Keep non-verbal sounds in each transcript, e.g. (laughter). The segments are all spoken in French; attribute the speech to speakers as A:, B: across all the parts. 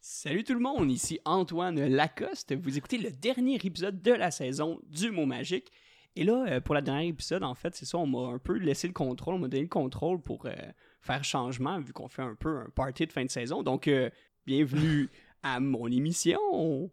A: Salut tout le monde, ici Antoine Lacoste. Vous écoutez le dernier épisode de la saison du mot magique. Et là, euh, pour le dernier épisode, en fait, c'est ça, on m'a un peu laissé le contrôle, on m'a donné le contrôle pour euh, faire changement, vu qu'on fait un peu un party de fin de saison. Donc, euh,
B: (laughs)
A: bienvenue à mon émission.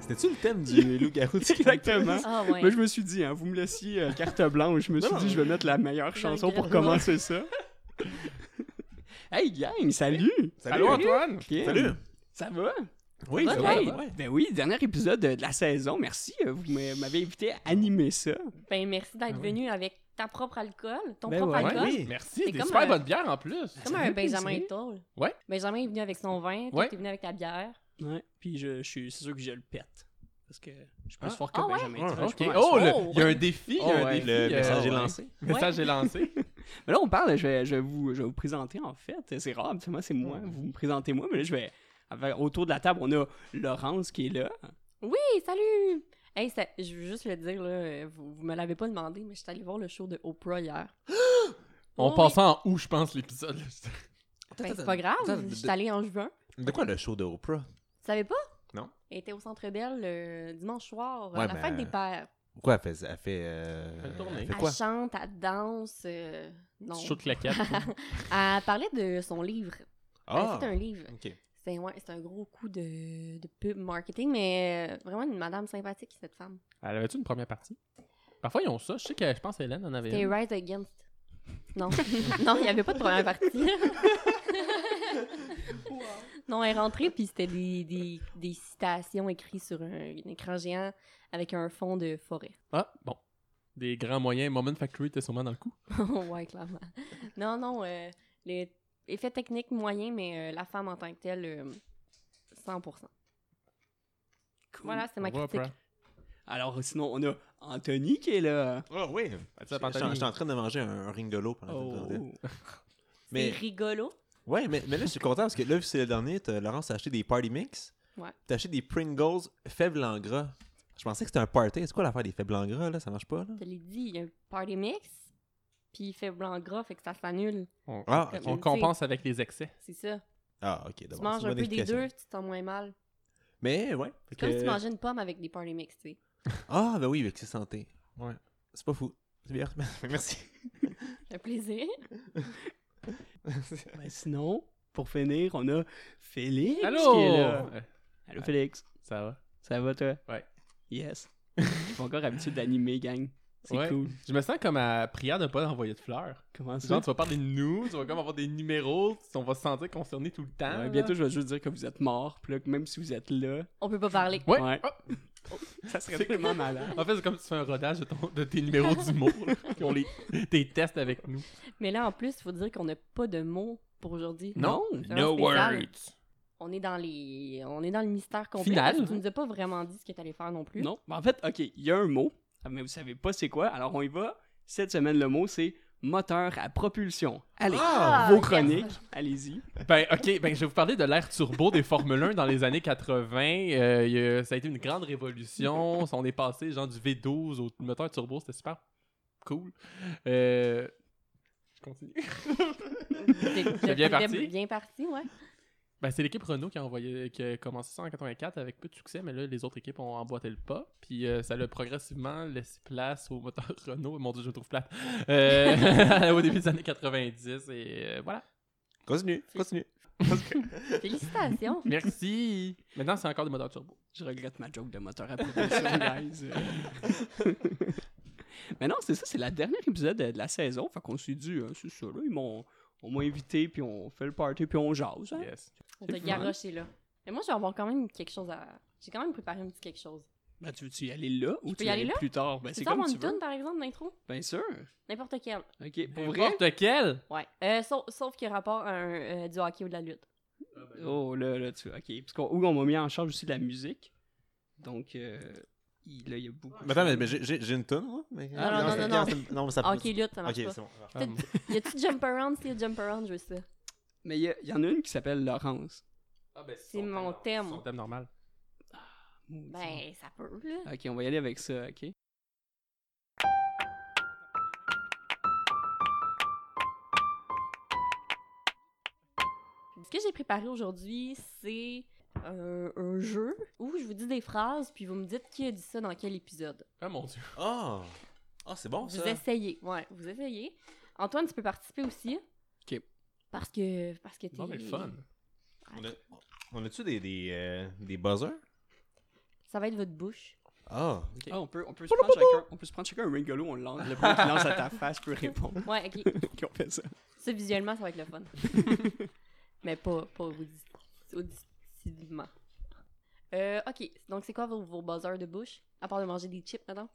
B: C'était-tu le
C: (laughs)
B: thème du loup-garou du Québec?
A: Exactement.
D: Ah ouais.
A: Moi, je me suis dit, hein, vous me laissiez euh, carte blanche. Je me suis
B: Non.
A: dit, je vais mettre la meilleure chanson pour
D: grave.
A: commencer ça. hey, gang, salut!
B: Salut,
A: Allô,
B: Antoine!
A: Kim?
B: Salut!
A: Ça va?
B: Oui,
D: Ça
B: ça
D: va,
B: va,
A: Hey,
B: ça va.
A: Ben oui, dernier épisode de de la saison. Merci, euh, vous m'a- m'avez invité à animer ça.
D: Ben, merci d'être
B: Ah oui.
D: venu avec ta propre alcool, ton
A: Ben
D: propre
A: ouais.
C: Ouais,
D: alcool.
B: oui.
C: Merci,
D: C'est
C: des
D: comme euh,
C: super
D: un-
C: bonnes bières en plus.
D: Comme
A: Ça
D: un
A: fait
D: Benjamin
A: plaisir.
D: Toll.
C: Ouais.
D: Benjamin est venu avec son vin, toi
C: Ouais.
D: t'es venu avec ta bière.
A: Ouais, puis je, je suis c'est sûr que je le pète. Parce que je suis plus
C: Ah.
A: fort que
D: Ah ouais?
A: Benjamin.
C: Ah,
A: Thiel, je
C: ok.
A: suis pas mal
C: Oh,
A: sûr.
C: le-
D: Oh,
C: il y a un défi. il y a
B: Oh,
C: un
B: ouais,
C: défi.
B: le
C: euh,
B: message est
C: ouais.
B: lancé.
C: Le Message est lancé.
A: Mais là, on parle, je vais, je vais vous, je vais vous présenter en fait. C'est rare, moi, c'est moi. Vous me présentez moi, mais là, je vais. avec- autour de la table, on a Laurence qui est là.
D: Hey, salut! Hey, ça- je veux juste le dire, là, vous, vous me l'avez pas demandé, mais je suis allée voir le show de Oprah hier.
C: (gasps) On
D: Ouais,
C: passe en où, je pense, l'épisode. (laughs) là.
D: ben, c'est pas grave,
B: Attends,
D: je suis
B: de-
D: allée en juin.
B: De quoi le show de Oprah?
D: Tu savais pas?
B: Non.
D: Elle était au Centre Belle le dimanche soir, euh,
B: Ouais,
D: à la
B: ben,
D: fête des pères.
B: Pourquoi elle fait. Elle fait, euh,
C: Fait une tournée.
B: elle fait
D: Elle
B: quoi?
D: chante, elle danse, euh, non.
C: Chaud de claquette.
D: (laughs) elle parlait de son livre. Euh,
B: Ah!
D: C'est un livre.
B: Ok.
D: C'est ouais, c'est un gros coup de, de pub marketing, mais euh, vraiment une madame sympathique, cette femme.
C: Elle avait-tu une première partie? Parfois, ils ont ça. Je sais que je pense Hélène en avait
D: C'était
C: une.
D: Rise Against. Non, (laughs) non, il n'y avait pas de première partie. non, elle est rentrée, puis c'était des, des, des citations écrites sur un, un écran géant avec un fond de forêt. (laughs)
C: Ah, bon. Des grands moyens. Moment Factory était sûrement dans le coup.
D: ouais, clairement. Non, non, euh, les effets techniques moyens, mais euh, la femme en tant que telle, euh, 100%.
A: Cool.
D: Voilà, c'est ma
C: On voit
D: critique.
C: après.
A: Alors, sinon, on a Anthony qui est là.
B: Ah oui! Je
C: Ça, Pantani.
B: suis en train de manger un, un ringolo pendant que
A: Oh.
B: tu parlais.
D: C'est
B: Mais,
D: rigolo.
B: ouais, mais, mais là, je suis content parce que là, vu que c'est le dernier, t'as- Laurence a acheté des Party Mix.
D: Ouais.
B: T'as acheté des Pringles faibles en gras. Je pensais que c'était un party. C'est quoi l'affaire des faibles en gras, là? Ça marche pas, là?
D: Je te l'ai dit, il y a un party mix, puis il fait blanc gras, fait que ça s'annule.
C: On,
B: Ah,
D: Comme-
B: ok.
C: on compense avec les excès.
D: C'est ça.
B: Ah, ok.
D: Tu
B: d'abord,
D: manges
B: c'est une
D: un
B: bonne
D: peu des
B: explication.
D: deux, tu te sens moins mal.
B: Mais, ouais. Euh, fait
D: C'est comme
B: que-
D: si tu mangeais une pomme avec des party mix, tu sais.
B: Ah, ben oui, avec ses santé. Ouais. C'est pas fou. C'est bien. (laughs) Merci.
D: Un plaisir. (laughs)
A: Ben, sinon, pour finir, on a Félix qui est là.
C: Allô? Euh,
A: Allô, Félix.
C: Ça va?
A: Ça va, toi?
C: Ouais.
A: Yes. J'ai pas encore habitude d'animer, gang. C'est
C: Ouais.
A: cool.
C: Je me sens comme à prière de ne pas envoyer de fleurs.
A: Comment ça?
C: Genre, tu vas parler de nous, tu vas comme avoir des numéros, tu- on va se sentir concerné tout le temps.
A: Ouais,
C: là.
A: bientôt, je vais juste dire que vous êtes mort, puis là, que même si vous êtes là,
D: On peut
C: (laughs)
D: pas parler.
C: Ouais.
A: Ouais.
C: Ah,
A: ça serait
C: C'est
A: tellement malade.
C: en fait, c'est comme si tu fais un rodage de, ton- de tes numéros d'humour, là, (laughs) puis on les tes tests avec nous.
D: Mais là, en plus, il faut dire qu'on n'a pas de mots pour aujourd'hui.
C: (laughs) Non.
D: C'est vraiment spécial. On est dans les, on est dans le mystère complet.
C: Final.
D: Parce que Tu nous as pas vraiment dit ce que t'allais faire non plus.
A: Non. Ben, en fait, OK, il y a un mot, ah, mais vous savez pas c'est quoi. Alors, on y va. Cette semaine, le mot, c'est moteur à propulsion. Allez,
D: Ah,
A: vos
D: yes.
A: chroniques, allez-y.
C: Ben, ok, ben, je vais vous parler de l'ère turbo des Formule 1 dans les années 80. Euh, il y a- ça a été une grande révolution. On est passé, genre, du V12 au moteur turbo, c'était super cool. Euh, Je continue.
D: T'es-
C: C'est bien
D: t'es- t'es
C: parti.
D: Bien parti, ouais.
C: Ben, c'est l'équipe Renault qui a, envoyé, qui a commencé ça en 84 avec peu de succès, mais là, les autres équipes ont emboîté le pas. Puis euh, ça l'a progressivement laissé place au moteur (laughs) Renault. Mon dieu, je me trouve plate. Euh, (laughs) au début des années 90. Et euh, voilà.
B: Continue, continue.
D: Félicitations.
C: Merci. Maintenant, c'est encore des moteurs turbo.
A: Je regrette ma joke de moteur à propulsion, (laughs) guys. Mais non, c'est ça, c'est la dernière épisode de de la saison. Fait qu'on s'est dit, hein, c'est ça, là, ils m'ont on m'a invité, puis on fait le party, puis on jase. hein.
C: Yes.
D: On
A: C'est
D: t'a
A: fun.
D: garoché là. Mais moi, je vais avoir quand même quelque chose à. J'ai quand même préparé un petit quelque chose.
A: Ben, tu veux-tu y aller là ou
D: peux
A: tu veux
D: y
A: y
D: aller
A: aller
D: là?
A: plus tard? Ben,
D: Tu
A: c'est
D: veux
A: comme
D: avoir
A: tu
D: une
A: veux.
D: toune, par exemple, d'intro?
A: Bien sûr.
D: N'importe quelle.
A: OK, pour vrai?
C: N'importe quel.
D: Ouais. Euh, sauf, sauf qu'il y a rapport à un, euh, du hockey ou de la lutte.
A: ben. Oh, là, là, tu... OK. Parce qu'on- ou on m'a mis en charge aussi de la musique. Donc, euh, il, là, il y a beaucoup.
B: Mais attends, mais, mais j'ai- j'ai j'ai une toune, moi. mais-
D: Ah, non, non,
B: c'est-
D: non, non.
B: c'est- mais ça
D: Hockey lutte, ça
B: Ok,
D: marche
B: c'est
D: pas.
B: bon.
C: Ah,
D: Peut-être- Y a-tu jump around? S'il y a jump around, je veux ça.
A: Mais il y, a- il y en a une qui s'appelle Laurence.
C: ah, ben,
D: C'est
C: son
D: mon thème.
C: Son thème normal.
D: Ben, ça peut, là.
A: Ok, on va y aller avec ça, ok?
D: Ce que j'ai préparé aujourd'hui, c'est un, un jeu où je vous dis des phrases, puis vous me dites qui a dit ça dans quel épisode.
C: Ah mon dieu.
B: Ah, Ah, c'est bon, ça.
D: vous essayez, ouais, vous essayez. Antoine, tu peux participer aussi.
A: Ok.
D: Parce que, parce que t'es...
C: Non, mais le fun.
B: On a- On a-tu des, des, euh, des buzzers?
D: Ça va être votre bouche.
B: Ah,
A: Ah, on peut, on peut se prendre chacun, on peut se prendre chacun un ringolo, on le lance. Le premier qui lance à ta face peut (laughs) répondre.
D: Ouais, ok.
A: Ok, on fait ça.
D: Ça, visuellement, ça va être (laughs) le fun. Mais pas, pas audi- auditivement. Euh, ok, donc c'est quoi vos, vos buzzers de bouche? À part de manger des chips, maintenant?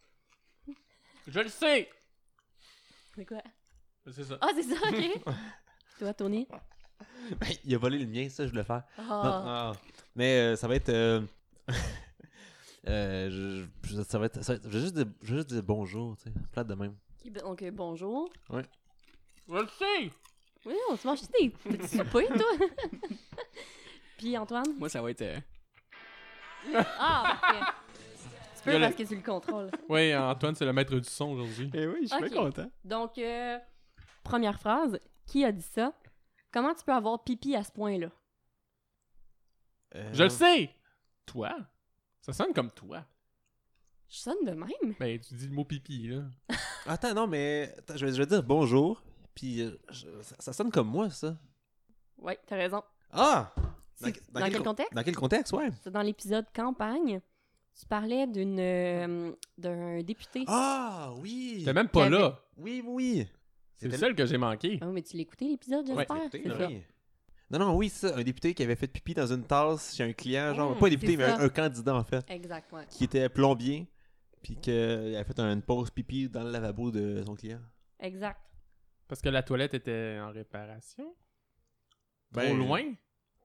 C: Je le sais!
D: C'est quoi?
C: C'est ça.
D: Ah, c'est ça, ok! (laughs) Toi, Tony?
B: (laughs) Il a volé le mien, ça, je voulais faire. Non, ah.
D: Ah,
B: Mais euh, ça va être. euh, (laughs) euh, je, je- ça va être, ça va être- je, vais juste dire, je vais juste dire bonjour, tu sais. Plate de même.
D: ok, ben, donc euh, bonjour.
C: Je le sais!
D: Oui, on se mange des petits soupers, toi? (laughs) Puis Antoine?
A: Moi, ça va être. euh,
D: Ah, parfait! Tu peux
C: Violette.
D: parce que tu le contrôles.
C: Oui, Antoine, c'est le maître du son aujourd'hui.
A: Eh oui, je suis
D: Ok.
A: bien content.
D: Donc, euh, première phrase, qui a dit ça? Comment tu peux avoir pipi à ce point-là?
B: Euh,
C: Je le sais! Toi? Ça sonne comme toi.
D: Je sonne de même?
C: Ben, tu dis le mot pipi, là.
B: Attends, non, mais attends, je, vais, je vais dire bonjour, puis euh, je- ça, ça sonne comme moi, ça.
D: Oui, t'as raison.
B: Ah!
D: C'est- dans quel
B: con-
D: contexte?
B: Dans quel contexte, ouais.
D: C'est dans l'épisode campagne. Tu parlais d'une euh, d'un député.
B: Ah, oui!
C: T'es même pas
D: Qu'il y
C: là.
B: Oui, oui!
C: C'est le
B: C'était-
C: seul que j'ai manqué.
D: Ah oui, mais tu l'écoutais l'épisode,
C: Ouais,
D: j'espère.
B: Député,
D: c'est
B: là,
D: ça.
B: oui. Non, non, oui, c'est ça. Un député qui avait fait pipi dans une tasse chez un client, genre,
D: Mm,
B: pas un député,
D: c'est
B: mais un,
D: ça.
B: un candidat, en fait,
D: Exact, ouais.
B: qui était plombier, puis qu'il avait fait une pause pipi dans le lavabo de son client.
D: Exact.
C: Parce que la toilette était en réparation.
B: Ben,
C: Trop (laughs) loin?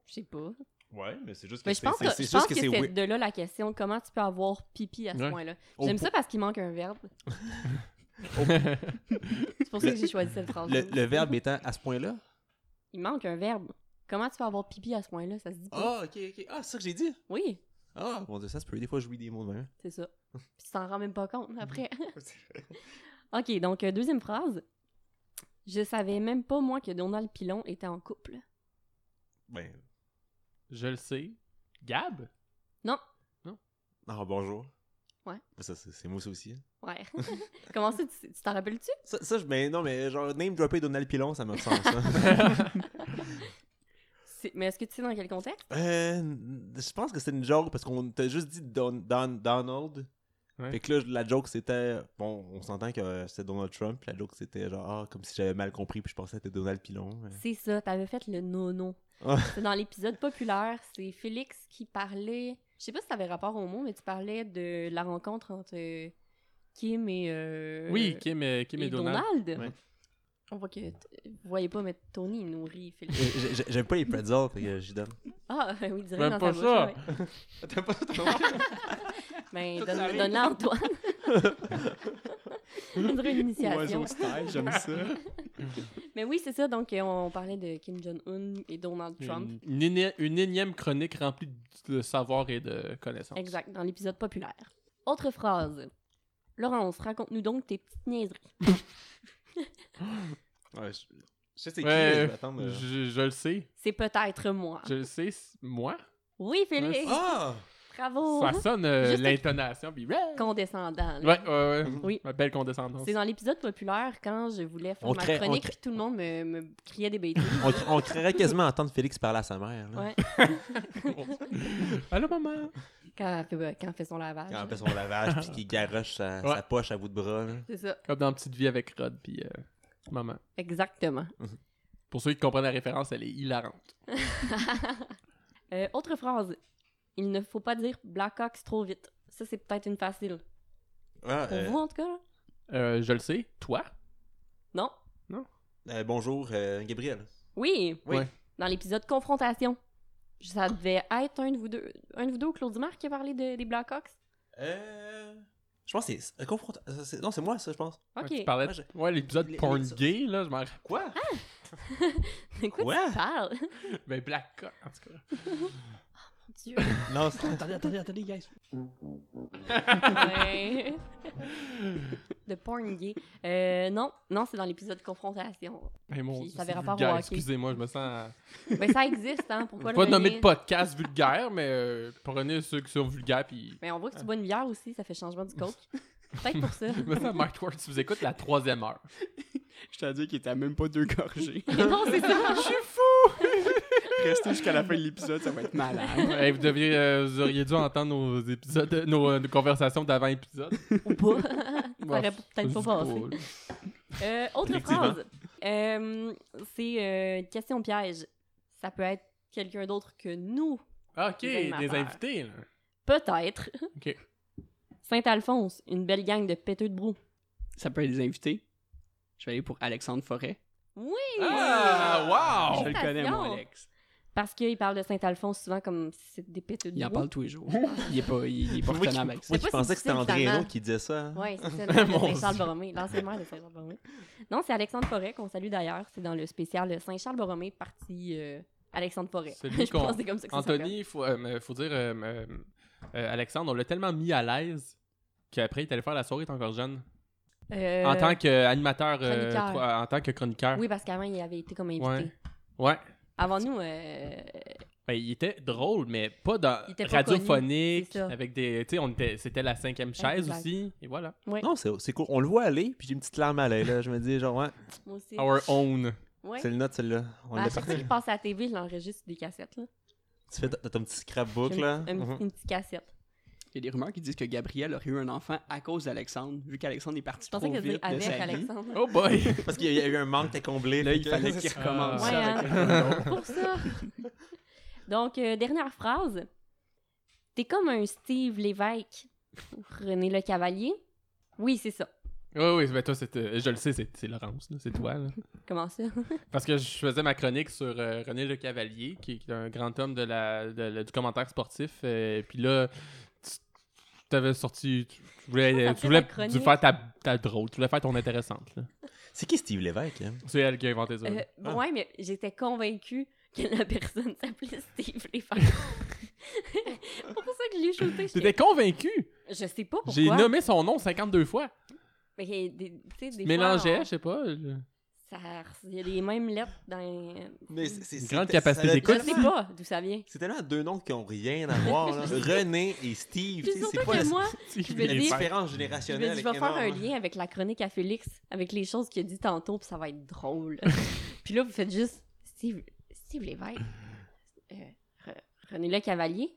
D: Je sais pas.
B: Ouais, mais c'est juste que
D: Mais je pense que,
B: c'est- c'est
D: je
B: juste
D: pense
B: que
D: que,
B: c'est
D: c'est
B: weird.
D: de là la question comment tu peux avoir pipi à ce
C: Ouais.
D: point-là.
B: Au
D: J'aime
B: po-
D: ça parce qu'il manque un verbe. C'est pour ça que j'ai choisi cette phrase.
B: Le, le verbe étant à ce point-là.
D: Il manque un verbe. Comment tu peux avoir pipi à ce point-là Ça se dit pas.
B: Ah, ok, ok. Ah, c'est ça que j'ai dit.
D: Oui,
B: Ah, mon dieu, ça se peut. Des fois, je lis des mots de (laughs) même.
D: c'est ça. Puis tu t'en rends même pas compte après. (laughs) ok, donc euh, deuxième phrase. Je savais même pas moi que Donald Pilon était en couple.
B: Ben,
C: Je le sais. Gab?
B: ah, bonjour.
D: Ouais.
B: Ça, c'est c'est moi, ça aussi. hein.
D: Ouais. (laughs) Comment ça, tu tu t'en rappelles-tu?
B: Ça, ça je, ben, non, mais genre, name dropper Donald Pilon, ça me ressemble, ça.
C: (laughs)
D: C'est- Mais est-ce que tu sais dans quel contexte?
B: Euh, je pense que c'est une joke parce qu'on t'a juste dit Don, Don- Donald.
C: Ouais.
B: Fait que là, la joke c'était. Bon, on s'entend que euh, c'était Donald Trump. La joke c'était genre, ah, comme si j'avais mal compris puis je pensais que c'était Donald Pilon. mais-
D: C'est ça, t'avais fait le nono.
B: Ah.
D: C'est dans l'épisode populaire, c'est Félix qui parlait. Je sais pas si t'avais rapport au mot, mais tu parlais de la rencontre entre euh, Kim et. euh,
C: Oui, Kim et, Kim et
D: et
C: Donald. Ouais.
D: On voit que. t- Vous voyez pas, mais Tony, il nourrit Félix.
B: Euh, j'ai- j'ai- J'aime pas les pretzels, fait que j'y donne.
D: Ah, (laughs) oui, il dirait
C: Même
D: dans
C: pas
D: sa
C: ça.
D: bouche. ouais.
B: T'as pas
D: Ben,
A: Ça, ça
D: donne-
A: arrive.
D: donne-la
C: (laughs)
D: à Antoine. on dirait une initiation.
A: Oiseau style, j'aime ça.
D: Mais oui, c'est ça. Donc, euh, on parlait de Kim Jong-un et Donald Trump.
C: Une, une éni- une énième chronique remplie de savoir et de connaissances.
D: Exact, dans l'épisode populaire. Autre phrase. Laurence, raconte-nous donc tes petites niaiseries.
B: Ouais, je, je sais c'est qui,
C: Ouais,
B: mais je
C: euh,
B: vais attendre. euh.
C: Je, je le sais.
D: C'est peut-être moi.
C: Je le sais. c'est- Moi?
D: Oui, Félix,
C: Ouais,
B: Ah!
D: bravo.
C: Ça sonne euh,
D: Oh. Juste-
C: l'intonation. Puis... Ouais,
D: Condescendant. là.
C: ouais, ouais.
D: Oui.
C: Ma belle condescendance.
D: C'est dans l'épisode populaire quand je voulais faire
B: On
D: ma
B: crée- on
D: chronique
B: crée-
D: puis tout le monde me, me criait des
B: (laughs)
D: bêtises.
B: On, on créerait quasiment entendre Félix parler à sa mère. Là.
D: ouais.
C: Allô, maman!
D: Quand elle, fait, quand elle fait son lavage.
B: Quand elle fait son lavage puis qu'il garoche sa,
C: Ouais.
B: sa poche à bout de bras. là.
D: C'est ça.
C: Comme dans Petite vie avec Rod, puis euh, maman.
D: Exactement.
C: Pour ceux qui comprennent la référence, elle est hilarante.
D: Euh, autre phrase. Il ne faut pas dire Blackhawks trop vite. Ça, c'est peut-être une facile.
B: Ah,
D: Pour
B: euh,
D: vous, en tout cas. là?
C: Euh, je le sais. Toi?
D: Non.
B: euh, bonjour, euh, Gabriel.
D: Oui.
B: Oui.
C: Ouais.
D: Dans l'épisode Confrontation. Ça devait être un de vous deux, un de vous deux ou Claudie Marc qui a parlé de- des Blackhawks.
B: Euh, Je pense que c'est. euh, confronta- euh, c'est- Non, c'est moi, ça, je pense.
C: Quand
D: Ok.
C: Ah, Tu
D: (laughs)
C: parlais
B: Moi,
C: de... Ouais, l'épisode
B: Les-
C: porn
B: les-
C: gay, là, je m'en
B: Quoi
D: De quoi
B: Ouais.
D: tu parles?
C: Ben, Black Cock, en tout cas.
D: Dieu.
B: Non, c'est.
A: (laughs) attendez, attendez, attendez, guys.
D: Ouais. De porn gay. Euh, non, non, c'est dans l'épisode confrontation.
C: Mais Ben, mon
D: Puis
C: Dieu,
D: ça avait
C: c'est
D: rapport au
C: vulgaire,
D: hockey.
C: Excusez-moi, je me sens.
D: Mais ça existe, hein?
C: Je
D: Pourquoi
C: vais
D: le
C: pas nommer de
D: nier?
C: podcast vulgaire, mais euh, prenez ceux qui sont vulgaires, puis.
D: Mais on voit que tu bois une bière aussi, ça fait changement du
C: (laughs)
D: coke. Peut-être pour ça. (laughs)
C: Je me (laughs) sens Mark Ward, si vous écoutez la troisième heure.
A: Je t'ai dit qu'il était à même pas deux gorgées. (laughs)
D: non, c'est ça.
A: Restez jusqu'à la fin de l'épisode, ça va être (laughs) malade.
C: Hey, vous, deviez, euh, vous auriez dû entendre nos épisodes, euh, nos, euh, nos conversations d'avant épisode.
D: Ou pas. ça aurait peut-être pas passé. Euh, autre
B: Effectivement.
D: phrase. Euh, c'est euh, une question piège. Ça peut être quelqu'un d'autre que nous.
C: Ah, ok,
D: Des animateurs.
C: des invités, là.
D: Peut-être.
C: Ok.
D: Saint-Alphonse, une belle gang de péteux de brou.
A: Ça peut être les invités. Je vais aller pour Alexandre Forêt.
C: Ah, wow!
A: Je le connais,
D: Félicitations.
A: mon Alex.
D: Parce qu'il parle de Saint-Alphonse souvent comme si c'était des péteux de
A: Il en
D: brou.
A: parle tous les (laughs) jours. Il est pas, il, il est pas
B: Moi qui,
A: retenable
B: moi
A: avec ça.
B: qui
D: pas si
B: pensais que c'était
D: difficile,
B: André
D: finalement.
B: Hénault qui disait ça. hein.
D: Oui,
B: (laughs)
D: c'est ça, le maire
C: Mon
D: de Saint-Charles-Borromé, l'ancien maire de Saint-Charles-Borromé. Non, c'est Alexandre Forêt qu'on salue d'ailleurs. C'est dans le spécial Saint-Charles-Borromé, partie euh, Alexandre Forêt.
C: Celui
D: (laughs) Je pense
C: qu'on-
D: que c'est comme ça que ça s'appelle.
C: Anthony, il faut, euh, me- faut dire, euh, me- euh, Alexandre, on l'a tellement mis à l'aise qu'après, il est allé faire la soirée, il est encore jeune.
D: Euh,
C: en tant qu'animateur, euh,
D: chroniqueur.
C: en tant que chroniqueur.
D: Oui, parce qu'avant, il avait été comme invité.
C: ouais. Ouais.
D: Avant nous, euh,
C: Ben, il était drôle, mais pas dans
D: Il était pas
C: radiophonique,
D: connu, c'est ça.
C: avec des, tu sais, on était, c'était la cinquième chaise
D: Exact.
C: aussi, et voilà.
B: Non, c'est c'est cool. On le voit aller, puis j'ai une petite larme à l'œil. là. Je me dis, genre, ouais,
D: moi aussi.
C: Our
D: (laughs)
C: own.
D: Ouais.
B: c'est le note, celle-là. On
D: Ben, à
B: l'a
D: chaque
B: parti.
D: fois qu'il passe à la TV, je l'enregistre sur des cassettes. Là.
B: Tu fais t'as ton petit scrapbook,
D: J'ai
B: là.
D: Une,
B: Mhm.
D: une, une petite cassette.
A: Il y a des rumeurs qui disent que Gabriel aurait eu un enfant à cause d'Alexandre, vu qu'Alexandre est parti
D: Je pensais
A: trop
D: que c'était
A: vite de
D: avec
A: sa vie.
D: Alexandre.
C: Oh boy!
D: (laughs)
B: (laughs) Parce qu'il y a eu un manque à combler.
A: Là,
B: fait
A: il
B: que-
A: fallait qu'il recommence
C: Ah.
A: ça avec
D: (laughs) Ouais, hein.
A: quelqu'un d'autre.
D: Pour ça. Donc, euh, dernière phrase. T'es comme un Steve Lévesque ou René Le Cavalier. Oui, c'est ça.
C: oui, oui, ben toi, c'est, euh, je le sais, c'est, c'est Laurence, là, c'est toi. là.
D: Comment ça?
C: Parce que je faisais ma chronique sur euh, René Le Cavalier, qui est un grand homme de la, de la- du commentaire sportif. euh, puis là, tu t'avais sorti, tu, tu voulais,
D: Ah, ça
C: tu voulais
D: fait ta chronique.
C: tu faire ta, ta drôle, tu voulais faire ton intéressante. là.
B: C'est qui Steve Lévesque? hein?
C: C'est elle qui a inventé ça.
D: Euh, Ouais, mais j'étais convaincue que la personne s'appelait Steve Lévesque. (laughs) pour ça que je l'ai shooté. j'étais-
C: T'étais convaincu!
D: Je sais pas pourquoi.
C: J'ai nommé son nom 52 fois.
D: Mais des, tu sais, des fois,
C: Mélangeais,
D: on-
C: je sais pas. le-
D: ça- Il y a les mêmes lettres dans...
B: Mais c'est- c'est-
C: Une
B: c'est-
C: grande
B: c'est-
C: capacité
B: ça a
D: Je
C: d'écoute.
B: tellement-
D: sais pas d'où ça vient.
B: C'est tellement deux noms qui ont rien à voir.
D: (laughs)
B: là. René et Steve. tu
D: Puis
B: sais,
D: surtout
B: C'est pas la
D: que moi,
C: Tu
D: veux
C: les
D: dire-
C: fais.
B: différence
D: je me
B: générationnelle.
D: dis, je vais
B: est
D: faire un
B: énorme.
D: lien avec la chronique à Félix, avec les choses qu'il a dit tantôt, puis ça va
C: (laughs)
D: être drôle. puis là, vous faites juste Steve, Steve Lévesque, euh, Re- René Le Cavalier.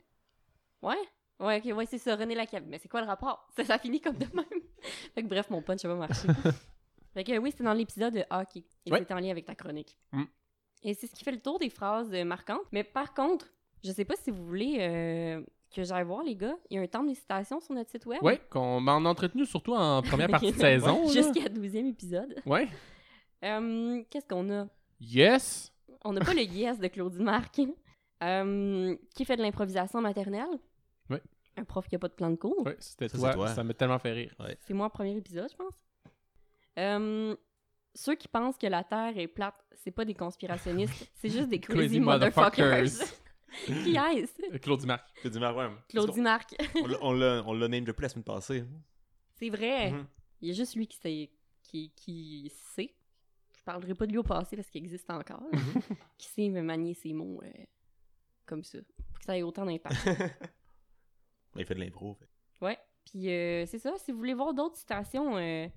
D: Ouais, ouais, ok, ouais, c'est ça, René Le Cavalier. Mais c'est quoi le rapport? Ça, ça finit comme de même. (laughs) fait que bref, mon punch a pas
C: (laughs)
D: marché. fait que oui, c'était dans l'épisode de hockey, et
C: Ouais.
D: c'était en lien avec ta chronique.
C: Mm.
D: Et c'est ce qui fait le tour des phrases euh, marquantes. Mais par contre, je sais pas si vous voulez... euh, que j'aille voir, les gars. Il y a un temple des citations sur notre site web.
C: Ouais, qu'on m'en a entretenu surtout en première partie
D: (laughs)
C: de saison. là.
D: Jusqu'à 12e épisode.
C: Ouais.
D: Euh, Qu'est-ce qu'on a?
C: Yes!
D: On n'a pas le yes de Claudie Marc. (laughs) Euh, qui fait de l'improvisation maternelle?
C: Ouais.
D: Un prof qui n'a pas de plan de cours.
C: Ouais, c'était
B: Ça,
C: toi.
B: c'est toi.
C: Ça m'a tellement fait rire.
D: C'est moi, premier épisode, je pense. Euh, ceux qui pensent que la Terre est plate, c'est pas des conspirationnistes, c'est
C: (laughs)
D: juste des crazy,
C: Crazy
D: motherfuckers.
C: motherfuckers.
D: (laughs) qui est
C: Euh, Claude Dumas.
B: bah, C'est du marouin.
D: Claudie Marc.
B: On l'a- On l'a on l'a named le plus la semaine passée.
D: C'est vrai.
B: Mhm.
D: Il y a juste lui qui sait. Qui, qui sait. Je parlerai pas de lui au passé parce qu'il existe encore. (laughs) qui sait me manier ses mots euh, comme ça. Pour que ça ait autant d'impact.
B: Il fait de l'impro. fait.
D: ouais. Puis euh, c'est ça. Si vous voulez voir d'autres citations, euh,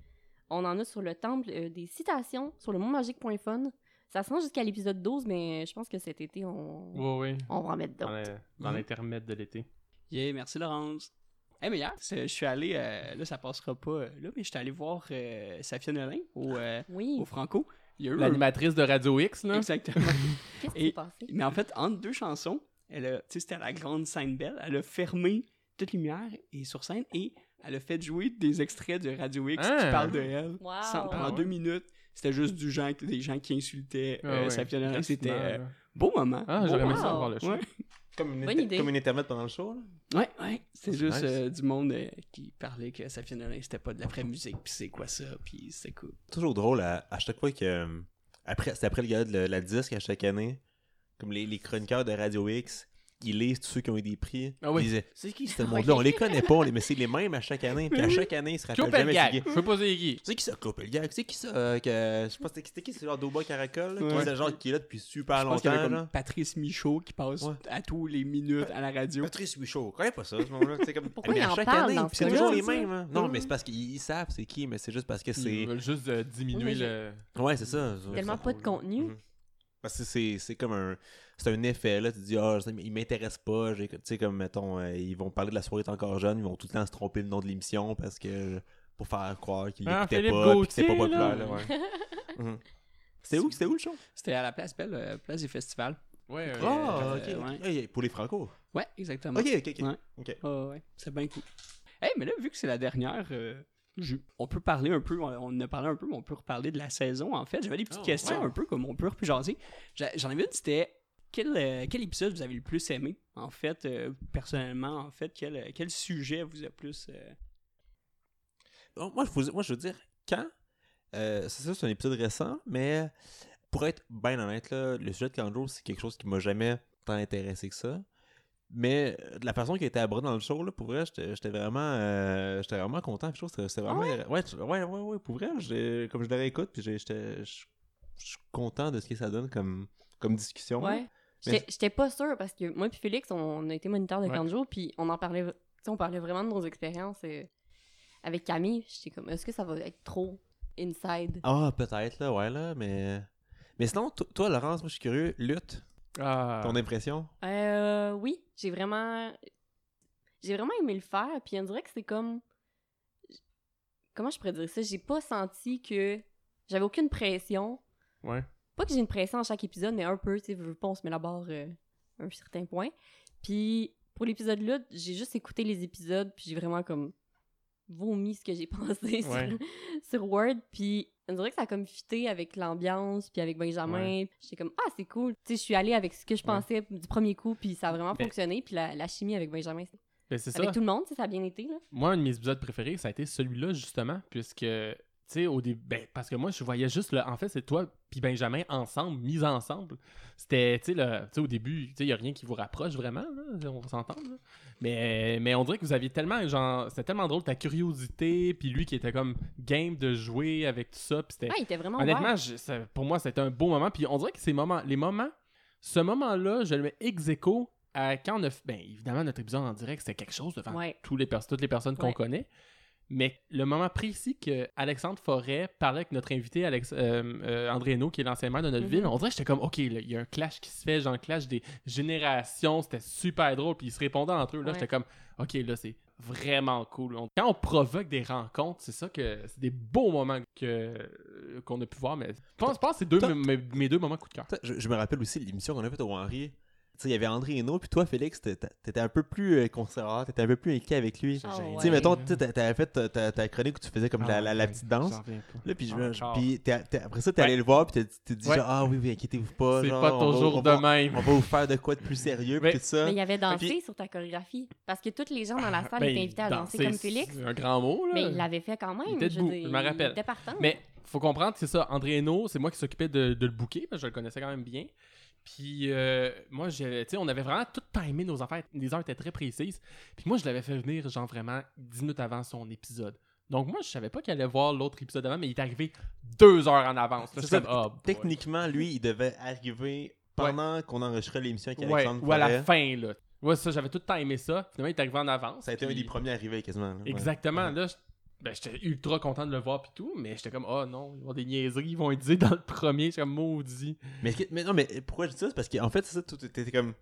D: on en a sur le temple euh, des citations sur le montmagique.fun. Ça se rend jusqu'à l'épisode 12, mais euh, je pense que cet été,
C: Ouais,
D: on,
C: ouais.
D: on va en mettre
C: Dans
D: d'autres.
C: le- dans
A: Mhm.
C: l'intermède de l'été.
A: Yeah, merci Laurence. Eh mais hier, c'est- je suis allé, euh, là ça passera pas, euh, là, mais je suis allé voir euh, Safia Nolin au, euh,
D: Oui.
A: au Franco. Il y a eu un-
C: L'animatrice de Radio X,
A: (laughs)
C: là.
A: Exactement.
D: Qu'est-ce qui
A: Et-
D: s'est passé?
A: mais en fait, entre deux chansons, elle a, tu sais, c'était à la grande scène belle, elle a fermé toute lumière et sur scène et elle a fait jouer des extraits de Radio X
C: Ah.
A: qui parlent de elle.
D: Wow.
A: Sans- pendant
C: Ah ouais.
A: deux minutes, c'était juste du gens, des gens qui insultaient
C: Ah
A: euh,
C: ouais.
A: Safia Nolin. C'était
C: Gratuitement,
A: euh,
C: là.
A: beau moment.
C: Ah,
A: Beau
C: j'aurais aimé
A: moment.
C: ça
D: wow.
C: voir le show.
A: Ouais.
B: Comme une,
D: Bonne
B: inter-
D: idée.
B: comme une intermède pendant le show, là.
A: Ouais, ouais. C'est
B: C'est
A: juste
B: nice.
A: euh, du monde euh, qui parlait que Safia Nolin, c'était pas de la vraie musique, puis c'est quoi ça, puis c'est cool.
B: toujours drôle à, à chaque fois que. euh, Après, c'est après le gars de la, la disque à chaque année. Comme les, les chroniqueurs de Radio X, ils lisent tous ceux qui ont eu des prix.
A: Ah oui.
B: Ils disaient C'est qui ce
D: Ah
A: (laughs)
D: oui.
B: monde-là On les connaît pas, on les- mais c'est les mêmes à chaque année. Puis à chaque année, ils se rappellent jamais c'est
C: Copenhague.
B: qui.
C: Je peux poser qui.
B: C'est qui ça, Copenhague C'est qui ça euh, que... Je pense que c'était qui, c'est genre Doba Caracol, là, qui
A: Ouais.
B: est le genre qui est là depuis super
A: Je pense qu'il y
B: longtemps.
A: avait comme
B: là.
A: Patrice Michaud qui passe
B: Ouais.
A: à tous les minutes à la radio.
B: Patrice Michaud, on connaît pas ça, ce moment-là. C'est comme...
D: Pourquoi
B: Mais
D: il
B: à
D: en
B: chaque
D: parle
B: année,
D: dans
B: puis
D: ce
B: c'est toujours les
D: monde,
B: mêmes. hein. Non,
D: Mm.
B: mais c'est parce qu'ils ils savent c'est qui, mais c'est juste parce
A: Mm.
B: que c'est.
C: Ils veulent juste euh,
D: Oui,
C: diminuer
D: j'ai-
C: le.
B: Ouais, c'est ça.
D: Tellement pas de contenu.
B: Mhm. Parce que c'est c'est comme un. C'est un effet, là. Tu te dis, ah, ça, ils m'intéressent pas. j'ai- Tu sais, comme, mettons, euh, ils vont parler de la soirée t'es encore jeune, ils vont tout le temps se tromper le nom de l'émission parce que. Pour faire croire qu'ils
C: Ah,
B: l'écoutaient
C: Philippe
B: pas, puis que c'était pas
C: Gauthier,
B: populaire,
C: là.
B: là, ouais. Mhm. C'était où, c'était où le show?
A: C'était à la place belle, euh, place des festivals.
C: Ouais,
D: Oh.
C: euh,
B: Ah, ok.
A: euh,
B: ok.
A: ouais.
B: Ah, il y a- Pour les Franco.
A: Ouais, exactement.
B: Ok, ok, ok.
A: Ouais. Ah ouais, c'est bien cool. Eh, mais là, vu que c'est la dernière, euh, je- on peut parler un peu, on- on en a parlé un peu, mais on peut reparler de la saison, en fait. J'avais des petites
C: Oh,
A: questions
C: ouais.
A: un peu comme on peut repujanser. J'a- J'en avais une, c'était quel, euh, quel épisode vous avez le plus aimé, en fait, euh, personnellement, en fait, quel, euh, quel sujet vous a plus... euh,
B: Bon, Oh, Moi, je vous- moi, je veux dire, quand, euh, c'est ça, c'est un épisode récent, mais pour être bien honnête, là, le sujet de Kanjo, c'est quelque chose qui m'a jamais tant intéressé que ça. Mais euh, de la façon qui a été abordée dans le show, là, pour vrai, j'étais j'étais vraiment, euh, j'étais vraiment content. Je trouve que c'était vraiment. ouais? tu- ouais, ouais, ouais, pour vrai, j'ai- comme je le réécoute, puis j'ai- j'étais. Je je suis content de ce que ça donne comme, comme discussion.
D: Ouais.
B: Mais-
D: J'étais j'étais pas sûre parce que moi puis Félix, on, on a été moniteurs de
C: Ouais.
D: camp de jour, puis on en parlait, tu sais, on parlait vraiment de nos expériences euh, avec Camille. J'étais comme, est-ce que ça va être trop inside?
B: Ah, peut-être, là, ouais, là, mais. Mais sinon, to- toi, Laurence, moi, je suis curieux. Lutte,
C: Ah.
B: ton impression
D: Euh, oui, j'ai vraiment, j'ai vraiment aimé le faire, puis on dirait que c'est comme, comment je pourrais dire ça? J'ai pas senti que j'avais aucune pression.
C: Ouais.
D: pas que j'ai une pression à chaque épisode, mais un peu, tu sais, je veux pas, on se met la barre euh, à un certain point. Puis pour l'épisode là, j'ai juste écouté les épisodes, puis j'ai vraiment comme vomi ce que j'ai (laughs) pensé sur-
C: Ouais.
D: sur, Word, puis on dirait que ça a comme fité avec l'ambiance, puis avec Benjamin. J'étais comme, ah, c'est cool. Tu sais, je suis allée avec ce que je pensais du premier coup, puis ça a vraiment
C: Ben-
D: fonctionné, puis la, la chimie avec Benjamin,
C: Ben, c'est ça.
D: avec tout le monde, tu sais, ça a bien été, là.
C: Moi, un de mes épisodes préférés, ça a été celui-là, justement, puisque, tu sais, au début, ben, parce que moi, je voyais juste, le, en fait, c'est toi puis Benjamin ensemble, mis ensemble. C'était, tu sais, le- tu sais, au début, tu sais, il n'y a rien qui vous rapproche vraiment, là, on va s'entendre. là. Mais, mais on dirait que vous aviez tellement, genre, c'était tellement drôle, ta curiosité, puis lui qui était comme game de jouer avec tout ça, puis c'était...
D: Ah, il était vraiment
C: Honnêtement,
D: ouvert.
C: je- ça- pour moi, c'était un beau moment. Puis on dirait que ces moments, les moments, ce moment-là, je le mets ex aequo à quand on a. f- Ben, évidemment, notre épisode en direct, c'était quelque chose devant
D: Ouais.
C: tous les pers- toutes les personnes qu'on
D: Ouais.
C: connaît. Mais le moment précis que Alexandre Forêt parlait avec notre invité Alex, euh, euh, André Henault, qui est l'ancien maire de notre
D: Mhm.
C: ville, on dirait que j'étais comme, OK, là, il y a un clash qui se fait, genre le clash des générations, c'était super drôle, puis ils se répondaient entre eux. Là,
D: Ouais.
C: j'étais comme, OK, là, c'est vraiment cool. On- quand on provoque des rencontres, c'est ça que c'est des beaux moments que euh, qu'on a pu voir, mais je pense, je pense que c'est deux,
B: Toi-
C: mes, mes- mes deux moments coup de cœur.
B: Toi, Je, je me rappelle aussi de l'émission qu'on a faite au Henri. Tu sais, il y avait André Hénault, puis toi, Félix, t'é- t'é- t'étais un peu plus euh, conservateur, t'étais un peu plus inquiet avec lui. Tu
D: Ah
B: sais,
D: ouais.
B: mettons, tu sais, t'a- t'avais fait ta, ta- ta chronique où tu faisais comme la,
C: Ah,
B: la- la petite danse. Là, puis, je me-
C: Encore.
B: puis t'es- t'es- après ça, t'es allé
C: Ouais.
B: le voir, puis t'as dit- t'as dit
C: Ouais.
B: genre, ah oui, oui, inquiétez-vous pas.
C: C'est
B: genre,
C: pas
B: on va-
C: toujours
B: on
C: de
B: va-
C: même.
B: On va vous faire de quoi de plus sérieux, puis
C: hein. Mais-
B: tout ça.
D: Mais il avait dansé
B: Puis-
D: sur ta chorégraphie, parce que tous les gens dans la salle
C: Ben,
D: étaient invités à danser, comme Félix.
C: C'est un grand mot, là.
D: Mais il l'avait fait quand même.
C: Il était
D: je
C: debout,
D: veux dire,
C: je me rappelle.
D: Il était partant.
C: Mais faut comprendre, c'est ça. André Hainaut, c'est moi qui s'occupais de, de le bouquet, parce que je le connaissais quand même bien. Puis euh, moi, j'avais- tu sais, on avait vraiment tout timé nos affaires. Les heures étaient très précises. Puis moi, je l'avais fait venir, genre vraiment 10 minutes avant son épisode. Donc moi, je savais pas qu'il allait voir l'autre épisode avant, mais il est arrivé deux heures en avance. Là,
B: C'est
C: je
B: ça,
C: suis comme, Ah, boy.
B: Techniquement, lui, il devait arriver pendant qu'on enregistrait l'émission avec
C: Ouais,
B: Alexandre
C: ou à la
B: Forêt.
C: fin, là. Ouais, ça, j'avais tout timé ça. Finalement, il est arrivé en avance.
B: Ça a été un
C: puis-
B: des premiers arrivés, quasiment. là. Ouais.
C: Exactement. Là, j't- ben, j'étais ultra content de le voir puis tout, mais j'étais comme, oh non, ils vont des niaiseries, ils vont être dire dans le premier. J'étais comme, maudit.
B: Mais, est-ce que- mais non, mais pourquoi je dis ça? C'est parce qu'en fait, c'est ça, tout était comme,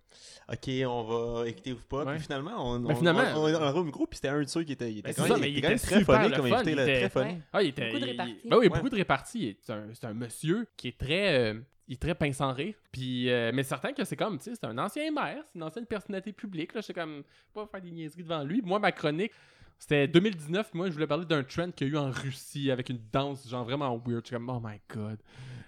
B: OK, on va écouter ou pas.
C: Ouais.
B: Puis finalement, on,
C: Ben
B: on-
C: finalement-
B: on, on est dans le room group, puis c'était un de ceux qui était, il
C: Ben,
B: était quand
C: c'est
B: même,
C: ça, mais
B: il
C: il
B: était quand même
C: était
B: très
C: super
B: funny
C: le
B: comme
C: fun,
B: invité,
C: il
B: là,
C: était-
B: très funny.
D: Ouais.
C: Ah, il était.
D: Beaucoup de
C: il-
D: réparties.
C: Ben oui,
B: Ouais.
C: beaucoup de réparties. C'est un, c'est un monsieur qui est très. euh, il est très pince sans rire. Puis, euh, mais certain que c'est comme, tu sais, c'est un ancien maire, c'est une ancienne personnalité publique. Là, j'étais comme, pas faire des niaiseries devant lui. Moi, ma chronique, c'était 2019. Moi, je voulais parler d'un trend qu'il y a eu en Russie avec une danse, genre vraiment weird. J'étais comme, oh my god.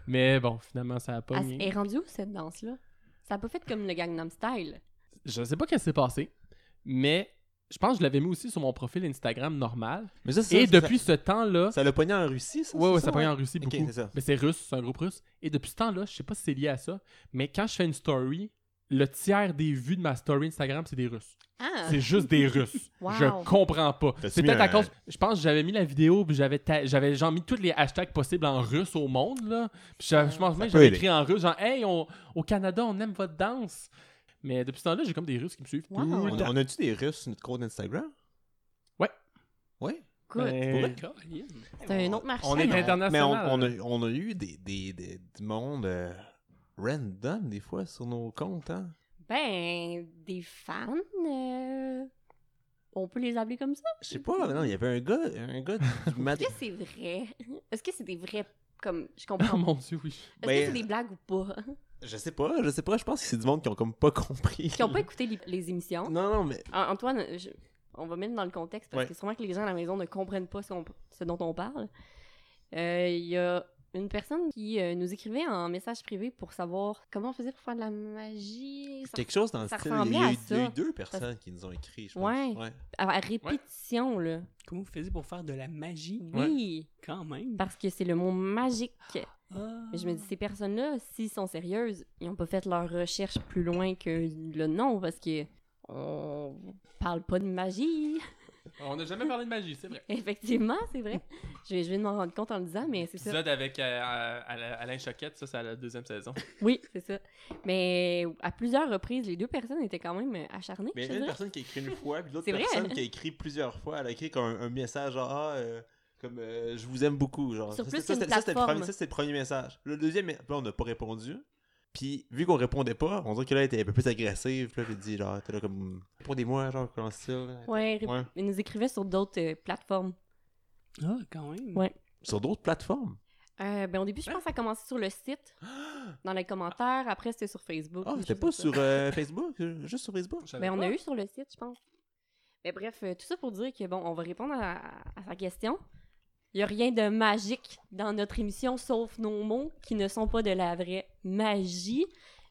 C: Mais bon, finalement, ça a pas
D: Ah, Elle s- elle est rendue où cette danse-là? Ça a pas fait comme le Gangnam Style.
C: je sais pas qu'est-ce qui s'est passé, mais je pense que je l'avais mis aussi sur mon profil Instagram normal.
B: Mais ça, c'est
C: Et
B: ça,
C: depuis ce temps-là,
B: Ça ça l'a pogné en Russie, ça?
C: Ouais,
B: c'est
C: ouais, ça pogne en
B: ouais?
C: Russie
B: Ok,
C: beaucoup.
B: c'est ça.
C: Mais c'est russe, c'est un groupe russe. Et depuis ce temps-là, je sais pas si c'est lié à ça, mais quand je fais une story, le tiers des vues de ma story Instagram, c'est des Russes.
D: Ah!
C: C'est juste des Russes.
D: (laughs) Wow.
C: Je comprends pas.
B: T'as-tu
C: C'est
B: mis
C: peut-être à
B: un-
C: cause. Je pense que j'avais mis la vidéo, puis j'avais, ta- j'avais genre mis tous les hashtags possibles en russe au monde, là. Puis je, je pense même que
B: peut
C: j'avais
B: aider.
C: écrit en russe, genre, hey, on- au Canada, on aime votre danse. Mais depuis ce temps-là, j'ai comme des Russes qui me suivent.
D: Wow.
C: tout le
B: On,
C: temps.
B: on a-tu des Russes sur notre compte Instagram?
C: Ouais.
B: Ouais.
D: Good.
C: Ben,
B: Ouais.
C: Colin.
D: C'est un autre marché.
C: On est
D: non?
C: international. euh.
B: Mais on, on a, on a eu des, des, des, du monde euh, random, des fois, sur nos comptes, hein?
D: Ben, des fans. euh, On peut les appeler comme ça?
B: Je sais pas, mais non, il y avait un gars, un gars du mat-
D: Est-ce que c'est vrai? Est-ce que c'est des vrais. Comme, je
C: Oh
D: comprends pas.
C: mon dieu, oui.
D: Est-ce
B: Ben,
D: que c'est des blagues ou
B: (laughs)
D: pas?
B: Je sais pas, je sais pas, je pense que c'est du monde qui ont comme pas (laughs) compris.
D: Qui n'ont pas écouté les, les émissions.
B: Non, non, mais
D: An- Antoine, je- on va mettre dans le contexte parce
B: Ouais.
D: que sûrement que les gens à la maison ne comprennent pas ce, qu'on- ce dont on parle. Euh, Il y a une personne qui euh, nous écrivait en message privé pour savoir comment on faisait pour faire de la magie. Ça-
B: quelque chose dans le
D: ça
B: style. Il
D: ressemblait
B: y, a
D: à
B: eu, il y a eu
D: ça.
B: deux personnes qui nous ont écrit, je pense.
D: Ouais. À, à répétition, là.
A: Comment vous faisiez pour faire de la magie
D: Oui,
A: quand même?
D: parce que c'est le mot magique.
A: Ah.
D: Ah. Mais Je me dis, ces personnes-là, s'ils sont sérieuses, ils n'ont pas fait leur recherche plus loin que le nom parce que on parle pas de magie. (laughs)
C: On n'a jamais parlé de magie, c'est vrai.
D: Effectivement, c'est vrai. Je vais, je vais m'en rendre compte en le disant, mais c'est ça.
C: Épisode avec euh, euh, Alain Alain Choquette, ça, c'est à la deuxième saison.
D: Oui, c'est ça. Mais à plusieurs reprises, les deux personnes étaient quand même acharnées.
B: Mais
D: je
B: il y a une
D: dirais.
B: personne qui a écrit une fois, puis l'autre
D: C'est vrai. hein.
B: personne qui a écrit plusieurs fois. Elle a écrit comme un, un message genre, ah, euh, comme euh, je vous aime beaucoup. Genre.
D: Sur
B: Ça,
D: plus
B: c'est- ça,
D: qu'une
B: c'est- ça, c'était le premier-
D: plateforme.
B: ça, c'était le premier message. Le deuxième, là, on n'a pas répondu. Puis, vu qu'on répondait pas, on dirait que là, elle était un peu plus agressive. Puis là, elle dit, genre, t'es là comme, pour des mois, genre, comment ça? là?
D: Ouais, ré-
B: Ouais.
D: ils nous écrivaient sur d'autres euh, plateformes.
A: Ah, quand même.
D: Ouais.
B: Sur d'autres plateformes.
D: Euh, ben, au début, je pense que ça a commencé sur
B: (gasps)
D: le site, dans les commentaires. Après, c'était sur Facebook.
B: Ah,
D: des
B: c'était
D: choses
B: pas
D: comme ça.
B: sur euh, Facebook, euh, juste sur Facebook.
D: Ben, on a eu sur le site, je pense. Mais bref, euh, tout ça pour dire que, bon, on va répondre à, à sa question. Il n'y a rien de magique dans notre émission, sauf nos mots qui ne sont pas de la vraie magie,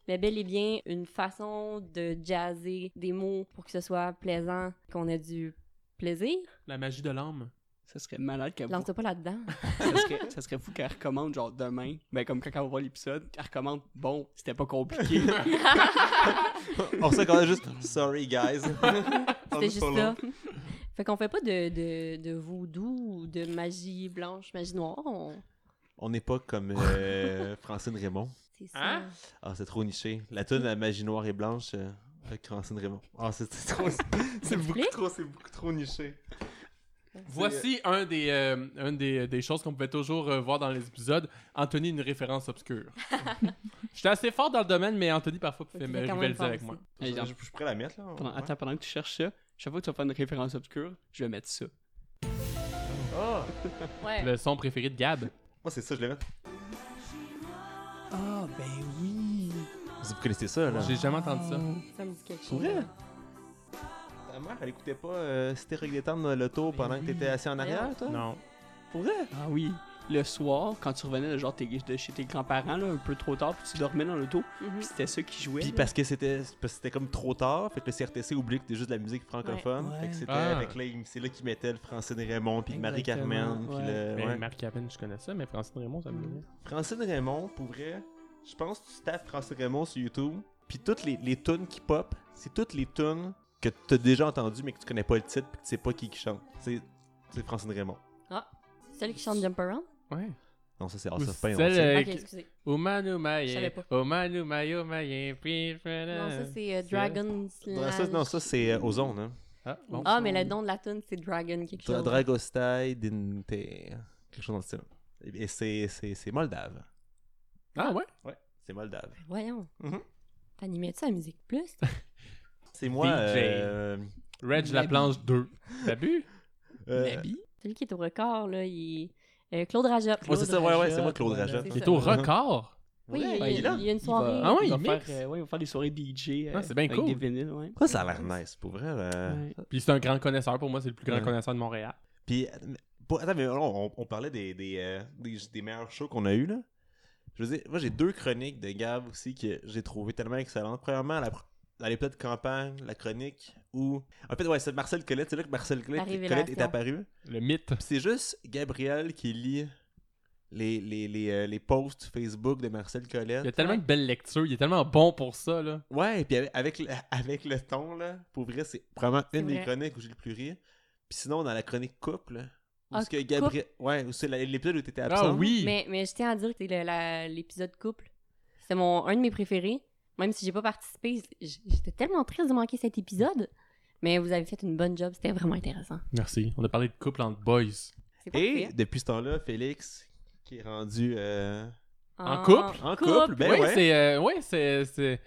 D: mais bel et bien une façon de jazzer des mots pour que ce soit plaisant, qu'on ait du plaisir.
C: La magie de l'âme.
A: Ça serait malade
B: Euh,
A: qu'elle
D: Lance-toi
B: (laughs)
D: pas là-dedans.
A: ça serait, ça serait fou qu'elle recommande genre demain. Ben comme quand elle va voir l'épisode, elle recommande bon, c'était pas
D: (laughs)
A: compliqué.
B: (laughs) on s'est accordait juste, sorry guys. (laughs)
D: C'était juste ça. (laughs) Fait qu'on fait pas de, de, de vaudou ou de magie blanche, magie noire. on-
B: On n'est pas comme euh, Francine Raymond.
D: C'est ça.
C: Hein?
B: Ah, c'est trop niché. La tune la magie noire et blanche euh, avec Francine Raymond. Ah, c'est
A: (laughs)
B: c'est trop. C'est beaucoup
D: Explique.
B: trop, c'est beaucoup trop niché.
C: Voici un des, euh, un des, des choses qu'on pouvait toujours euh, voir dans les épisodes. Anthony, une référence
D: (laughs)
C: obscure. J'étais assez fort dans le domaine, mais Anthony parfois pouvait
D: Il
C: me
D: était quand même
C: rivaliser
D: fort
C: avec
D: aussi.
C: moi.
B: Je,
A: Hey, genre,
B: je- je pourrais la mettre là.
A: pendant-
B: Ouais.
A: attends, pendant que tu cherches ça, chaque fois que tu vas faire une référence obscure, je vais mettre ça.
B: Ah,
D: Ouais.
C: Le son préféré de Gab.
B: moi c'est ça, je l'ai mettre.
A: Ah ben oui.
B: Vous connaissez ça là
C: J'ai jamais entendu ça.
D: Ça me dit quelque
B: Pour
D: chose.
B: vrai Ta mère, elle écoutait pas euh, Stéréoglétan dans l'auto pendant que t'étais assis en arrière, toi
C: Non.
B: Pour vrai
A: Ah oui. Le soir, quand tu revenais de genre tes- de chez tes grands-parents là, un peu trop tard, puis tu dormais dans l'auto,
D: Mhm.
A: puis c'était ça qui jouait.
B: Puis
A: là.
B: parce que c'était parce que c'était comme trop tard, fait que le CRTC oublie que c'était juste de la musique francophone.
A: Ouais.
B: Fait que c'était
C: Ah.
B: avec là, il- c'est là qu'ils mettaient le Francine Raymond puis Marie
A: Exactement,
B: Carmen puis
A: ouais.
B: le
C: Mais
B: ouais.
C: Marc Yavin, je connais ça, mais Francine Raymond, ça me dit rien.
B: Francine Raymond, pour vrai, je pense que tu tapes Francine Raymond sur YouTube, puis toutes les, les tunes qui pop, c'est toutes les tunes que tu as déjà entendues mais que tu connais pas le titre puis que tu sais pas qui qui chante. C'est c'est Francine Raymond.
D: Ah, celle qui chante Jump Around?
C: Ouais.
B: Non, ça c'est House
C: Ou
B: of Pain. on
C: celle,
B: le sait.
C: Euh,
D: ok,
C: qui-
D: excusez. Je
C: Omanoumaye.
D: savais pas.
C: Omanoumaye, Omaye. puis-
D: Non, ça c'est euh, Dragon
B: Non, ça, non, ça, c'est aux ondes. Hein.
C: Ah, bon.
D: Ah, mais le nom de la tune c'est Dragon quelque
B: Dra-
D: chose.
B: Dragostai Dinte. Quelque chose dans le style. Et c'est- c'est c'est moldave.
C: Ah ouais?
B: Ouais, c'est moldave.
D: Voyons.
B: Mhm.
D: T'animais-tu la musique plus?
B: C'est moi.
C: DJ.
B: euh,
C: Reg la
A: Maybe.
C: planche 2. T'as bu?
B: euh,
A: Mabi.
D: Celui qui est au record, là, il... euh, Claude Rajot.
B: Ouais, c'est ça, ouais, ouais, c'est moi,
A: Rajotte,
B: Claude
A: voilà.
B: Rajotte.
D: C'est
C: Il est
D: ça.
C: au record.
D: Oui,
B: Ouais,
D: il,
A: Ben,
B: il est là.
D: il y a une
A: Il
D: soirée.
A: va-
C: Ah ouais,
A: va
C: il
A: faire,
C: mixe.
A: euh, ouais, il va faire des soirées DJ euh,
C: Ah, c'est bien
A: avec
C: cool.
A: des vinyles, ouais.
B: Ça, ça a l'air nice, pour vrai. là.
A: Ouais.
C: Puis c'est un grand connaisseur pour moi, c'est le plus grand
B: Ouais.
C: connaisseur de Montréal.
B: Puis, euh, mais- pour- attends, mais on, on- on parlait des, des, euh, des, des meilleurs shows qu'on a eu là. Je veux dire, moi, j'ai deux chroniques de Gab aussi que j'ai trouvé tellement excellentes. Premièrement, la, pr- dans les plats de campagne, la chronique, où. En fait, ouais, c'est Marcel Colette, c'est là que Marcel Colette,
D: La révélation.
B: Colette est apparu.
C: Le mythe.
B: Puis c'est juste Gabriel qui lit les, les, les, euh, les posts Facebook de Marcel Colette.
C: Il a tellement de belles lectures, il est tellement bon pour ça, là.
B: Ouais, et puis avec, avec, le- (laughs) avec le ton, là, pour vrai, c'est vraiment
D: C'est
B: une des
D: vrai.
B: chroniques où j'ai le plus ri. Puis sinon, dans la chronique couple, où
D: Ah,
B: ce que Gabriel. Ouais, où c'est la- l'épisode où t'étais absent.
C: Ah oui!
D: Mais, mais je tiens à dire que le- la- l'épisode couple, c'est mon un de mes préférés. Même si j'ai pas participé, j- j'étais tellement triste de manquer cet épisode. Mais vous avez fait une bonne job, c'était vraiment intéressant.
C: Merci. On a parlé de couple entre boys.
D: C'est Ah, parfait.
B: Et depuis ce temps-là, Félix, qui est rendu euh,
C: En couple?
B: en couple, ben
C: oui,
B: ouais.
C: c'est. euh, ouais, c'est. c'est-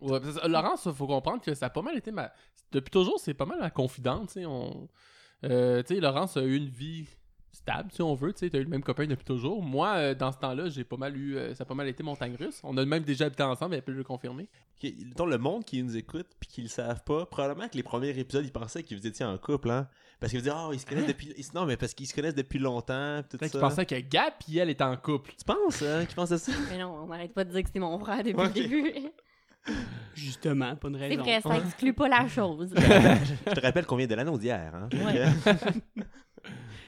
C: Ouais, parce que Laurence, faut comprendre que ça a pas mal été ma. Depuis toujours, c'est pas mal la confidente, tu sais. On... euh, tu sais, Laurence a eu une vie stable, si on veut, tu sais. T'as eu le même copain depuis toujours. Moi, euh, dans ce temps-là, j'ai pas mal eu. euh, ça a pas mal été montagne russe. On a même déjà habité ensemble, elle peut le confirmer.
B: Qui- mettons, le monde qui nous écoute puis qui le savent pas, probablement que les premiers épisodes, ils pensaient que vous étiez en couple, hein. Parce qu'ils vous disaient, oh, ils se connaissent depuis. ils- Non, mais parce qu'ils se connaissent depuis longtemps, pis tout
C: Peut-être
B: ça.
C: qu'ils pensaient que Gap et elle étaient en couple.
B: Tu penses, hein, qu'ils
C: (laughs)
B: pensaient ça?
D: Mais non, on n'arrête pas de dire que c'est mon frère depuis
B: Ok.
D: le début.
A: Justement, pas une
D: (laughs) C'est
A: raison.
D: vrai, ça exclut pas la chose.
B: Je te rappelle qu'on vient de l'anneau d'hier, hein.
A: Ouais.
B: Fait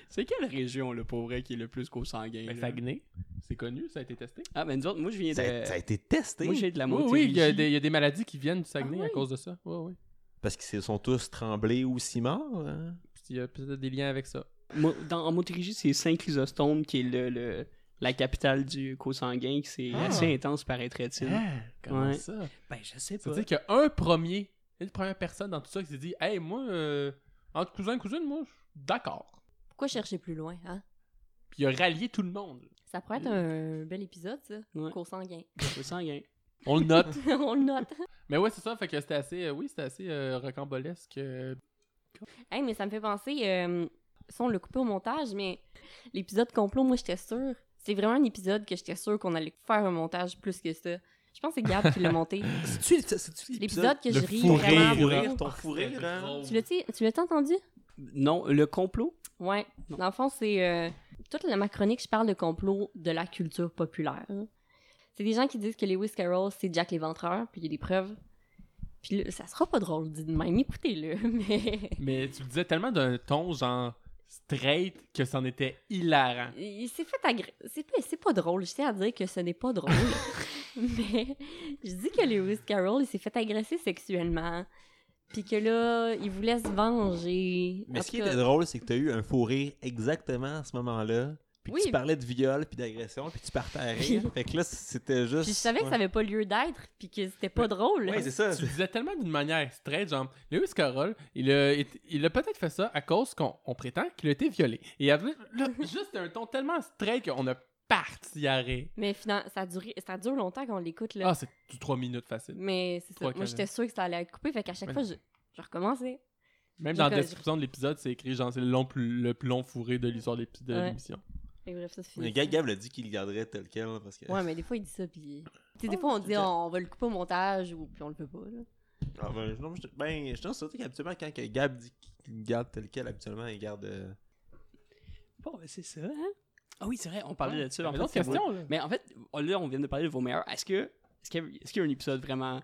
A: C'est quelle région, le pauvre, qui est le plus consanguin?
C: Mais
A: là?
C: Saguenay, c'est connu, ça a été testé.
A: Ah, ben, nous autres, moi, je viens
B: que Ça, a-
A: de.
B: ça a été testé.
A: Moi, j'ai de la
C: Oui,
A: Montérégie.
C: oui, il y, a des- il y a des maladies qui viennent du Saguenay
D: Ah
C: à
D: oui.
C: cause de ça. Oui, oui.
B: Parce qu'ils se sont tous tremblés ou si morts, hein.
C: Puis Il y a peut-être des liens avec ça.
A: Mo- dans, en Montérégie, c'est Saint-Chrysostome qui est le, le- la capitale du consanguin, qui c'est
C: Ah.
A: assez intense,
B: Hein?
A: paraîtrait-il.
C: Comment
A: Ouais.
C: ça?
A: Ben, je sais
C: Ça
A: pas.
C: veut dire qu'il y a un premier, une première personne dans tout ça qui s'est dit Hey, moi, euh, entre cousin et cousine, moi, je suis d'accord.
D: Pourquoi chercher plus loin, hein?
C: Puis il a rallié tout le monde.
D: Ça pourrait être un bel épisode, ça.
A: Ouais.
D: Cours sanguin.
A: Consanguin.
C: On le note.
D: (laughs) on le note.
C: (laughs) mais ouais, c'est ça. Fait que c'était assez, euh, oui, c'était assez euh, rocambolesque. euh.
D: Hey, mais ça me fait penser, euh, ça on l'a coupé au montage, mais l'épisode complot, moi j'étais sûre. C'est vraiment un épisode que j'étais sûre qu'on allait faire un montage plus que ça. Je pense que c'est Gab qui l'a monté.
B: C'est-tu c'est-tu
D: L'épisode que
C: le
D: je ris
C: fou
D: vraiment
C: rire,
D: beaucoup.
C: hein.
B: ton fou rire, hein.
D: Tu l'as-tu tu l'as-tu entendu?
A: Non, le complot?
D: Ouais.
A: Non.
D: Dans le fond, c'est. euh, toute la, ma chronique, je parle de complot de la culture populaire. C'est des gens qui disent que Lewis Carroll, c'est Jack l'éventreur, puis il y a des preuves. Puis là, ça sera pas drôle, dit de même. Écoutez-le, (laughs) mais.
C: Mais tu le disais tellement d'un ton, genre, straight, que c'en était hilarant.
D: Il s'est fait agré- C'est pas, c'est pas drôle, je tiens à dire que ce n'est pas drôle.
B: (laughs)
D: Mais je dis que Lewis Carroll, il s'est fait agresser sexuellement. Puis que là, il voulait se venger.
B: Mais
D: En
B: ce
D: tout
B: qui
D: cas,
B: était drôle, c'est que t'as eu un fou rire exactement à ce moment-là. Puis que
D: Oui.
B: tu parlais de viol, puis d'agression, puis tu partais à rire. fait que là, c'était juste.
D: Puis je savais que ça avait pas lieu d'être, puis que c'était pas drôle.
B: Ouais, c'est ça.
C: tu le disais tellement d'une manière straight, genre, Lewis Carroll, il a, été- il a peut-être fait ça à cause qu'on on prétend qu'il a été violé. Et il avait
D: (laughs)
C: là, juste un ton tellement straight qu'on a parti à rire.
D: Mais finalement, ça, a duré- ça dure longtemps qu'on l'écoute, là.
C: Ah, c'est du 3 minutes facile.
D: Mais c'est ça.
C: Trois
D: Moi, j'étais
C: cases.
D: sûre que ça allait être coupé, fait qu'à chaque
C: Ouais.
D: fois, je, je recommençais.
C: Même
D: J'ai
C: dans la
D: pas-
C: description de l'épisode, c'est écrit genre c'est le, long plus, le plus long fourré de l'histoire de l'épi- de
D: Ouais.
C: l'émission.
D: Mais bref, ça, c'est
B: Mais
D: fini.
B: Gab, Gab l'a dit qu'il le garderait tel quel. là, Parce que...
D: Ouais, mais des fois, il dit ça, puis... Tu sais, des fois, on dit,
B: Ah,
D: on va le couper au montage, ou puis on le peut pas, là.
B: Ah, ben, non, je, ben, je pense surtout qu'habituellement, quand que Gab dit qu'il le garde tel quel, habituellement, il garde. euh,
A: Bon, ben, c'est ça, hein? Ah oui, c'est vrai, on parlait de ça. en
C: Mais
A: fait,
C: d'autres
A: c'est moi.
C: questions, là.
A: Mais en fait, oh, là, on vient de parler de vos meilleurs. Est-ce que est-ce qu'il y, a- est-ce qu'il y a un épisode vraiment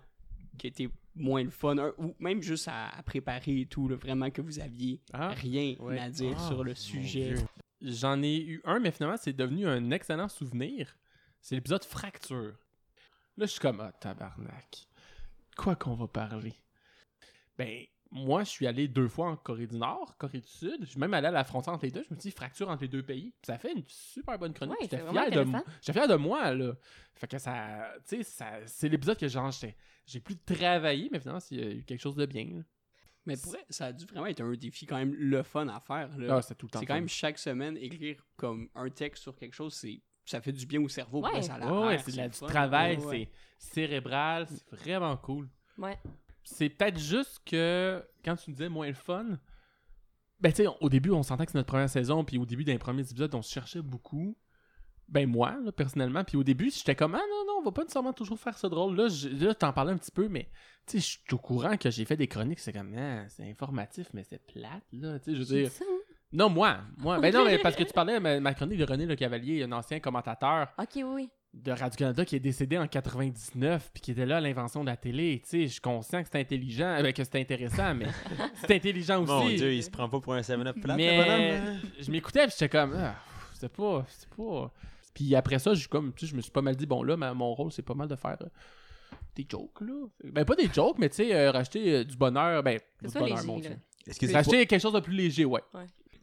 A: qui a été moins le fun, un- ou même juste à, à préparer et tout, là, vraiment que vous aviez
C: Ah,
A: rien
C: ouais.
A: à dire
B: Ah,
A: sur le
B: mon
A: sujet?
B: Dieu.
C: J'en ai eu un, mais finalement, c'est devenu un excellent souvenir. C'est l'épisode Fracture. Là, je suis comme, ah, tabarnak. Quoi qu'on va parler? Ben, moi, je suis allé deux fois en Corée du Nord, Corée du Sud. Je suis même allé à la frontière entre les deux. Je me suis dit, fracture entre les deux pays. Puis ça fait une super bonne chronique.
D: Ouais,
C: J'étais
D: c'est vraiment
C: fier, de m-
D: intéressant.
C: j'étais fier de moi, là. Fait que ça. Tu sais, ça- c'est l'épisode que genre, j'étais- j'ai plus travaillé, mais finalement, il y a eu quelque chose de bien. là.
A: Mais pour vrai, ça a dû vraiment être un défi quand même le fun à faire. là.
C: Ah, c'est tout le
A: Euh,
C: temps.
A: c'est quand
C: fun.
A: même chaque semaine écrire comme un texte sur quelque chose, c'est ça fait du bien au cerveau. pour
D: Ouais.
A: vrai, ça a l'air,
C: Ouais, ouais, c'est de la-
A: Ah, le
C: du
A: fun.
C: travail,
A: Ouais, ouais.
C: c'est cérébral, c'est vraiment cool.
D: Ouais.
C: C'est peut-être juste que quand tu me disais moins le fun, ben tu sais, au début, on sentait que c'est notre première saison, puis au début d'un premier épisode, on se cherchait beaucoup. Ben moi, là, personnellement, puis au début, j'étais comme ah non non, on va pas nécessairement toujours faire ce drôle là. Je- Là, t'en parlais un petit peu, mais tu sais, je suis au courant que j'ai fait des chroniques, c'est comme ah, c'est informatif, mais c'est plate là. Tu sais, je veux
D: J'ai
C: dire,
D: dit ça, hein?
C: non moi, moi, ben non, mais parce que tu parlais de ma, ma chronique de René Le Cavalier, un ancien commentateur
D: Ok, oui, oui.
C: de Radio-Canada qui est décédé en 99 puis qui était là à l'invention de la télé. Tu sais, je suis conscient que c'est intelligent, euh, que c'est intéressant,
D: (laughs)
C: mais c'est intelligent aussi.
B: Mon dieu, il se prend pas pour un 7-up plat,
C: Mais-
B: le bonhomme. hein?
C: Je m'écoutais puis j'étais comme, ah, pff, c'est pas, c'est pas. Puis après ça, j'ai comme, tu sais, je me suis pas mal dit, bon là, ma- mon rôle, c'est pas mal de faire euh, des jokes, là. Ben pas des jokes, mais tu sais, euh, racheter euh, du bonheur, ben,
D: Que
C: du
D: ça,
C: bonheur,
D: léger,
C: mon
D: là.
C: Dieu.
B: Excusez-moi.
C: Racheter quelque chose de plus léger, ouais.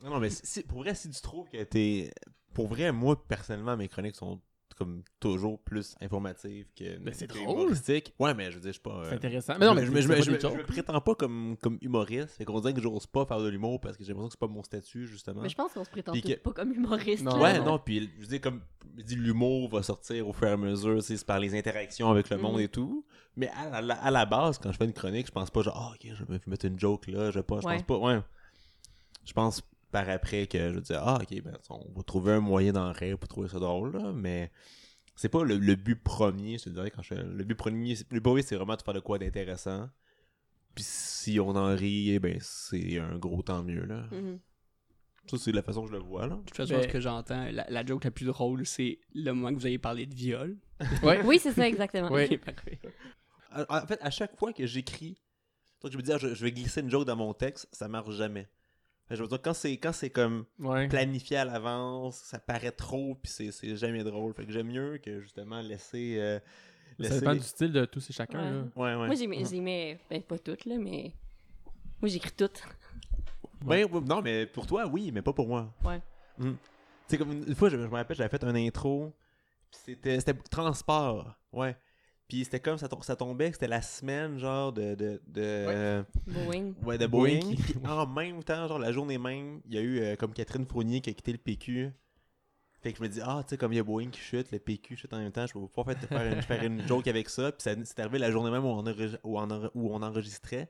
B: Non, non, mais si- si- pour vrai, si tu trouves que t'es. Pour vrai, moi, personnellement, mes chroniques sont comme toujours plus informatives que.
C: Mais c'est
B: que
C: drôle.
B: humoristiques. Ouais, mais je veux dire, je suis pas. euh,
C: C'est intéressant. Mais non, mais
B: je, me- je, me-
C: c'est
B: je
C: pas
B: me-
C: des
B: je me
C: jokes.
B: prétends pas comme, comme humoriste. Fait qu'on dirait que j'ose pas faire de l'humour parce que j'ai l'impression que c'est pas mon statut, justement.
D: Mais je pense qu'on se prétend
B: Puis
D: tous
B: que-
D: pas comme humoriste.
C: Non.
B: Ouais,
C: non.
B: non, puis je dis comme je dis l'humour va sortir au fur et à mesure, tu sais, c'est par les interactions avec le monde
D: Mhm.
B: et tout. Mais à la, à la base, quand je fais une chronique, je pense pas genre Ah, ok, je vais mettre une joke là, je vais pas, je
D: Ouais.
B: pense pas, ouais. Je pense par après que je dis ah ok ben on va trouver un moyen d'en rire pour trouver ça drôle là, mais c'est pas le, le but premier, je te dirais quand je fais- le but premier, le but premier c'est vraiment de faire de quoi d'intéressant. Puis si on en rit, eh ben c'est un gros tant mieux là.
D: Mhm.
B: Ça c'est la façon que je le vois là.
A: De toute façon,
C: Ben-
A: ce que j'entends, la, la joke la plus drôle, c'est le moment que vous avez parlé de viol.
C: Ouais.
D: Oui, c'est ça, exactement.
C: Oui.
A: Ok, parfait.
B: À- En fait, à chaque fois que j'écris, donc je me dis, ah, je, je vais glisser une joke dans mon texte, ça marche jamais. Fait que Je veux dire, quand c'est, quand c'est comme
C: Ouais.
B: planifié à l'avance, ça paraît trop, puis c'est, c'est jamais drôle. Fait que j'aime mieux que justement laisser. euh,
C: Ça
B: laisser
C: dépend
B: les-
C: du style de tous et chacun,
D: Ouais.
C: là.
B: Ouais, ouais.
D: Moi, j'aimais, j'aimais, ben pas toutes, là, mais moi, j'écris toutes.
B: Ben, ouais, non, mais pour toi, oui, mais pas pour moi.
D: Ouais.
B: Mm. Tu sais, comme une une fois, je, je me rappelle, j'avais fait un intro, puis c'était c'était transport, ouais. Puis c'était comme, ça, tom- ça tombait, que c'était la semaine, genre, de... de, de euh,
D: Boeing.
B: Ouais, de
C: Boeing.
B: Boeing. Puis
C: (laughs)
B: en même temps, genre la journée même, il y a eu euh, comme Catherine Fournier qui a quitté le PQ. Fait que je me dis, ah, tu sais, comme il y a Boeing qui chute, le PQ chute en même temps, je vais pas faire, faire, une, faire une joke avec ça. Puis ça- c'est arrivé la journée même où on, enre- où on enre- où on enregistrait.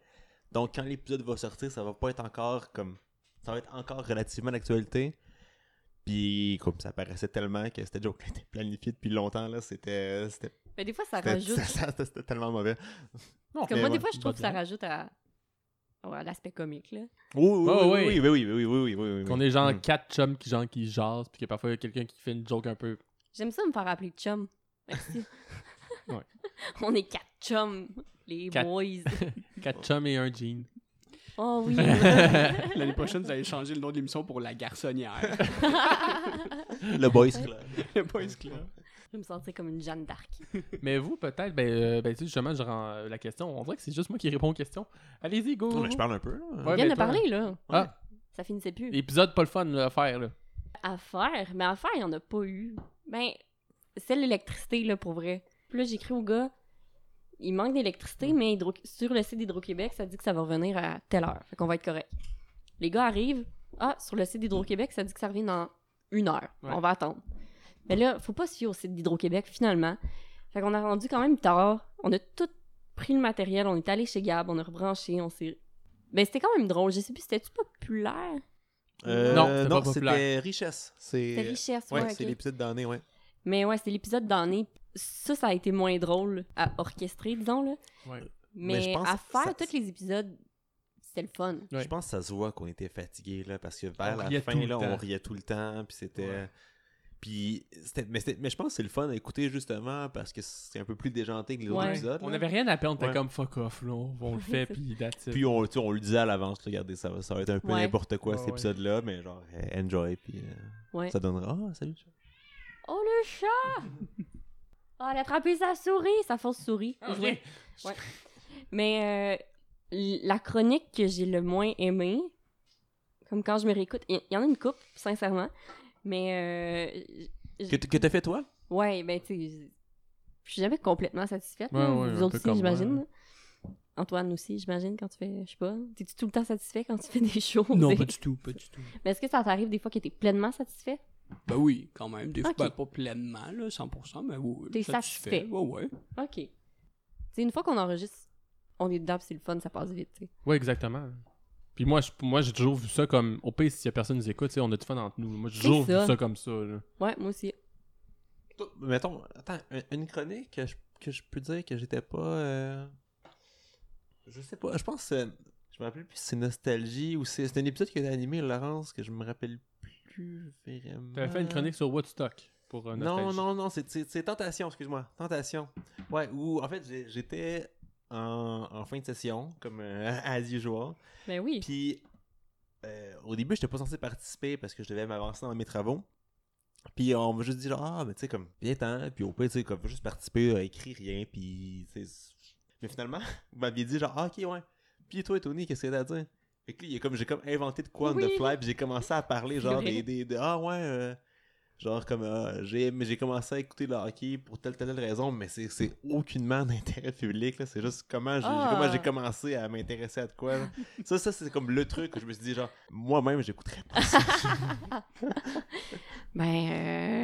B: Donc quand l'épisode va sortir, ça va pas être encore comme. Ça va être encore relativement d'actualité. Puis comme ça paraissait tellement que cette joke était planifiée depuis longtemps, là, c'était. C'était
D: Mais des fois, ça
B: c'était- (laughs)
D: rajoute.
B: ça- ça- c'était tellement mauvais.
C: Non,
D: Comme
B: mais
D: moi, des
B: ouais.
D: fois, je trouve que ça
C: Bonne
D: rajoute à, ouais, à l'aspect comique, là.
B: Oui, oui,
C: Ah,
B: oui,
C: oui.
B: oui, oui, oui, oui, oui, oui, oui, oui.
C: Qu'on est genre
B: Mm.
C: quatre chums qui, genre, qui jasent, puis que parfois il y a quelqu'un qui fait une joke un peu.
D: J'aime ça me faire appeler chum. Merci.
C: (laughs) Ouais.
D: (laughs) On est quatre chums, les
C: Quatre. (laughs)
D: boys.
C: Quatre chums et un jean.
D: Oh
C: (laughs)
A: (laughs)
D: oui.
A: L'année prochaine, vous allez changer le nom de l'émission pour La (laughs) Garçonnière.
B: Le Boys Club.
A: Le Boys Club.
D: je me sentais comme une Jeanne d'Arc.
C: Mais vous, peut-être, ben, euh, ben, tu sais, justement, genre, euh, la question, on dirait que c'est juste moi qui réponds aux questions. Allez-y, go!
B: Non, mais je parle un peu. là.
C: Ouais,
D: On vient
C: mais
D: de
C: toi-
D: parler, là.
C: Ah.
D: Ça finissait plus.
C: Épisode pas le fun là, à faire, là.
D: À faire, mais à faire, il n'y en a pas eu. Ben, c'est l'électricité, là, pour vrai. Puis là, j'écris au gars, il manque d'électricité,
C: Mm.
D: mais Hydro- sur le site d'Hydro-Québec, ça dit que ça va revenir à telle heure. Fait qu'on va être correct. Les gars arrivent, ah, sur le site d'Hydro-Québec, ça dit que ça revient dans une heure.
C: Ouais.
D: On va attendre. Mais là, faut pas se fier au site d'Hydro-Québec, finalement. Fait qu'on a rendu quand même tard. On a tout pris le matériel, on est allé chez Gab, on a rebranché, on s'est. Ben, c'était quand même drôle. Je sais plus, c'était-tu populaire?
B: Euh,
C: Non, c'était pas
B: c'était
C: populaire.
B: Richesse. C'est
D: C'était richesse,
B: euh, ouais,
D: ouais,
B: c'est
D: ok.
B: l'épisode d'année, ouais.
D: Mais ouais, c'était l'épisode d'année. Ça, ça a été moins drôle à orchestrer, disons, là.
C: Ouais.
D: Mais,
B: Mais je pense
D: à
B: que
D: faire
B: ça-
D: tous les épisodes, c'était le fun.
C: Ouais.
B: Je pense que ça se voit qu'on était fatigué là parce que vers
C: On riait
B: la fin
C: tout le
B: là,
C: temps.
B: on riait tout le temps puis c'était
C: Ouais.
B: puis c'était mais, c'était- mais je pense que c'est le fun à écouter justement parce que c'est un peu plus déjanté que les
D: Ouais.
B: autres épisodes.
C: On
B: là.
C: avait rien à perdre, t'es
B: Ouais.
C: comme fuck off, là. On, on le fait, puis that's it.
B: puis on, tu sais, on le disait à l'avance, là, regardez, ça va, ça va être un peu
D: Ouais.
B: n'importe quoi
C: Ouais,
B: cet
C: ouais.
B: épisode-là, mais genre euh, enjoy, puis euh,
D: Ouais.
B: ça donnera. Ah, salut. Charles.
D: Oh, le chat!
B: (laughs)
D: Oh, elle a attrapé sa souris! Sa fausse souris.
C: Ah, ok.
D: Ouais. Mais euh, l- la chronique que j'ai le moins aimée, comme quand je me réécoute, il y, y en a une coupe, sincèrement. Mais euh, j-
B: Que, t- que t'as fait toi
D: Ouais, ben tu sais, je- je suis jamais complètement satisfaite.
C: Ouais,
D: là.
C: ouais,
D: Vous
C: un
D: autres
C: peu
D: aussi,
C: comme euh, moi,
D: j'imagine. là. Antoine aussi, j'imagine, quand tu fais, je sais pas, t'es-tu tout le temps satisfait quand tu fais des shows?
A: (laughs) Non,
D: t'sais?
A: pas du tout, pas du tout.
D: Mais est-ce que ça t'arrive des fois que t'es pleinement satisfait?
A: Ben oui, quand même. Des fois,
D: Ok.
A: ben, pas pleinement, là, 100%, mais oui. oui,
D: T'es satisfait.
A: Ouais, ouais.
D: Ok. Tu sais, une fois qu'on enregistre, on est dedans, pis c'est le fun, ça passe vite, tu sais.
C: Ouais, exactement. Puis moi, je- moi j'ai toujours vu ça comme. Au pire, s'il y a personne qui nous écoute, tu sais, on a du fun entre nous. Moi, j'ai
D: C'est
C: toujours vu
D: ça.
C: ça comme ça, là.
D: Ouais, moi aussi.
B: Toi, Mettons, attends, un- une chronique que je, que je peux dire que j'étais pas. euh, Je sais pas, je pense. euh, Je me rappelle plus si c'est Nostalgie ou c'est. C'est un épisode que t'as animé, Laurence, que je me rappelle plus vraiment.
D: Euh.
C: T'avais fait une chronique sur Woodstock. pour euh,
B: Non,
C: Nostalgie.
B: non, non, c'est- c'est c'est Tentation, excuse-moi. Tentation. Ouais, ou en fait, j'ai- j'étais en, en fin de session, comme euh, (laughs) as usual.
D: Ben oui.
B: Puis euh, au début, j'étais pas censé participer parce que je devais m'avancer dans mes travaux. Puis on m'a juste dit genre, ah, mais tu sais, comme, bien temps. Puis au pire, tu sais, comme, faut juste participer, euh, écris rien. Puis, tu sais. c'est- Mais finalement, (laughs) vous m'aviez dit genre, ah, ok, ouais. Puis toi, Tony, qu'est-ce que t'as à dire? Fait que là, il y a comme, j'ai comme inventé de quoi on
D: Oui.
B: the fly. Puis j'ai commencé à parler genre
D: vrai.
B: des, des, des- ah, ouais. euh, Genre comme euh, j'ai mais j'ai commencé à écouter le hockey pour telle telle, telle raison, mais c'est c'est aucunement (laughs) d'intérêt public. là. C'est juste comment j'ai
D: Ah.
B: comment j'ai commencé à m'intéresser à de quoi. là. Ça, ça c'est comme le truc que je me suis dit, genre, moi-même, j'écouterais pas ça.
D: Ben,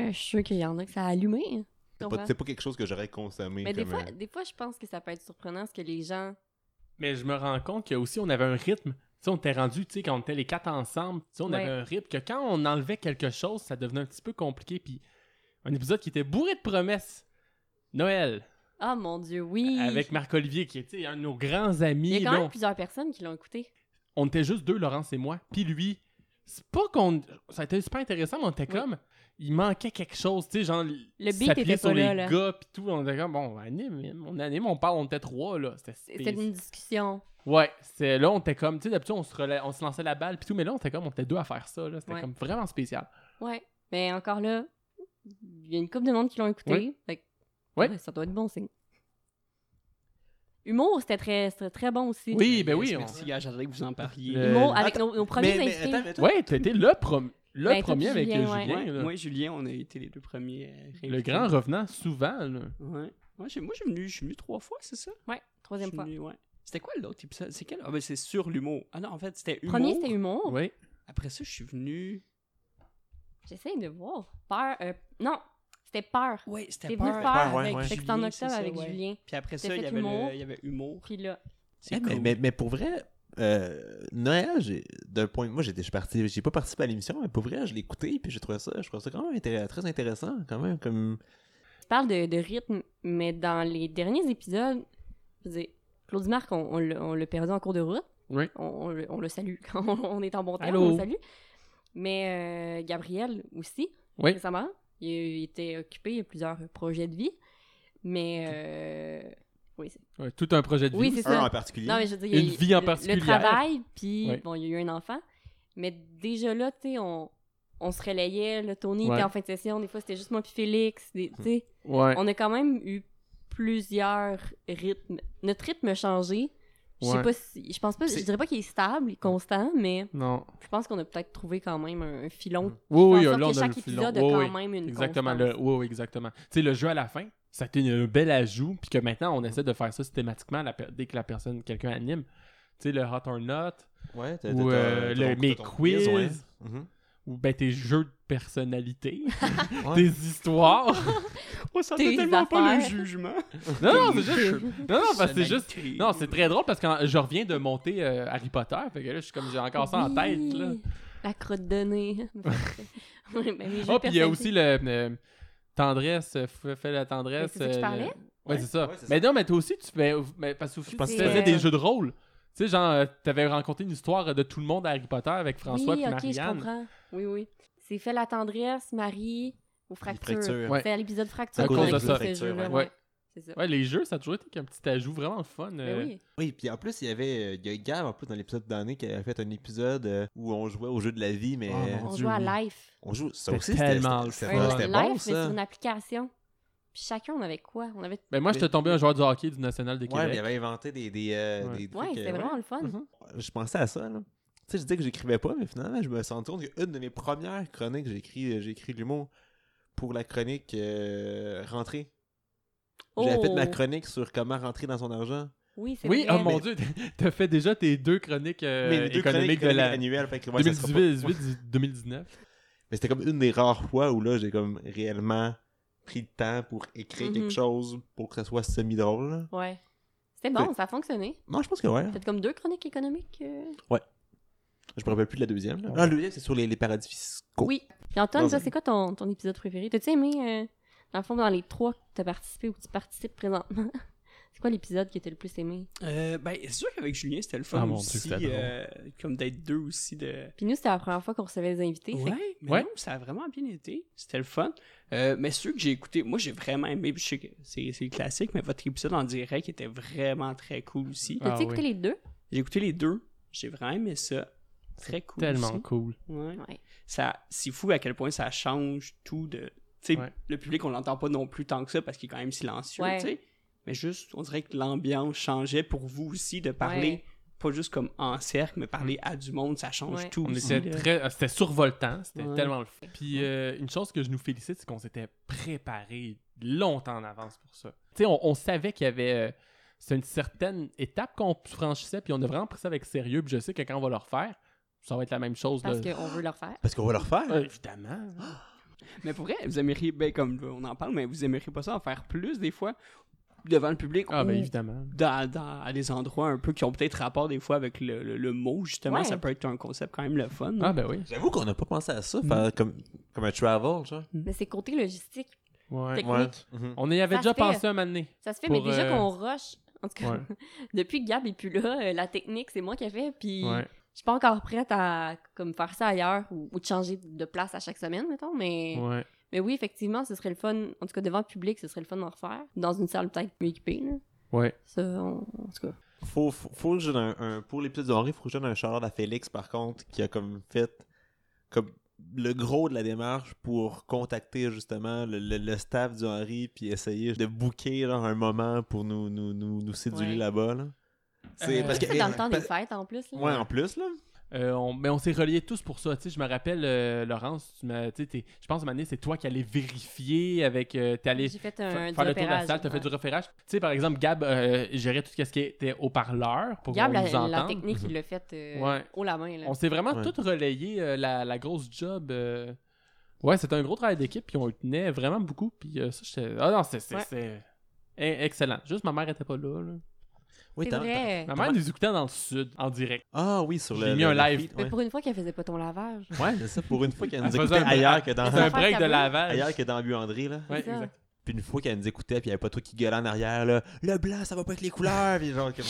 D: euh, je suis sûre qu'il y en a que ça a allumé. hein.
B: C'est
D: Comprends?
B: pas, c'est pas quelque chose que j'aurais consommé.
D: Mais des
B: comme,
D: fois,
B: euh,
D: des fois, je pense que ça peut être surprenant ce que les gens.
C: Mais je me rends compte que aussi on avait un rythme. Tu sais, on était rendu, tu sais, quand on était les quatre ensemble, tu sais, on
D: Ouais.
C: avait un rythme que quand on enlevait quelque chose, ça devenait un petit peu compliqué. Puis un épisode qui était bourré de promesses. Noël,
D: Ah mon Dieu, oui.
C: avec Marc-Olivier, qui était un de nos grands amis.
D: Il y a quand
C: là,
D: même
C: on-
D: plusieurs personnes qui l'ont écouté.
C: on était juste deux, Laurence et moi. Puis lui, c'est pas qu'on. Ça a été super intéressant, mais on était
D: Oui.
C: comme. Il manquait quelque chose, tu sais, genre.
D: Le beat
C: s'appuyer
D: était
C: sur
D: pas là,
C: les
D: là.
C: gars, puis tout. On était comme, bon, on anime, on anime, on parle, on était trois, là. C'était-
D: C'était
C: C'était.
D: une discussion.
C: Ouais, c'est là, on était comme. Tu sais, d'habitude, on se, relais- on se lançait la balle, puis tout, mais là, on était comme, on était deux à faire ça, là. C'était
D: Ouais.
C: comme vraiment spécial.
D: Ouais. Mais encore là, il y a une couple de monde qui l'ont écouté.
C: Ouais.
D: Fait que,
C: Ouais.
D: ouais, Ça doit être bon signe. Humour, c'était très, c'était très bon aussi.
C: Oui, ben oui.
A: Yes,
C: on-
A: Merci, gars, j'attendais que vous en parliez.
C: Le-
D: Humour avec
B: attends,
D: nos, nos premiers
B: mais, mais
D: invités.
B: attends, mais toi,
C: Ouais, t'étais le, prom- le
D: Ben, toi
C: premier
D: puis
C: avec euh,
D: Julien,
C: Julien,
D: ouais.
A: Ouais,
C: là.
A: moi et Julien, on a été les deux premiers. euh,
C: Le
A: invités.
C: grand revenant, souvent, là.
A: Ouais. Moi, j'ai- moi, je suis venu, je suis venu trois fois, c'est ça?
D: Ouais, troisième
A: Je suis
D: fois.
A: venu, ouais. C'était quoi l'autre épisode? C'est quel? Ah, ben c'est sur l'humour. Ah non, en fait, c'était humour.
D: Premier, c'était humour.
C: Ouais.
A: Après ça, je suis venu.
D: J'essaye de voir. Peur. euh, non, c'était peur.
A: Ouais, c'était
D: T'es venu
A: peur.
D: peur
B: Ouais, ouais,
D: avec.
B: ouais.
D: Fait que c'était en
A: Julien,
D: octobre
A: c'est ça,
D: avec
A: ouais.
D: Julien.
A: Puis après
D: T'as
A: ça, il y
D: fait
A: avait
D: humour.
A: le- il y avait humour.
D: Puis là,
A: C'est
B: eh, mais,
A: cool.
B: mais, mais pour vrai, euh, Noël, j'ai- d'un point. Moi, j'étais je suis parti, j'ai pas participé à l'émission, mais pour vrai, je l'ai écouté, puis j'ai trouvé ça, je trouve ça quand même intér- très intéressant, quand même. Comme...
D: tu parles de, de rythme, mais dans les derniers épisodes, je veux dire, Claudie Marc, on, on l'a- on l'a perdu en cours de route.
C: Oui.
D: On, on le- on le salue (laughs) quand on, on est en bon terme,
C: Allô?
D: on le salue. Mais euh, Gabriel aussi,
C: Oui.
D: récemment, il, il était occupé, il y a plusieurs projets de vie. Mais euh, oui, c'est-
C: Ouais, tout un projet de vie.
D: Oui,
C: aussi.
D: c'est
B: Un
D: ça.
B: en particulier.
D: Non, mais je veux dire, il y a-
C: Une vie en
D: le-
C: particulier.
D: Le travail, puis
C: Ouais.
D: bon, il y a eu un enfant. Mais déjà là, tu sais, on, on se relayait. Là, Tony
C: Ouais. Hmm.
D: était en fin de session. Des fois, c'était juste moi puis Félix. des- Tu sais,
C: Ouais.
D: on a quand même eu plusieurs rythmes. Notre rythme a changé. Je sais
C: Ouais.
D: pas si. Je pense pas. Je
B: C'est-
D: dirais pas qu'il est stable, il est constant, mais
C: Non.
D: je pense qu'on a peut-être trouvé quand même un, un filon. qui
C: Oui,
D: fait en
C: oui,
D: sorte
C: là, on
D: que
C: a
D: chaque
C: le filon.
D: épisode a
C: Oui,
D: quand
C: oui.
D: même une
C: Exactement.
D: constance.
C: Le, oui, oui, exactement. Tu sais, le jeu à la fin, ça a été un bel ajout, puis que maintenant, on essaie de faire ça systématiquement la per- dès que la personne, quelqu'un anime. Tu sais, le hot or not,
B: Ouais, t'as-
C: Ou,
B: t'as ton-
C: euh,
B: t'as
C: le-
B: ton-
C: mes
B: t'as ton quiz, ouais.
C: quiz.
B: Mhm.
C: ou ben tes jeux de personnalité, tes
B: (laughs) Ouais.
C: histoires.
A: Oh, ça
D: Tes
A: fait tellement pas le
D: affaires.
A: (laughs) jugement.
C: non, non, c'est juste. Non, non, parce que c'est juste.
A: Personnalité.
C: Non, c'est très drôle parce que quand je reviens de monter euh, Harry Potter, fait que là, je suis comme, j'ai encore ça en tête, là.
D: Oui, La crotte
C: (laughs)
D: de nez. (laughs) Ouais, ben, mes jeux
C: Ah, puis il y a
D: personnels.
C: aussi le. euh, Tendresse, euh, fais fais la
D: Mais
C: tendresse.
D: c'est ça que je
C: euh,
D: parlais?
C: Ouais,
B: Ouais,
C: c'est ça.
B: ouais, c'est
C: mais non, mais toi aussi, tu fais. Mais, parce que Sophie,
B: Je pense
C: tu
D: que-
C: faisais des jeux de rôle. Tu sais, genre, euh, t'avais rencontré une histoire de tout le monde à Harry Potter avec François et
D: oui, ok, je
C: Marianne.
D: comprends. Oui, oui. C'est fait la tendresse, Marie, aux fractures.
B: fractures.
C: Ouais.
D: C'est à l'épisode
C: À
D: fracture
C: cause
D: qu'on a
C: de
D: écrit
C: ça.
D: ce jeu-là.
C: Ouais.
D: Ouais. C'est ça.
C: Ouais, les jeux, ça a toujours été un petit ajout vraiment le fun.
D: Mais
C: euh.
D: Ben oui.
B: Oui, puis en plus, il y avait euh, il y a Gab, en plus, dans l'épisode d'année, qui avait fait un épisode euh, où on jouait au jeu de la vie, mais
C: Oh, mon
B: euh,
D: On
C: Dieu,
D: joue à
C: oui.
D: Life.
B: on joue. Ça
C: C'était
B: aussi, c'était
C: tellement
B: c'était-
C: le fun.
B: c'était- c'était
D: life,
B: bon,
D: mais sur
B: ça.
D: une application. Puis chacun, on avait quoi? On avait...
C: Ben, moi, j'étais tombé un joueur du hockey du National de
B: Ouais, mais il
C: Québec.
B: avait inventé des, des, euh,
C: Ouais.
B: des trucs.
D: Ouais,
B: euh,
D: c'était vraiment le fun.
C: Mhm.
B: Je pensais à ça, là. Tu sais, je disais que j'écrivais pas, mais finalement, je me suis rendu compte qu'une de mes premières chroniques, j'ai écrit, euh, j'ai écrit de l'humour pour la chronique euh, rentrée. J'avais fait ma chronique sur comment rentrer dans son argent.
D: Oh! Oui, c'est
C: Oui,
D: vrai.
C: oh mon dieu, t'as fait déjà tes deux chroniques euh,
B: mais les deux
C: économiques
B: chroniques
C: de la.
B: annuelles, fait que, ouais, ça sera pas-
C: 2018, 2019.
B: Mais c'était comme une des rares fois où là, j'ai comme réellement pris le temps pour écrire
D: Mhm.
B: quelque chose pour que ça soit semi-drôle. là.
D: Ouais. C'était bon,
B: C'est-
D: ça a fonctionné.
B: Non, je pense que ouais.
D: Peut-être comme deux chroniques économiques. euh.
B: Je me rappelle plus de la deuxième. là. Ah, la deuxième, c'est sur les, les paradis fiscaux.
D: Oui. Puis Antoine,
B: Dans
D: ça,
B: un-
D: c'est quoi ton, ton épisode préféré? T'as-tu aimé, euh, dans le fond, dans les trois que t'as participé ou que tu participes présentement? (laughs) c'est quoi l'épisode que t'as le plus aimé?
A: Euh, ben, c'est sûr qu'avec Julien, c'était le fun
C: Ah, mon Dieu,
A: aussi.
C: c'était drôle.
A: euh, comme d'être deux aussi de.
D: Puis nous, c'était la première fois qu'on recevait des invités. fait que
A: Ouais, mais
C: Ouais.
A: non, ça a vraiment bien été. C'était le fun. Euh, mais ceux que j'ai écouté, moi j'ai vraiment aimé, puis je sais que c'est c'est classique, mais votre épisode en direct était vraiment très cool aussi.
D: T'as-tu
C: Ah
D: écouté
C: oui.
D: les deux?
A: J'ai écouté les deux, j'ai vraiment aimé ça. Très cool.
C: Tellement
A: aussi.
C: cool.
A: Ouais.
D: Ouais.
A: Ça, c'est fou à quel point ça change tout de. Tu sais,
C: Ouais.
A: le public, on l'entend pas non plus tant que ça parce qu'il est quand même silencieux,
D: Ouais.
A: tu sais. Mais juste, on dirait que l'ambiance changeait pour vous aussi de parler,
D: Ouais.
A: pas juste comme en cercle, mais parler à du monde, ça change
D: Ouais.
A: tout
C: Mm. On
A: aussi.
C: était
A: là.
C: très, euh, c'était survoltant, c'était
A: Ouais.
C: tellement le fun. Puis euh, une chose que je nous félicite, c'est qu'on s'était préparé longtemps en avance pour ça. Tu sais, on, on savait qu'il y avait, euh, c'est une certaine étape qu'on franchissait, puis on a vraiment pris ça avec sérieux. Puis je sais que quand on va le refaire, ça va être la même chose.
D: Parce
C: là.
D: qu'on veut leur faire.
B: Parce qu'on va le refaire.
C: Euh, évidemment.
A: Mais pour vrai, vous aimeriez, ben, comme on en parle, mais vous aimeriez pas ça en faire plus des fois devant le public
C: Ah
A: ou
D: Oh.
C: ben évidemment.
A: dans, dans- à des endroits un peu qui ont peut-être rapport des fois avec le, le- le mot, justement.
D: Ouais.
A: Ça peut être un concept quand même le fun.
C: Ah
A: hein.
C: ben oui.
B: J'avoue qu'on n'a pas pensé à ça,
D: Mhm.
B: faire comme, comme un travel, genre.
D: Mais c'est côté logistique,
C: Ouais.
D: technique.
B: Mhm.
C: On y avait
D: Ça
C: déjà
D: se fait.
C: pensé un moment donné.
D: Ça se fait,
C: Pour,
D: mais déjà
C: euh,
D: qu'on rush. En tout cas,
C: Ouais.
D: (laughs) depuis que Gab est plus là, euh, la technique, c'est moi qui ai fait. Puis
C: Ouais.
D: je suis pas encore prête à comme faire ça ailleurs ou, ou de changer de place à chaque semaine, mettons. Mais,
C: Ouais.
D: mais oui, effectivement, ce serait le fun. En tout cas, devant le public, ce serait le fun d'en refaire. Dans une salle peut-être mieux équipée. là.
C: Ouais.
D: Ça, on- en tout cas.
B: Faut, faut, faut que je donne un, un- Pour l'épisode de Henri, faut que je donne un shout à Félix, par contre, qui a comme fait comme le gros de la démarche pour contacter justement le, le- le staff du Henri puis essayer de booker genre, un moment pour nous, nous, nous, nous séduire
D: Ouais.
B: là-bas. là. C'est
C: Euh,
B: parce que.
D: C'est dans le temps des
B: parce-
D: fêtes en plus. là.
B: Ouais, en plus, là.
C: Euh, on- mais on s'est reliés tous pour ça. Tu sais, je me rappelle, euh, Laurence, tu m'as- tu sais, t'es- je pense, Mané, c'est toi qui allais vérifier avec. euh, t'es allé
D: J'ai fait
C: fa-
D: un.
C: faire
D: du
C: le tour de la
D: repérage,
C: salle, t'as fait
D: ouais.
C: du repérage. Tu sais, par exemple, Gab euh, gérait tout ce qui était haut-parleur pour
D: Gab,
C: qu'on
D: la,
C: nous entende.
D: la technique, il l'a faite euh,
C: Mhm. Ouais.
D: haut la main. Là.
C: On s'est vraiment
B: Ouais.
C: tout relayé euh, la, la grosse job. euh. Ouais, c'était un gros travail d'équipe, puis on le tenait vraiment beaucoup. Puis euh, ça, j'étais- Ah non, c'est- c'est
D: Ouais.
C: c'est- eh, excellent. Juste ma mère était pas là. là.
B: Oui,
D: C'est
B: t'as-
D: vrai.
C: Ma mère nous écoutait dans le sud, en direct.
B: t'as- Ah oui, sur le.
C: J'ai
B: le-
C: mis un
B: le
C: live.
B: feed,
D: Mais
B: ouais.
D: pour une fois qu'elle faisait pas ton lavage.
B: Ouais, c'est ça. Pour une fois qu'elle nous
C: Elle faisait
B: écoutait
C: un-
B: ailleurs
C: (laughs)
B: que
C: C'est un
B: dans,
D: affaires
C: break de
D: taboues.
C: lavage.
B: (laughs) ailleurs que dans Lui André, là.
C: Ouais,
D: C'est ça.
C: exact.
B: Puis une fois qu'elle nous écoutait, puis il y avait pas toi qui gueulait en arrière, là. Le blanc, ça va pas avec les couleurs, puis genre comme.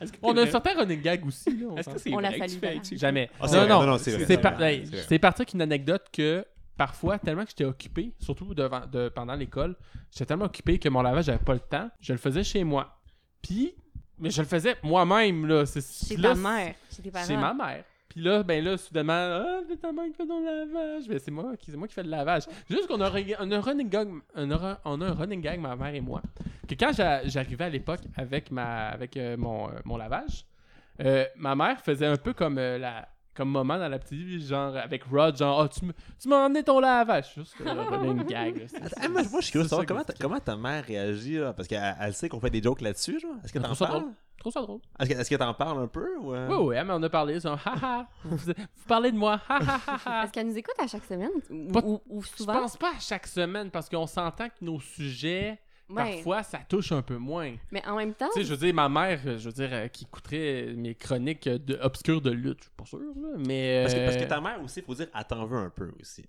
A: Est-ce que
C: On
A: t'es
C: a un
A: vrai-
C: certain running gag aussi. Là, on
A: Est-ce
C: s'en-
A: que c'est
D: On la
A: vrai que tu
D: salue,
A: fais-
D: Valérie.
A: tu-
C: Jamais.
B: Ah, c'est
C: non,
B: vrai,
C: non,
B: non, non, c'est vrai,
C: c'est
B: c'est
C: par-
B: vrai,
C: hey,
A: ben,
B: c'est vrai.
C: c'est parti avec une anecdote que parfois, tellement que j'étais occupé, surtout devant, de- pendant l'école, j'étais tellement occupé que mon lavage, j'avais pas le temps. Je le faisais chez moi. Puis, mais je le faisais moi-même, là. C'est
D: Chez
C: là,
D: ta mère. Chez tes parents.
C: C'est ma mère. Puis là, ben là, soudainement, ah, c'est ta mère qui fait ton lavage. Ben, c'est moi qui, c'est moi qui fais le lavage. Juste qu'on a, rega- on a un running gag, un or- on a un running gag, ma mère et moi. Que quand j'a- j'arrivais à l'époque avec ma, avec euh, mon, euh, mon lavage, euh, ma mère faisait un peu comme euh, la, comme maman dans la petite vie, genre avec Rod, genre, ah, tu me- tu m'as emmené ton lavage. Juste euh, un running gag. là.
B: (laughs)
C: C'est-
D: Ah,
B: Attends, moi, moi, je suis curieux
C: C'est ça
B: de savoir
C: que
B: comment, ta- comment ta mère réagit, là, parce qu'elle elle sait qu'on fait des jokes là-dessus, genre. Est-ce que
C: Je
B: t'en
C: trouve ça
B: parles?
C: drôle. Je trouve ça drôle.
B: Est-ce que, est-ce que t'en parles un peu, ou... euh?
C: Oui, oui, mais on a parlé, genre, haha, vous, vous parlez de moi, ha, ha, ha, ha.
D: Est-ce qu'elle nous écoute à chaque semaine? Ou,
C: Pas-
D: ou- ou
C: Je
D: souvent?
C: pense pas à chaque semaine parce qu'on s'entend que nos sujets,
D: Ouais.
C: parfois, ça touche un peu moins.
D: Mais en même temps,
C: Tu sais, je veux dire, ma mère, euh, je veux dire, euh, qui écouterait mes chroniques euh, de, obscures de lutte, je suis pas sûr, là, mais.
B: Parce que, parce que
C: euh,
B: ta mère aussi, faut dire, elle t'en veut un peu aussi.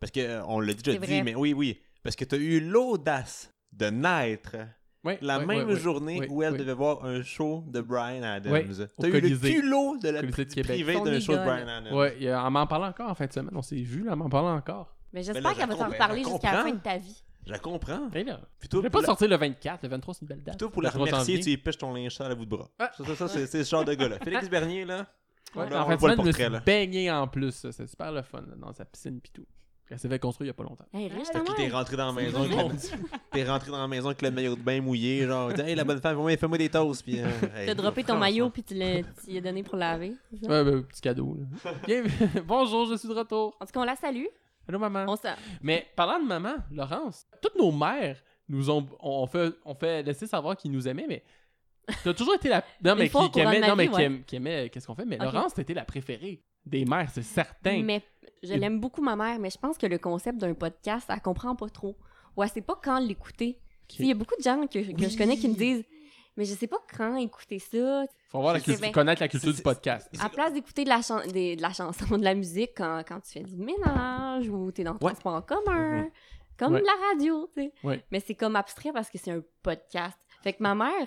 B: Parce que euh, on l'a déjà
D: C'est
B: dit,
D: vrai.
B: mais oui, oui. Parce que t'as eu l'audace de naître
C: ouais,
B: la
C: ouais,
B: même
C: ouais, ouais.
B: journée
C: Oui,
B: où elle
C: oui.
B: devait voir un show de Brian Adams.
C: Oui, au
B: T'as eu le
C: Colisée.
B: culot de la
C: Colisée de
B: pri-
C: Québec.
B: privée
D: Son
B: d'un show de
D: idole.
B: Brian Adams.
C: Ouais, il y a- elle m'en parlait encore en fin de semaine, on s'est vu, là, elle m'en parlait encore.
D: mais
B: Ben là,
D: j'espère
B: je
D: qu'elle va
B: comprends,
D: t'en reparler
B: je
D: jusqu'à la fin
B: comprends.
D: de ta vie.
B: Je comprends.
C: Et là,
B: Puis
C: je
B: toi,
C: vais pas
B: pour la-
C: sortir le 24, le 23, c'est une belle date.
B: Puis toi, pour la
C: Le 23
B: remercier, tu
C: janvier.
B: y pêches ton linge sale à bout de bras.
C: Ah.
B: Ça, ça, ça, c'est c'est ce genre
C: (laughs)
B: de gars-là. Félix Bernier, là.
D: Ouais.
B: là,
C: En
B: on
C: fin de
B: voit
C: semaine, je
B: le
C: me
B: portrait,
C: suis
B: là.
C: baigné en plus, c'est super le fun, là, dans sa piscine pis tout. Elle s'est fait construire il y a pas longtemps.
D: Hey, riche,
B: Fait
D: ta
B: que t'es
D: mère.
B: rentré dans la maison, avec le- t'es rentré dans la maison avec le maillot de bain mouillé, (laughs) genre, dis, hey, la bonne femme, ouais, fais-moi des toasts, puis. euh, hey,
D: T'as droppé ton
B: franchement.
D: maillot puis tu l'as tu y as donné pour laver.
C: Ouais, ben, petit cadeau,
B: (laughs)
C: là. Bien- Bonjour, je suis de retour.
D: En tout cas, on la salue.
C: Allô, maman.
D: On s'en-
C: Mais parlant de maman, Laurence, toutes nos mères nous ont on fait on fait laisser savoir qu'ils nous aimaient mais t'as toujours été la
D: (laughs)
C: non mais
D: Des fois,
C: qui,
D: au
C: qui
D: courant de
C: aimait
D: ma
C: non mais
D: vie,
C: qui
D: ouais.
C: aime- qui aimait euh, qu'est-ce qu'on fait mais
D: Ok.
C: Laurence t'étais la préférée des mères c'est certain.
D: Mais je
C: Et-
D: l'aime beaucoup, ma mère, mais je pense que le concept d'un podcast, elle comprend pas trop. Ou elle sait pas quand l'écouter. Tu sais, Il y a beaucoup de gens que, que je connais qui me disent Mais je sais pas quand écouter ça.
C: Faut avoir la
D: Je sais
C: culture,
D: bien.
C: connaître la culture
B: C'est-
C: du podcast.
D: À place d'écouter de, la chan- (laughs) des- de la chanson, de la musique quand, quand tu fais du ménage ou t'es dans le
B: Ouais.
D: transport en commun. Comme
C: Mm-hmm. Ouais.
D: la radio, tu sais.
C: Ouais.
D: Mais c'est comme abstrait parce que c'est un podcast. Fait que ma mère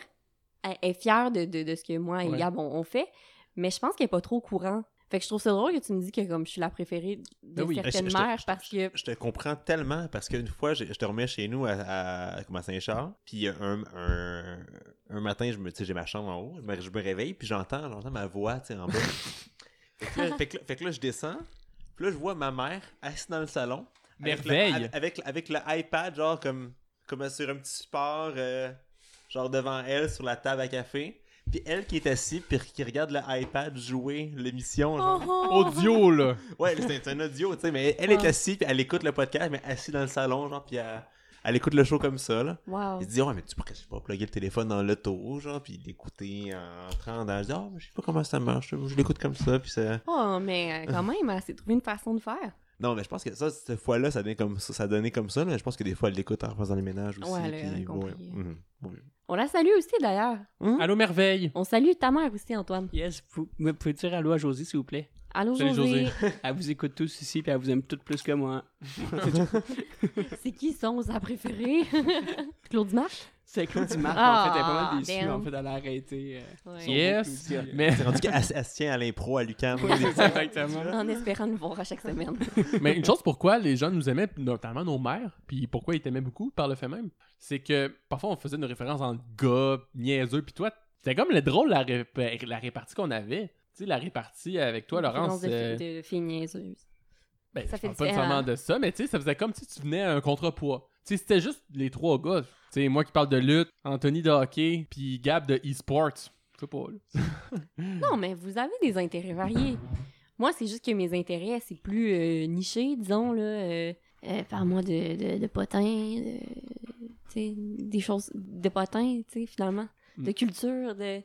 D: elle est fière de, de, de ce que moi et
C: Ouais.
D: Gab, on, on fait, mais je pense qu'elle est pas trop au courant. Fait que je trouve ça drôle que tu me dis que comme je suis la préférée de
C: Ben oui.
B: Je-
D: certaines
B: je-
D: mères parce que...
B: Je te comprends tellement parce qu'une fois, j'ai- je te remets chez nous à, à, comme à Saint-Charles, puis un, un, un matin, je me, tu sais, j'ai ma chambre en haut, je me, je me réveille, puis j'entends, j'entends ma voix, tu sais, en bas. fait, que là, fait que là- fait que là, je descends, puis là, je vois ma mère assise dans le salon. avec le-
C: Merveille.
B: Avec, avec, le iPad, genre, comme, comme sur un petit support, euh, genre devant elle, sur la table à café. Puis elle qui est assise, puis qui regarde le iPad jouer l'émission,
D: Oh.
B: genre.
C: (laughs) Audio, là.
B: Ouais, c'est un- c'est un audio, tu sais, mais elle est
D: Ouais.
B: assise, puis elle écoute le podcast, mais assise dans le salon, genre, puis elle, elle écoute le show comme ça, là.
D: (laughs) Wow.
B: Elle dit, ouais, mais tu pourrais, je sais pas, plugger le téléphone dans l'auto, genre, puis l'écouter en train dans. Je dis, ah, mais je sais pas comment ça marche, je l'écoute comme ça, puis ça.
D: Oh, mais euh,
C: (laughs)
D: quand même, elle s'est trouvée une façon de faire.
B: Non, mais je pense que ça, cette fois-là, ça donnait comme ça, ça donnait comme ça, mais je pense que des fois, elle l'écoute en faisant les ménages aussi.
D: Ouais, elle a
B: puis,
D: compris.
B: mhm, ouais.
D: On la salue aussi, d'ailleurs.
C: Allô, merveille.
D: On salue ta mère aussi, Antoine.
A: Yes, vous me pouvez dire allô à Josie, s'il vous plaît.
D: Allô,
C: Salut,
D: José.
C: José.
A: Elle vous écoute tous ici, puis elle vous aime toutes plus que moi.
D: C'est qui son, sa préférée? (laughs) Claude Marche?
A: C'est Claude Dumas, en fait, elle est pas
D: Ah,
A: mal déçue,
D: damn.
A: en fait, elle a arrêté. euh, son
C: Yes.
A: beau Claudie, euh.
C: Mais, (laughs)
B: C'est rendu qu'elle elle se tient à l'impro à Lucam.
A: Exactement.
D: En espérant nous voir à chaque semaine.
C: mais une chose pourquoi les gens nous aimaient, notamment nos mères, puis pourquoi ils t'aimaient beaucoup par le fait même, c'est que parfois on faisait une référence en gars, niaiseux, puis toi, c'était comme le drôle la, ré- la répartie qu'on avait. Tu sais, la répartie avec toi, Laurence.
D: De,
C: euh,
D: de filles niaiseuses.
C: Ben,
D: Ça
C: je
D: fait
C: parle pas
D: différent.
C: nécessairement de ça, mais tu sais, ça faisait comme si tu venais à un contrepoids. Tu sais, c'était juste les trois gars. Tu sais, moi qui parle de lutte, Anthony de hockey, puis Gab de e-sports. Je sais pas, là.
D: Non, mais vous avez des intérêts variés. Moi, c'est juste que mes intérêts, c'est plus euh, niché, disons, là. euh, euh, Parle-moi de, de, de potins, de, tu sais, des choses de potins, tu sais, finalement. De
C: Mm.
D: culture, de...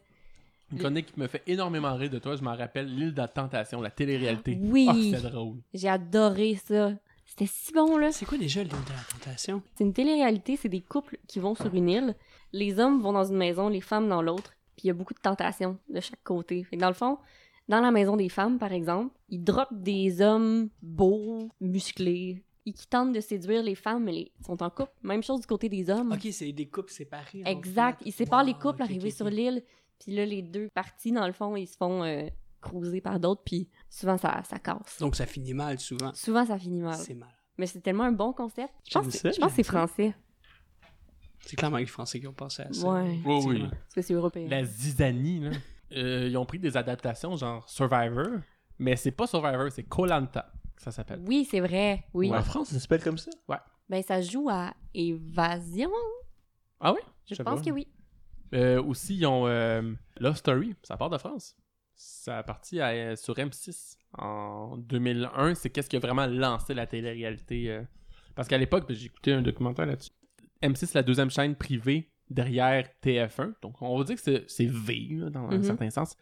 C: Une chronique qui me fait énormément rire de toi, je m'en rappelle, l'île de la tentation, la télé-réalité.
D: Oui.
C: Ah, c'était drôle.
D: J'ai adoré ça. C'était si bon, là.
A: C'est quoi déjà l'île de la tentation?
D: C'est une télé-réalité, c'est des couples qui vont sur une île. Les hommes vont dans une maison, les femmes dans l'autre. Puis il y a beaucoup de tentations de chaque côté. Fait que dans le fond, dans la maison des femmes, par exemple, ils droppent des hommes beaux, musclés, et qui tentent de séduire les femmes, mais les- ils sont en couple. Même chose du côté des hommes.
A: Ok, c'est des couples séparés. en
D: Exact.
A: fait.
D: Ils séparent les
A: Wow,
D: couples
A: ok,
D: arrivés
A: ok,
D: sur
A: ok.
D: l'île. Puis là, les deux parties, dans le fond, ils se font euh, cruiser par d'autres. Puis souvent, ça, ça casse.
A: Donc ça finit mal souvent.
D: souvent, ça finit mal.
A: C'est mal.
D: Mais c'est tellement un bon concept. Je pense,
A: J'aime
D: que-
A: ça,
D: je pense que c'est
A: j'aime ça.
D: français.
A: C'est clairement les Français qui ont pensé à ça.
D: Ouais.
C: Oui, oui.
A: Effectivement.
D: Parce que c'est européen.
C: La zizanie, là. Euh, ils ont pris des adaptations genre Survivor, mais c'est pas Survivor, c'est Colanta que ça s'appelle.
D: Oui, c'est vrai. Oui.
B: En France, ça s'appelle comme ça?
D: Ben, ça joue à évasion.
C: Ah oui?
D: Je, pense que oui.
C: Euh, aussi, ils ont euh, Love Story, ça part de France. Ça a parti à, euh, sur M6 en 2001. C'est qu'est-ce qui a vraiment lancé la télé-réalité. euh, Parce qu'à l'époque, ben, j'écoutais un documentaire là-dessus. M6, la deuxième chaîne privée derrière TF1. Donc, on va dire que c'est- c'est V, là, dans un
D: Mhm.
C: certain sens.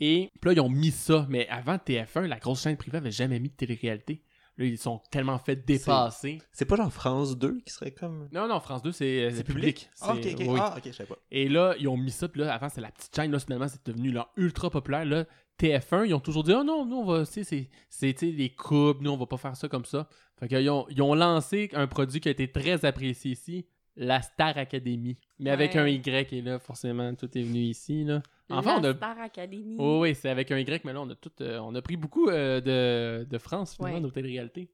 C: Et puis là, ils ont mis ça. Mais avant TF1, la grosse chaîne privée avait jamais mis de télé-réalité. Là, ils sont tellement fait dépasser.
B: C'est pas genre France 2 qui serait comme.
C: Non, non, France 2, c'est euh, c'est public.
B: Ah, ok,
C: C'est-
B: ok.
C: oui.
B: Ah, ok, je savais pas.
C: Et là, ils ont mis ça, puis là, avant, c'était la petite chaîne, là, finalement, c'est devenu leur ultra populaire, là. TF1, ils ont toujours dit, oh non, nous, on va, tu sais, c'est- c'est, tu sais, les couples, nous, on va pas faire ça comme ça. Fait qu'ils ont, ils ont lancé un produit qui a été très apprécié ici, la Star Academy. Mais avec
D: Ouais.
C: un Y, et là, forcément, tout est venu ici, là. Enfin, on
D: La
C: a.
D: Star Academy.
C: Oh, oui, c'est avec un Y, mais là, on a tout, euh, on a pris beaucoup euh, de, de France, finalement,
D: Ouais.
C: nos télé-réalités.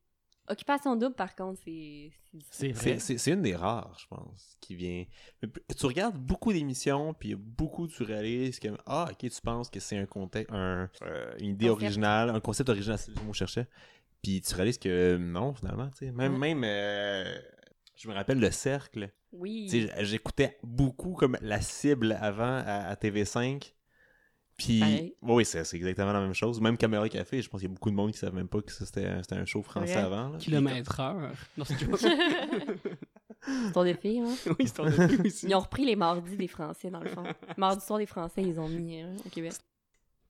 D: Occupation double, par contre, c'est. c'est-
C: C'est vrai.
B: C'est- C'est c'est une des rares, je pense, qui vient. Mais p- Tu regardes beaucoup d'émissions, puis beaucoup tu réalises que ah ok, tu penses que c'est un contexte, un, euh, une idée
D: Concept.
B: originale, un concept original, c'est le mot que je cherchais. Puis tu réalises que non finalement, tu sais, même
D: Ouais.
B: même. euh, Je me rappelle le cercle.
D: Oui.
B: Tu sais, j- J'écoutais beaucoup comme la cible avant à, à TV5. Puis,
D: Pareil.
B: oui, c'est c'est exactement la même chose. Même Caméra Café, je pense qu'il y a beaucoup de monde qui savait même pas que ça, c'était un, c'était un show français
D: Vrai.
B: avant. là.
A: Kilomètre heure. Non, c'est une joke.
D: Histoire de filles, hein.
A: Oui, c'est ton (laughs) avis aussi.
D: Ils ont repris les mardis des Français, dans le fond. Mardi soir des Français, ils ont mis euh, au Québec.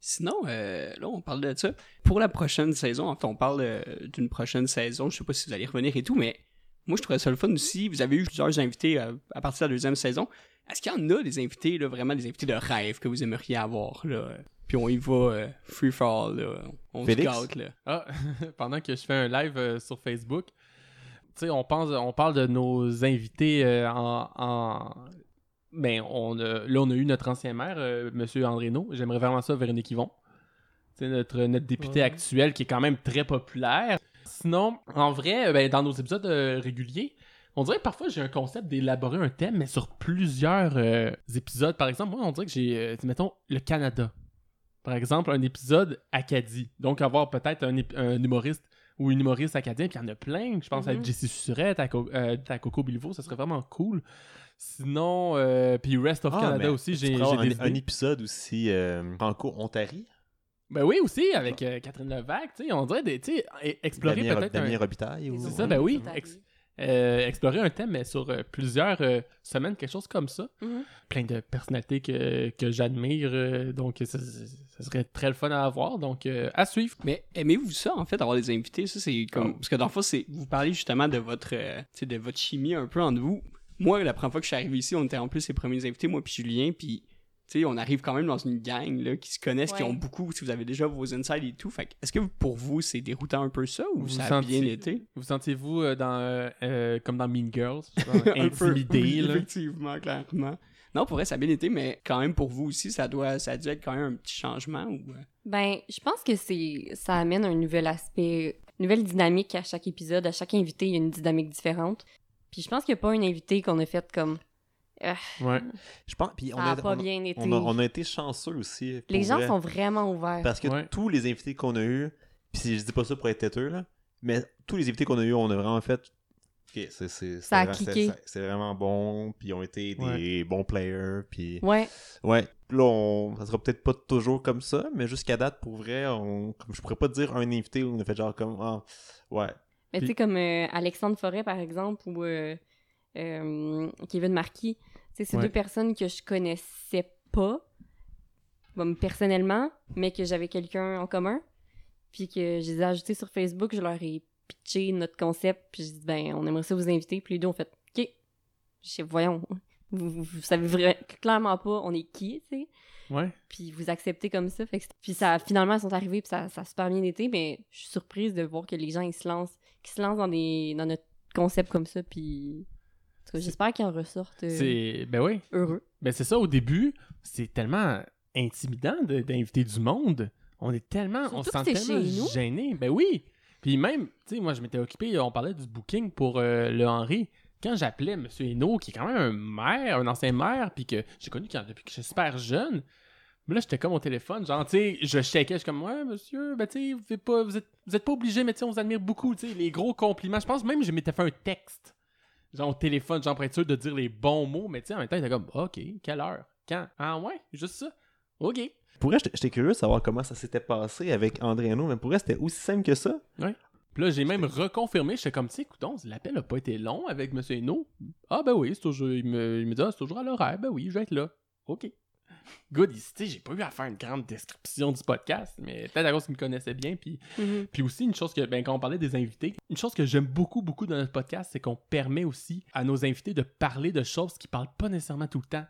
A: Sinon, euh, là, on parle de ça. Pour la prochaine saison, en fait, on parle euh, d'une prochaine saison. Je sais pas si vous allez revenir et tout, mais moi, je trouvais ça le fun aussi. Vous avez eu plusieurs invités euh, à partir de la deuxième saison. Est-ce qu'il y en a des invités, là, vraiment des invités de rêve que vous aimeriez avoir, là? Puis on y va euh, free fall, là. On se
C: (laughs)
B: Félix?
A: gâte, là.
C: Ah, pendant que je fais un live euh, sur Facebook, tu sais, on, pense, on parle de nos invités euh, en. en... Ben, on, a- là, on a eu notre ancien maire, euh, Monsieur Andréno. J'aimerais vraiment ça, Véronique Yvon. C'est notre, notre député
A: Ouais.
C: actuel qui est quand même très populaire. Sinon, en vrai, euh, ben, dans nos épisodes euh, réguliers, on dirait que parfois j'ai un concept d'élaborer un thème, mais sur plusieurs euh, épisodes. Par exemple, moi, on dirait que j'ai, euh, mettons, le Canada. Par exemple, un épisode Acadie. Donc, avoir peut-être un, ép- un humoriste ou une humoriste acadienne, puis il y en a plein. Je pense
D: Mhm.
C: à Jessie Surette, à, Co- euh, à Coco Bilvaux, ça serait vraiment cool. Sinon, euh, puis Rest of
B: Ah, mais
C: Canada aussi, j'ai
B: Tu
C: j'ai
B: pourrais avoir
C: des
B: un, un
C: idées.
B: épisode aussi euh, franco-ontarie.
C: Ben oui, aussi, avec euh, Catherine Levac, tu sais, on dirait, des- tu sais, e- explorer
B: Damien,
C: peut-être un-
B: Damien Robitaille. ou-
C: C'est ça, ben oui. Ex- euh, explorer un thème, mais sur euh, plusieurs euh, semaines, quelque chose comme ça.
D: Mhm.
C: Plein de personnalités que, que j'admire, euh, donc ça, ça serait très le fun à avoir, donc euh, à suivre.
A: Mais aimez-vous ça, en fait, avoir des invités? Ça, c'est comme...
C: Oh.
A: Parce que dans le fond, c'est... vous parlez justement de votre, euh, tu sais, de votre chimie un peu entre vous. Moi, la première fois que je suis arrivé ici, on était en plus les premiers invités, moi puis Julien, puis tu sais, on arrive quand même dans une gang là, qui se connaissent, qui
D: Ouais.
A: ont beaucoup, si vous avez déjà vos insides et tout. Fait que, est-ce que vous- pour vous, c'est déroutant un peu ça ou
C: Vous
A: ça a
C: sentiez-
A: bien été? (laughs)
C: Vous sentiez-vous euh, dans, euh, euh, comme dans Mean Girls,
B: (laughs)
C: genre,
A: Un peu, oui,
C: intimidé, là?
A: Effectivement, clairement. Non, pour vrai, ça a bien été, mais quand même pour vous aussi, ça doit ça a dû être quand même un petit changement ou... euh,
D: Ben, je pense que c'est ça amène un nouvel aspect, une nouvelle dynamique à chaque épisode. À chaque invité, il y a une dynamique différente. Puis je pense qu'il n'y a pas un invité qu'on a fait comme
C: Ouais.
B: Je pense. Puis
D: ça
B: on a,
D: a pas
B: on a-
D: bien été.
B: on a- on a été chanceux aussi. pour
D: Les gens
B: vrai.
D: sont vraiment ouverts.
B: Parce que
C: Ouais.
B: tous les invités qu'on a eus, puis je dis pas ça pour être têteux, là, mais tous les invités qu'on a eus, on a vraiment fait. Ok, c'est- c'est-
D: Ça a
B: c'est-
D: cliqué.
B: c'est- C'est vraiment bon, puis ils ont été des bons players, puis.
D: Ouais,
B: Ouais. Puis Là, on... ça sera peut-être pas toujours comme ça, mais jusqu'à date, pour vrai, on... comme je pourrais pas dire un invité où on a fait genre comme. Ah, ouais.
D: mais
C: Puis-
D: tu sais, comme euh, Alexandre Forêt, par exemple, ou euh, euh, Kevin Marquis, tu sais, c'est
C: Ouais.
D: deux personnes que je connaissais pas, comme personnellement, mais que j'avais quelqu'un en commun. Puis que je les ai ajoutés sur Facebook, je leur ai pitché notre concept, puis je dis, ben, on aimerait ça vous inviter. Puis les deux ont fait, OK. Je sais, voyons, (laughs) vous, vous- vous savez vra- clairement pas on est qui, tu sais.
C: Ouais.
D: puis vous acceptez comme ça. Fait que c'est- puis ça, finalement, ils sont arrivés, puis ça, ça a super bien été, mais je suis surprise de voir que les gens, ils se lancent, qu'ils se lancent dans, des, dans notre concept comme ça, puis... En tout cas, j'espère qu'ils en ressortent euh,
C: C'est... Ben oui.
D: heureux.
C: Ben c'est ça, au début, c'est tellement intimidant de- d'inviter du monde. On est tellement... on se sent
D: Surtout que c'est
C: tellement
D: chez nous.
C: gêné. Ben oui. Puis même, tu sais, moi, je m'étais occupé, on parlait du booking pour euh, le Henri. Quand j'appelais M. Hainaut, qui est quand même un maire, un ancien maire, puis que j'ai connu quand- depuis que je suis super jeune, mais là, j'étais comme au téléphone, genre, tu sais, je checkais, je suis comme, ouais, monsieur, ben, tu sais, vous, faites pas- vous êtes, vous êtes pas obligé, mais tu sais, on vous admire beaucoup, tu sais, les gros compliments. Je pense même que je m'étais fait un texte, genre, au téléphone, genre, pour être sûr de dire les bons mots, mais tu sais, en même temps, j'étais comme, ok, quelle heure, quand, ah ouais, juste ça, ok.
B: Pour vrai, j'étais- j'étais curieux de savoir comment ça s'était passé avec André Hano, mais pour vrai, c'était aussi simple que ça.
C: Puis là, j'ai même reconfirmé, j'étais comme, tu sais, écoutons, l'appel a pas été long avec monsieur Hainaut. Ah, ben oui, c'est toujours, il me, il me dit, ah, c'est toujours à l'horaire, ben oui, je vais être là. Ok. Good, il- tu sais, j'ai pas eu à faire une grande description du podcast, mais peut-être à cause qu'il me connaissait bien, puis Puis aussi, une chose que, ben, quand on parlait des invités, une chose que j'aime beaucoup, beaucoup dans notre podcast, c'est qu'on permet aussi à nos invités de parler de choses qu'ils parlent pas nécessairement tout le temps.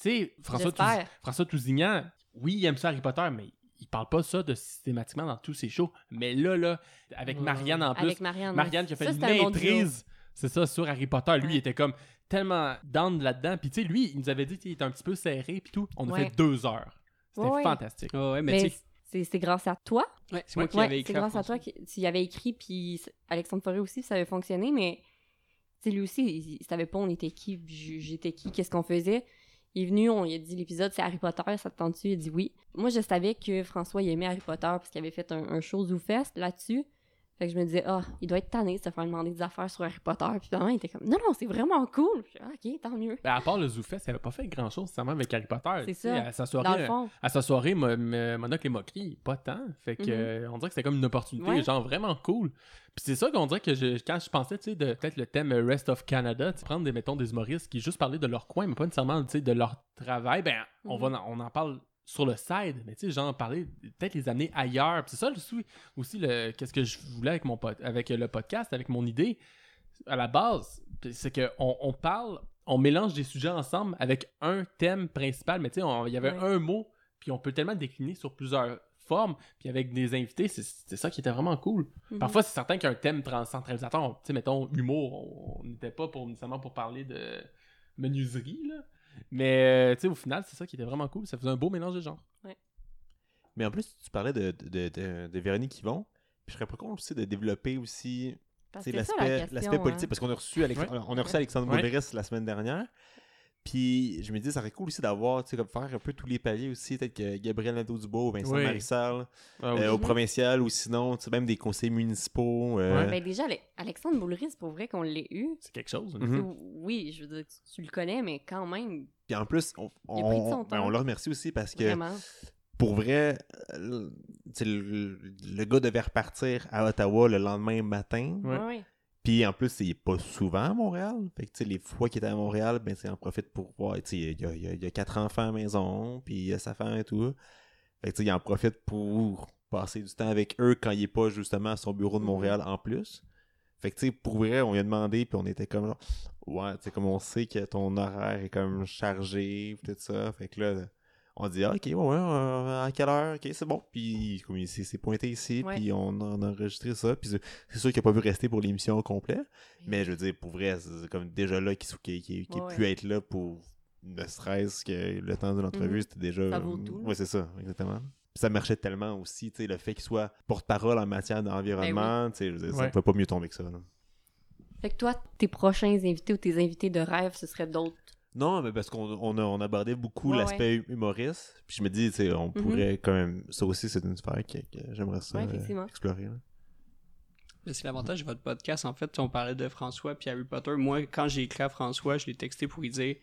C: Tu sais, François,
D: J'espère.
C: Tous- François Tousignan, oui, il aime ça Harry Potter, mais il parle pas ça de systématiquement dans tous ses shows. Mais là, là, avec
A: Ouais.
C: Marianne en plus,
D: Avec Marianne. hein.
C: Marianne qui a fait
D: Ça,
C: une
D: c'était un bon
C: maîtrise, c'est ça, sur Harry Potter. Lui,
D: Ouais.
C: il était comme tellement down là-dedans. Puis tu sais, lui, il nous avait dit qu'il était un petit peu serré, puis tout. On a
D: Ouais.
C: fait deux heures. C'était
D: Ouais, ouais.
C: fantastique.
A: Ah ouais, mais,
D: Mais
A: tu sais,
D: c'est c'est grâce à toi.
A: ouais, c'est moi qui
D: Ouais,
A: l'avais
D: c'est
A: écrit.
D: grâce à toi que tu y avais écrit, puis c- Alexandre Forêt aussi, puis ça avait fonctionné, mais tu sais, lui aussi, il, il savait pas on était qui, puis j- j'étais qui, qu'est-ce qu'on faisait. Il est venu, on lui a dit l'épisode c'est Harry Potter, ça te tente-tu? Il a dit oui. Moi, je savais que François, il aimait Harry Potter parce qu'il avait fait un, un show ZooFest là-dessus. Fait que je me disais, ah, il doit être tanné de se faire demander des affaires sur Harry Potter. Puis finalement, il était comme, non, non, c'est vraiment cool. Puis, Ah, ok, tant mieux.
C: Ben, à part le ZooFest, elle avait pas fait grand-chose, nécessairement, avec Harry Potter.
D: C'est
C: Tu sais,
D: ça.
C: À sa soirée,
D: Dans le fond.
C: à sa soirée, mo- me- Monocle et Moquerie, pas tant. Fait que,
D: Mhm.
C: euh, on dirait que c'était comme une opportunité,
D: Ouais.
C: genre vraiment cool. Puis c'est ça qu'on dirait que je- quand je pensais, tu sais, de peut-être le thème euh, Rest of Canada, tu sais, prendre des, mettons, des humoristes qui juste parlaient de leur coin, mais pas nécessairement, tu sais, de leur travail, ben, on,
D: Mhm.
C: va, en- on en parle sur le side, mais tu sais, genre parler, peut-être les amener ailleurs. Puis c'est ça le sou- aussi, le, qu'est-ce que je voulais avec, mon pod- avec le podcast, avec mon idée, à la base, c'est que on, on parle, on mélange des sujets ensemble avec un thème principal, mais tu sais, on- il y avait
D: Ouais.
C: un mot, puis on peut tellement décliner sur plusieurs forme, puis avec des invités, c'est c'est ça qui était vraiment cool.
D: Mhm.
C: Parfois, c'est certain qu'un thème trans- centralisateur, on- tu sais, mettons, humour, on n'était pas pour, nécessairement pour parler de menuiserie, là. Mais, euh, tu sais, au final, c'est ça qui était vraiment cool. Ça faisait un beau mélange de genres.
B: Mais en plus, tu parlais de, de, de, de Véronique Yvon. Puis je serais pas contre aussi de développer aussi
D: Parce
B: C'est
D: que c'est ça, la
B: l'aspect
D: question,
B: l'aspect politique,
D: hein.
B: parce qu'on a reçu, Alex-
C: Ouais.
B: alors, on a reçu Alexandre
C: Ouais.
B: Boulveris la semaine dernière. Puis je me dis, ça serait cool aussi d'avoir, tu sais, comme faire un peu tous les paliers aussi, peut-être que Gabriel Nadeau-Dubois, Vincent
C: Oui.
B: Marissal,
C: Ah
B: euh,
D: oui.
B: au provincial, ou sinon, tu sais, même des conseils municipaux. euh,
D: Ben déjà, Ale- Alexandre Boulris, c'est pour vrai qu'on l'ait eu.
C: C'est quelque chose.
B: Mhm.
D: C'est- Oui, je veux dire, tu, tu le connais, mais quand même,
B: Puis en plus, on,
D: Il a pris de son
B: on, ben,
D: temps.
B: on le remercie aussi parce que,
D: vraiment.
B: pour vrai, euh, tu sais, le, le gars devait repartir à Ottawa le lendemain matin.
C: Ouais.
D: Ouais, ouais.
B: Puis en plus, il est pas souvent à Montréal. Fait que, tu sais, les fois qu'il était à Montréal, ben, tu sais, il en profite pour voir. Tu sais, il y a, il y a- il y a quatre enfants à la maison, puis il a sa femme et tout. Fait que, tu sais, il en profite pour passer du temps avec eux quand il est pas justement à son bureau de Montréal en plus. Fait que, tu sais, pour vrai, on lui a demandé, puis on était comme genre, ouais, tu sais, comme on sait que ton horaire est comme chargé, puis tout ça. Fait que là, on dit, ah, ok, ouais, ouais, euh, à quelle heure, ok, c'est bon. Puis, comme il s'est s'est pointé ici,
D: Ouais.
B: puis on en a enregistré ça, puis c'est sûr qu'il n'a pas pu rester pour l'émission au complet, mais je veux dire, pour vrai, c'est comme déjà là qu'il qui, qui,
D: Ouais, ouais.
B: pu être là pour ne serait-ce que le temps de l'entrevue,
D: Mhm.
B: c'était déjà.
D: Ça vaut tout, là.
B: Oui, c'est ça, exactement. Puis Ça marchait tellement aussi, tu sais, le fait qu'il soit porte-parole en
D: Ben
B: matière d'environnement, tu sais, je veux dire, ça
C: Ouais.
B: ne pouvait pas mieux tomber que ça. là.
D: Fait que toi, tes prochains invités ou tes invités de rêve, ce serait d'autres.
B: Non, mais parce qu'on on a- on abordait beaucoup
D: Ouais, Mhm.
B: l'aspect humoriste, puis je me dis, tu sais, on pourrait quand même. Ça aussi, c'est une sphère que, que j'aimerais ça
D: Ouais,
B: euh,
D: effectivement.
B: explorer. là.
A: Mais C'est l'avantage de votre podcast. En fait, on parlait de François puis Harry Potter. Moi, quand j'ai écrit à François, je l'ai texté pour lui dire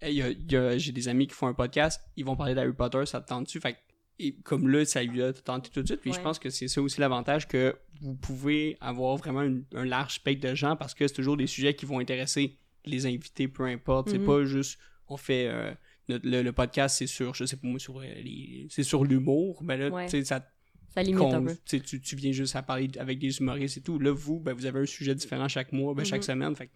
A: Hey, y a- y a- j'ai des amis qui font un podcast, ils vont parler d'Harry Potter, ça te tente-tu Fait que- et comme là, ça lui a tenté tout de suite. Puis je
D: Ouais.
A: pense que c'est ça aussi l'avantage que vous pouvez avoir vraiment une- un large spectre de gens parce que c'est toujours des sujets qui vont intéresser les invités, peu importe. C'est
D: Mhm.
A: pas juste on fait. euh, notre- le, le podcast, c'est sur, je sais pas moi, sur, euh, les- c'est sur l'humour, mais là,
D: Ouais.
A: tu sais, ça
D: Ça limite
A: qu'on-
D: un peu.
A: tu, sais, tu- tu viens juste à parler d- avec des humoristes et tout. Là, vous, ben, vous avez un sujet différent chaque mois, ben, chaque
D: Mhm.
A: semaine. Fait que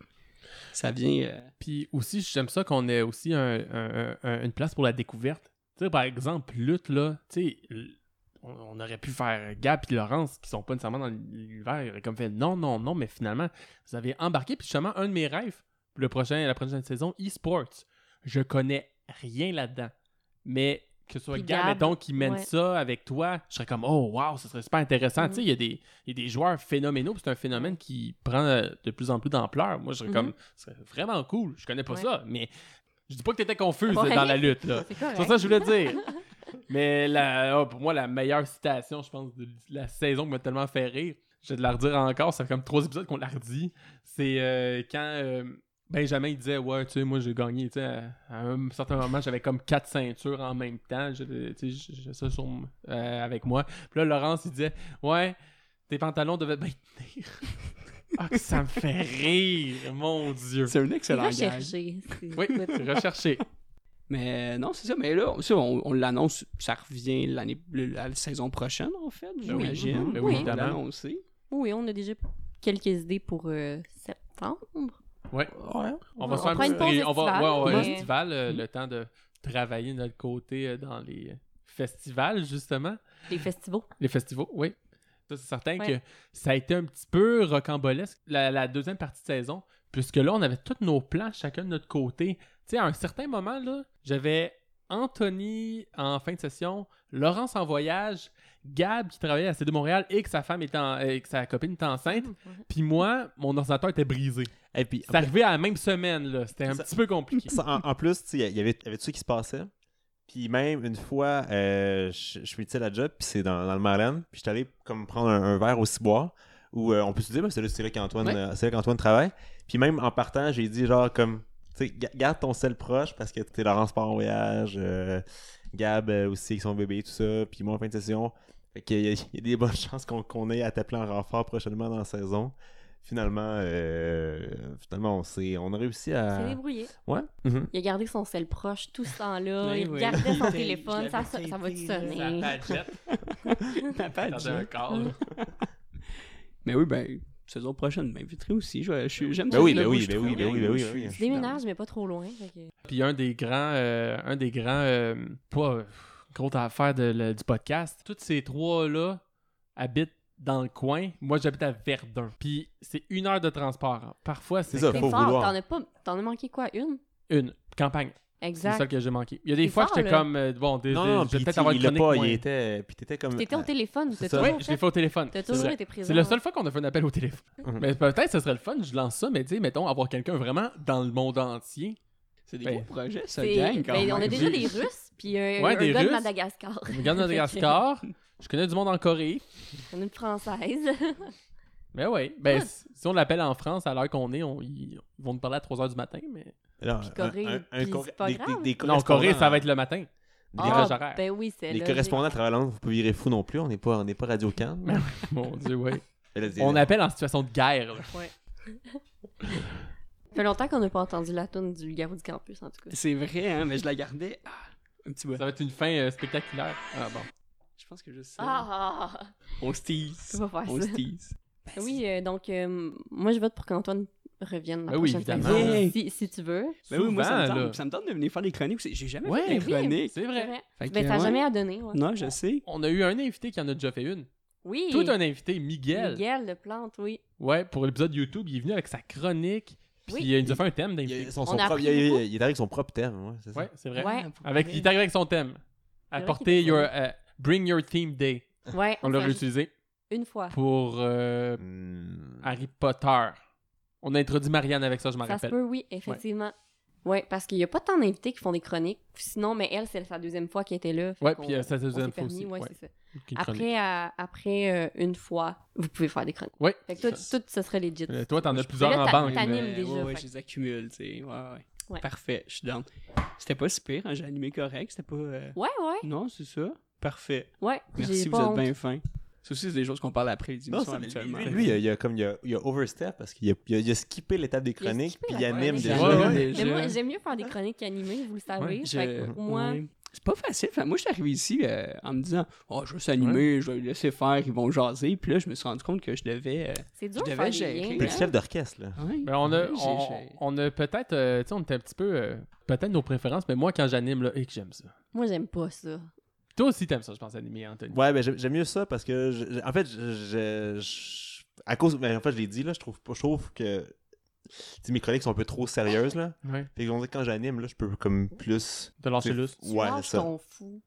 A: ça vient. euh,
C: Puis aussi, j'aime ça qu'on ait aussi un- un- un- une place pour la découverte. Tu sais, par exemple, Lutte, là, tu sais, l- on, on aurait pu faire Gap et Laurence, qui sont pas nécessairement dans l'univers, ils auraient comme fait non, non, non, mais finalement, vous avez embarqué. Puis justement, un de mes rêves, le prochain, la prochaine saison, e-sports. Je connais rien là-dedans. Mais que ce soit
D: Puis
C: Gab,
D: Gab,
C: mettons, qui mène
D: ouais.
C: ça avec toi, je serais comme, oh, wow, ce serait super intéressant.
D: Mhm.
C: Tu sais, il y a des il y a des joueurs phénoménaux, puis c'est un phénomène qui prend euh, de plus en plus d'ampleur. Moi, je serais
D: Mhm.
C: comme, c'est vraiment cool, je connais pas
D: Ouais.
C: ça, mais je dis pas que t'étais confuse
D: Ouais.
C: euh, dans la lutte, là.
D: C'est
C: C'est
D: correct.
C: pour ça que je voulais dire. Mais la, ah, pour moi, la meilleure citation, je pense, de la saison qui m'a tellement fait rire, je vais te la redire encore, ça fait comme trois épisodes qu'on la redit, c'est euh, quand euh, Benjamin il disait Ouais, tu sais, moi j'ai gagné, tu sais, à, à un certain moment, j'avais comme quatre ceintures en même temps, j'avais- tu sais, j'ai j'ai ça sur m- euh, avec moi. Puis là, Laurence, il disait Ouais, tes pantalons devaient bien tenir. (laughs) ah, que ça me fait rire, mon
A: (laughs)
C: Dieu.
A: C'est un
D: C'est
A: excellent gage.
D: recherché. (laughs) C'est-
C: Oui, c'est recherché.
A: Mais euh, non, c'est ça. Mais là, ça, on, on l'annonce, ça revient l'année, le- la saison prochaine, en fait,
C: oui.
A: j'imagine.
C: Mhm. Ben
D: oui, Mm-hmm.
A: On va
C: évidemment.
A: l'annoncer.
D: Oui, on a déjà quelques idées pour euh, septembre.
C: Ouais.
A: (laughs)
B: Ouais.
C: On va
D: On
C: se faire
D: prend
C: une
D: une pause
C: petite- on va,
D: estivale,
C: ouais, on va
D: mais-
C: un festival, euh, le temps de travailler de notre côté euh, dans les festivals, justement.
D: Les festivals.
C: Les festivals, oui. Ça, c'est certain
D: Ouais.
C: que ça a été un petit peu rocambolesque, la, la deuxième partie de saison, puisque là, on avait tous nos plans chacun de notre côté. Tu sais, à un certain moment, là, j'avais Anthony en fin de session, Laurence en voyage, Gab qui travaillait à CD Montréal et que sa femme était en- euh, que sa copine était enceinte, puis moi, mon ordinateur était brisé.
B: Et puis,
C: C'est arrivé à la même semaine, là. C'était un
B: Ça-
C: petit peu compliqué.
B: Ça, en, en plus, tu sais, il y avait, il y avait tout ça qui se passait. Puis même une fois, euh, je je suis utile à la job, puis c'est dans, dans le Maran, puis j'étais allé comme prendre un, un verre au ciboire, où euh, on peut se dire, Ben, c'est là, c'est là qu'Antoine
C: Ouais.
B: euh, c'est là qu'Antoine travaille. Puis même en partant, j'ai dit genre comme, tu sais, ga- garde ton sel proche parce que t'es Laurence part en voyage, euh, Gab euh, aussi avec son bébé, tout ça, puis moi en fin de session. Fait qu'il y, a- il y a des bonnes (laughs) chances qu'on qu'on ait à t'appeler en renfort prochainement dans la saison. Finalement, euh, finalement on, s'est- on a réussi à.
D: C'est débrouillé.
B: Ouais.
D: Il a gardé son sel proche tout ce temps-là.
A: Oui,
D: il
A: oui.
D: regardait
A: Je
D: son
A: l'avais
D: téléphone. Ça, ça, va
A: été,
D: te
A: là.
D: sonner.
A: Ma page. hein.
C: corps. (laughs)
A: Mais oui, ben, saison prochaine, m'inviterai aussi. Je, je suis- j'aime
B: Ben
A: ça,
B: oui,
A: là,
B: ben
A: où
B: oui,
A: je
B: ben oui, ben
A: travaille,
B: oui, ben
A: où
B: oui,
A: je
B: ben
A: suis-
B: oui.
A: je
D: Tu
A: suis dans-
D: déménages, mais pas trop loin. fait que-
C: Puis un des grands, euh, un des grands, euh, pas, euh, notre autre affaire de- le- du podcast. Toutes ces trois-là habitent dans le coin. Moi, j'habite à Verdun. Puis c'est une heure de transport. Parfois, c'est
B: C'est ça,
D: T'es
B: faut
D: fort,
B: vouloir.
D: t'en as pas. T'en as manqué quoi? Une?
C: une campagne. C'est
D: Exact.
C: celle que j'ai manqué. Il y a des
D: T'es
C: fois,
D: fort,
C: j'étais
D: là.
C: comme, euh, bon, des-
B: Non,
C: des-
B: non,
C: je vais
B: puis
C: peut-être
B: tu-
C: avoir une
B: E il l'a
C: chronique
B: pas,
C: moins.
B: il était. Puis t'étais comme. euh,
D: T'étais au téléphone,
B: Ah. C'est
D: t'as
B: ça.
D: toujours
C: Oui,
D: fait-
C: j'ai fait au téléphone.
D: T'as
C: C'est
D: toujours
C: vrai.
D: été présent.
C: C'est la seule fois qu'on a fait un appel au téléphone.
B: (laughs) Mhm.
C: Mais peut-être ce serait le fun, je lance ça, mais tu sais, mettons, avoir quelqu'un vraiment dans le monde entier.
A: C'est des
C: Ben,
A: gros projets, ça,
D: C'est-
A: gang, quand
D: ben,
A: même.
D: On a déjà
C: J'ai-
D: des Russes, puis un,
C: Ouais,
D: un
C: des
D: gars de
C: Russes.
D: Madagascar. (laughs)
C: Je me garde Madagascar, je connais du monde en Corée.
D: On a une Française.
C: Mais oui, ben,
D: Ouais.
C: si si on l'appelle en France à l'heure qu'on est, on- ils ils vont nous parler à 3 h du matin. Mais...
B: Alors,
D: Puis Corée, puis
B: cor-
D: c'est pas
B: des-
D: grave.
B: des- des
C: Non, en Corée,
B: correspondants-
C: ça va être le matin. (laughs)
B: des
C: Ah.
B: corres-
C: dérages horaires.
D: ben oui, c'est
B: Les
D: là.
B: correspondants à travers l'Inde, vous pouvez virer fou non plus, on n'est pas, on n'est pas Radio Cannes.
C: Mais Mon Dieu, oui.
B: Mais là, c'est-
C: On appelle en situation de guerre. là.
D: (laughs) Ça fait longtemps qu'on n'a pas entendu la toune du Garou du Campus, en tout cas.
A: C'est vrai, hein, mais je la gardais. Ah, un petit peu.
C: Ça va être une fin euh, spectaculaire. Ah bon.
A: Je pense que je sais.
D: Ah, ah, ah,
A: On se
D: je
A: tease.
D: peux pas faire
C: Oh,
A: On
D: ça.
A: se tease.
D: Oui, euh, donc, euh, moi, je vote pour qu'Antoine revienne la
C: Ben oui,
D: prochaine semaine.
A: évidemment. Yay.
D: Si, si tu veux. Ben
A: Ben oui, moi, ça me,
C: Souvent,
A: tente,
C: là.
A: ça me tente de venir faire des chroniques. aussi. J'ai jamais
C: Ouais,
A: fait des
C: oui,
A: chroniques.
C: C'est
D: C'est
C: vrai.
D: vrai.
A: Fait que,
D: Ben, ça n'a
A: ouais.
D: jamais à donner. ouais.
A: Non, je sais.
C: On a eu un invité qui en a déjà fait une.
D: Oui.
C: Tout un invité, Miguel.
D: Miguel de Plante, oui.
C: Ouais, pour l'épisode YouTube, il est venu avec sa chronique. Puis
D: Oui.
C: il nous a fait un thème
B: Il,
C: d'invité.
B: y a son, son
D: On a
B: propre,
D: appris
B: il, y a-
D: beaucoup.
B: il est avec son propre thème, ouais, c'est ça.
C: Ouais, c'est vrai.
D: Ouais.
C: Avec, il est arrivé avec son thème.
D: vrai
C: Apportez
D: qu'il est
C: your. euh, bring your theme day.
D: Ouais,
C: On
D: on
C: l'a
D: fait
C: réutilisé
D: une fois.
C: pour euh,
B: Hmm.
C: Harry Potter. On a introduit Marianne avec ça, je m'en
D: Ça se
C: rappelle.
D: peut, oui, effectivement. Ouais, parce qu'il n'y a pas tant d'invités qui font des chroniques. Sinon, mais elle, c'est sa deuxième fois qu'elle était là. Fait
C: Ouais,
D: qu'on-
C: puis euh, sa
D: on s'est
C: deuxième fois
D: permis,
C: aussi.
D: ouais,
C: ouais.
D: c'est ça.
C: Une chronique.
D: Après, à- après euh, une fois, vous pouvez faire des chroniques.
C: Ouais.
D: Fait que tout, tout, ce serait legit.
C: Euh, toi, t'en as
D: Mais
C: plusieurs
D: là,
C: en
D: t'a-
C: banque.
D: t'animes
C: mais-
D: déjà,
A: ouais, ouais,
D: fait
A: je les accumule, tu sais. Ouais, ouais.
D: Ouais.
A: Parfait, je suis down. C'était pas si pire, hein, j'ai animé correct. C'était pas. euh,
D: Ouais, ouais,
A: Non, c'est ça. Parfait.
D: ouais.
A: Merci,
D: J'ai
A: vous
D: pas
A: êtes
D: honte.
A: bien fin. Ça aussi, c'est des choses qu'on parle après les
B: Non,
A: émissions
B: ça,
A: habituellement.
B: lui, lui, il y a- il y a comme il y a, il y a overstep parce qu'il y a, il y a- il y a skippé l'étape des
D: Il a
B: chroniques
D: skippé
B: puis
D: la
B: il anime
D: chronique.
B: déjà.
C: Ouais, ouais.
D: Mais moi, j'aime mieux faire des chroniques animées, vous le savez.
C: Ouais,
A: Je-
D: Fait que pour moi,
A: ouais. C'est pas facile. Fait que moi, je suis arrivé ici euh, en me disant Oh, je veux s'animer, je vais les laisser faire, ils vont jaser. Puis là, je me suis rendu compte que je devais. euh,
D: c'est dur
A: Je
D: de
A: devais
D: faire
A: gérer.
D: des
B: T'es
D: liens.
B: le chef d'orchestre, là.
A: ouais.
C: Mais Ben, on a,
A: Ouais, j'ai-
C: on,
A: j'ai-
C: on a peut-être, euh, tu sais, on était un petit peu, euh, peut-être nos préférences, mais moi, quand j'anime, là, et que j'aime ça.
D: Moi, j'aime pas ça.
C: Toi aussi, t'aimes ça, je pense, animer, Anthony.
B: Ouais, ben j'aime j'aime mieux ça parce que, je- je- en fait, je, je- je- à cause, ben, en fait, je l'ai dit là, je trouve, pas- je trouve que, tu sais, mes chroniques sont un peu trop sérieuses là.
C: Ouais.
B: Fait que on dirait que quand j'anime là, je peux comme plus.
C: De lâcher l'us.
D: Tu
B: Ouais,
D: lâches
B: c'est ça.
D: ton fou.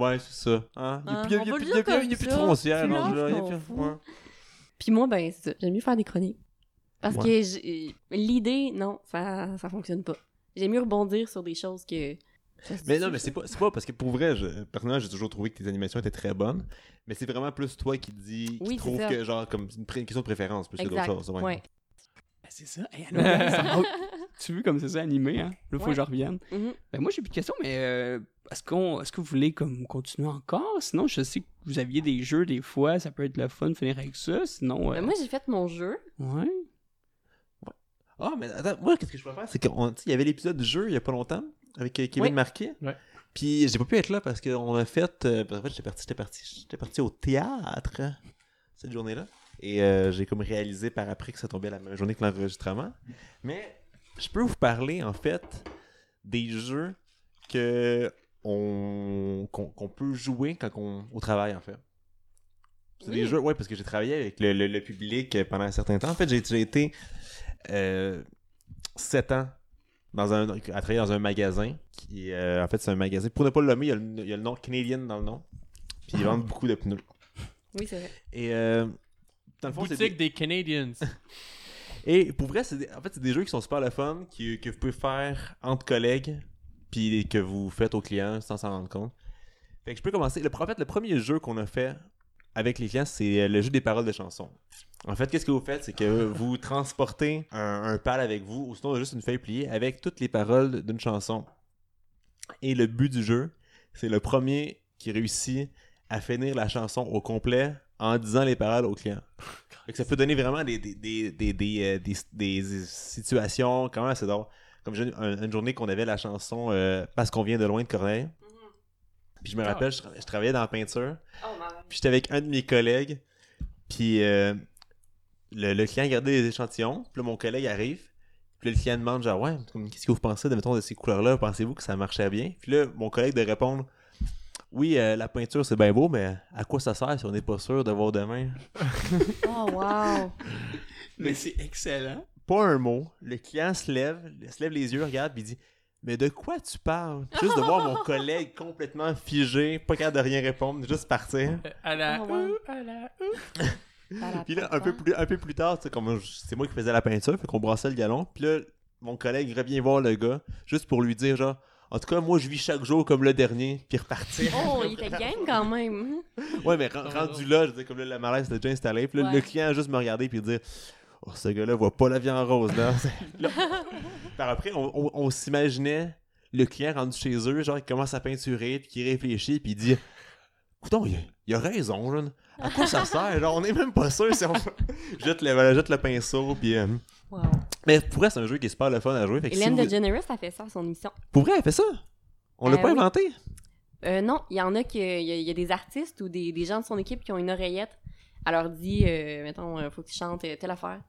B: Ouais, c'est ça. Hein?
D: Hein,
B: Il y a
D: on
B: plus- il y a plus- il y
D: va le
B: a
D: dire
B: plus- il y a
D: comme
B: plus de
D: ça.
B: frontière.
D: Tu
B: non,
D: lâches
B: je- il y a
D: ton
B: plus-
D: fou.
B: ouais.
D: Puis moi, ben, c'est ça. J'aime mieux faire des chroniques. Parce
B: Ouais.
D: que j'ai- l'idée, non, ça, ça fonctionne pas. J'aime mieux rebondir sur des choses que.
B: Mais non, mais c'est pas, c'est pas parce que pour vrai, je, personnellement, j'ai toujours trouvé que tes animations étaient très bonnes, mais c'est vraiment plus toi qui dis, qui
D: Oui, c'est
B: trouve
D: ça.
B: que genre comme une, pré- une question de préférence plus que d'autres
D: Exact.
B: choses. ouais.
D: Ouais.
A: Ben, c'est ça. Hey, allô, guys, ça va? (laughs) tu veux comme c'est ça animé, hein? Là, faut
D: Ouais.
A: que je revienne.
D: Mhm.
A: Ben, moi, j'ai plus de questions, mais euh, est-ce, qu'on, est-ce que vous voulez comme continuer encore? Sinon, je sais que vous aviez des jeux des fois, ça peut être le fun de finir avec ça. Sinon, euh,
D: Ben, moi, j'ai fait mon jeu.
A: ouais.
B: Ah, mais attends, moi, qu'est-ce que je peux faire? C'est qu'il y avait l'épisode du jeu il y a pas longtemps avec euh, Kevin
D: Oui.
B: Marquet.
C: Ouais.
B: Puis j'ai pas pu être là parce qu'on a fait. euh, parce qu'en fait, j'étais parti, j'étais parti, j'étais parti au théâtre euh, cette journée-là. Et euh, j'ai comme réalisé par après que ça tombait la même journée que l'enregistrement. Mais je peux vous parler, en fait, des jeux que on, qu'on, qu'on peut jouer quand on, au travail, en fait. C'est des
D: Oui.
B: jeux, ouais, parce que j'ai travaillé avec le, le- le public euh, pendant un certain temps. En fait, j'ai, j'ai été euh, 7 ans dans un, à travailler dans un magasin. Qui, est, euh, en fait, c'est un magasin. Pour ne pas le nommer, il y a le, il y a le nom Canadian dans le nom. Puis ils vendent beaucoup de pneus.
D: Oui, c'est vrai.
B: Et euh, dans le fond, c'est
C: Boutique des (laughs) Canadians.
B: et pour vrai, c'est des- en fait, c'est des jeux qui sont super le fun, qui, que vous pouvez faire entre collègues, puis que vous faites aux clients sans s'en rendre compte. Fait que je peux commencer. Le, en fait, le premier jeu qu'on a fait avec les clients, c'est euh, le jeu des paroles de chansons. En fait, qu'est-ce que vous faites, c'est que vous transportez un, un pal avec vous, ou sinon juste une feuille pliée avec toutes les paroles d'une chanson. Et le but du jeu, c'est le premier qui réussit à finir la chanson au complet en disant les paroles au client. Fait que ça peut donner vraiment des, des, des, des, des, euh, des- des situations quand même assez drôles. Comme j'ai- un- une journée qu'on avait la chanson euh, Parce qu'on vient de loin de Corneille. Puis je me
C: Ah.
B: rappelle, je, tra- je travaillais dans la peinture.
D: Oh,
B: Puis j'étais avec un de mes collègues. Puis euh, le, le client gardait les échantillons. Puis là, mon collègue arrive. Puis là, le client demande genre, ouais, comme, qu'est-ce que vous pensez de, mettons, de ces couleurs-là Pensez-vous que ça marchait bien Puis là, mon collègue de répondre, Oui, euh, la peinture, c'est bien beau, mais à quoi ça sert si on n'est pas sûr de voir demain?
D: Oh, wow.
A: Mais c'est excellent.
B: Pas un mot. Le client se lève, se lève les yeux, regarde, puis il dit Mais de quoi tu parles? Puis Juste de voir mon collègue complètement figé, pas capable de rien répondre, juste partir.
C: Euh, À la
D: Oh, ouais.
C: ouh, à la ouh.
B: Puis là, un
D: hein.
B: peu plus, un peu plus tard, tu sais, comme je- c'est moi qui faisais la peinture, fait qu'on brassait le galon. Puis là, mon collègue revient voir le gars, juste pour lui dire genre, en tout cas, moi, je vis chaque jour comme le dernier, puis repartir.
D: Oh, il était game quand même. Mhm.
B: ouais, mais ren- rendu là, je veux dire, comme là, la malaise était déjà installée. Puis là,
D: Ouais.
B: le client a juste me regarder puis dire, oh, ce gars-là voit pas la vie en rose, là. (laughs) Là, Par après, on, on- on s'imaginait le client rendu chez eux, genre, qui commence à peinturer, puis qui réfléchit, puis il dit, Coudon, il, il a raison, jeune. À quoi ça sert? Genre, on est même pas sûr si on. (laughs) jette, le, voilà, jette le pinceau, puis. euh,
D: Wow.
B: Mais pour vrai, c'est un jeu qui est super le fun à jouer. Fait que si
D: Hélène
B: vous-
D: DeGeneres a fait ça à son émission.
B: Pour vrai, elle fait ça. On l'a
D: Euh,
B: pas
D: oui.
B: inventé.
D: Euh, non, il y en a que il y, a- il y a des artistes ou des, des gens de son équipe qui ont une oreillette. Elle leur dit, euh, mettons, euh, faut que tu chantes euh, telle affaire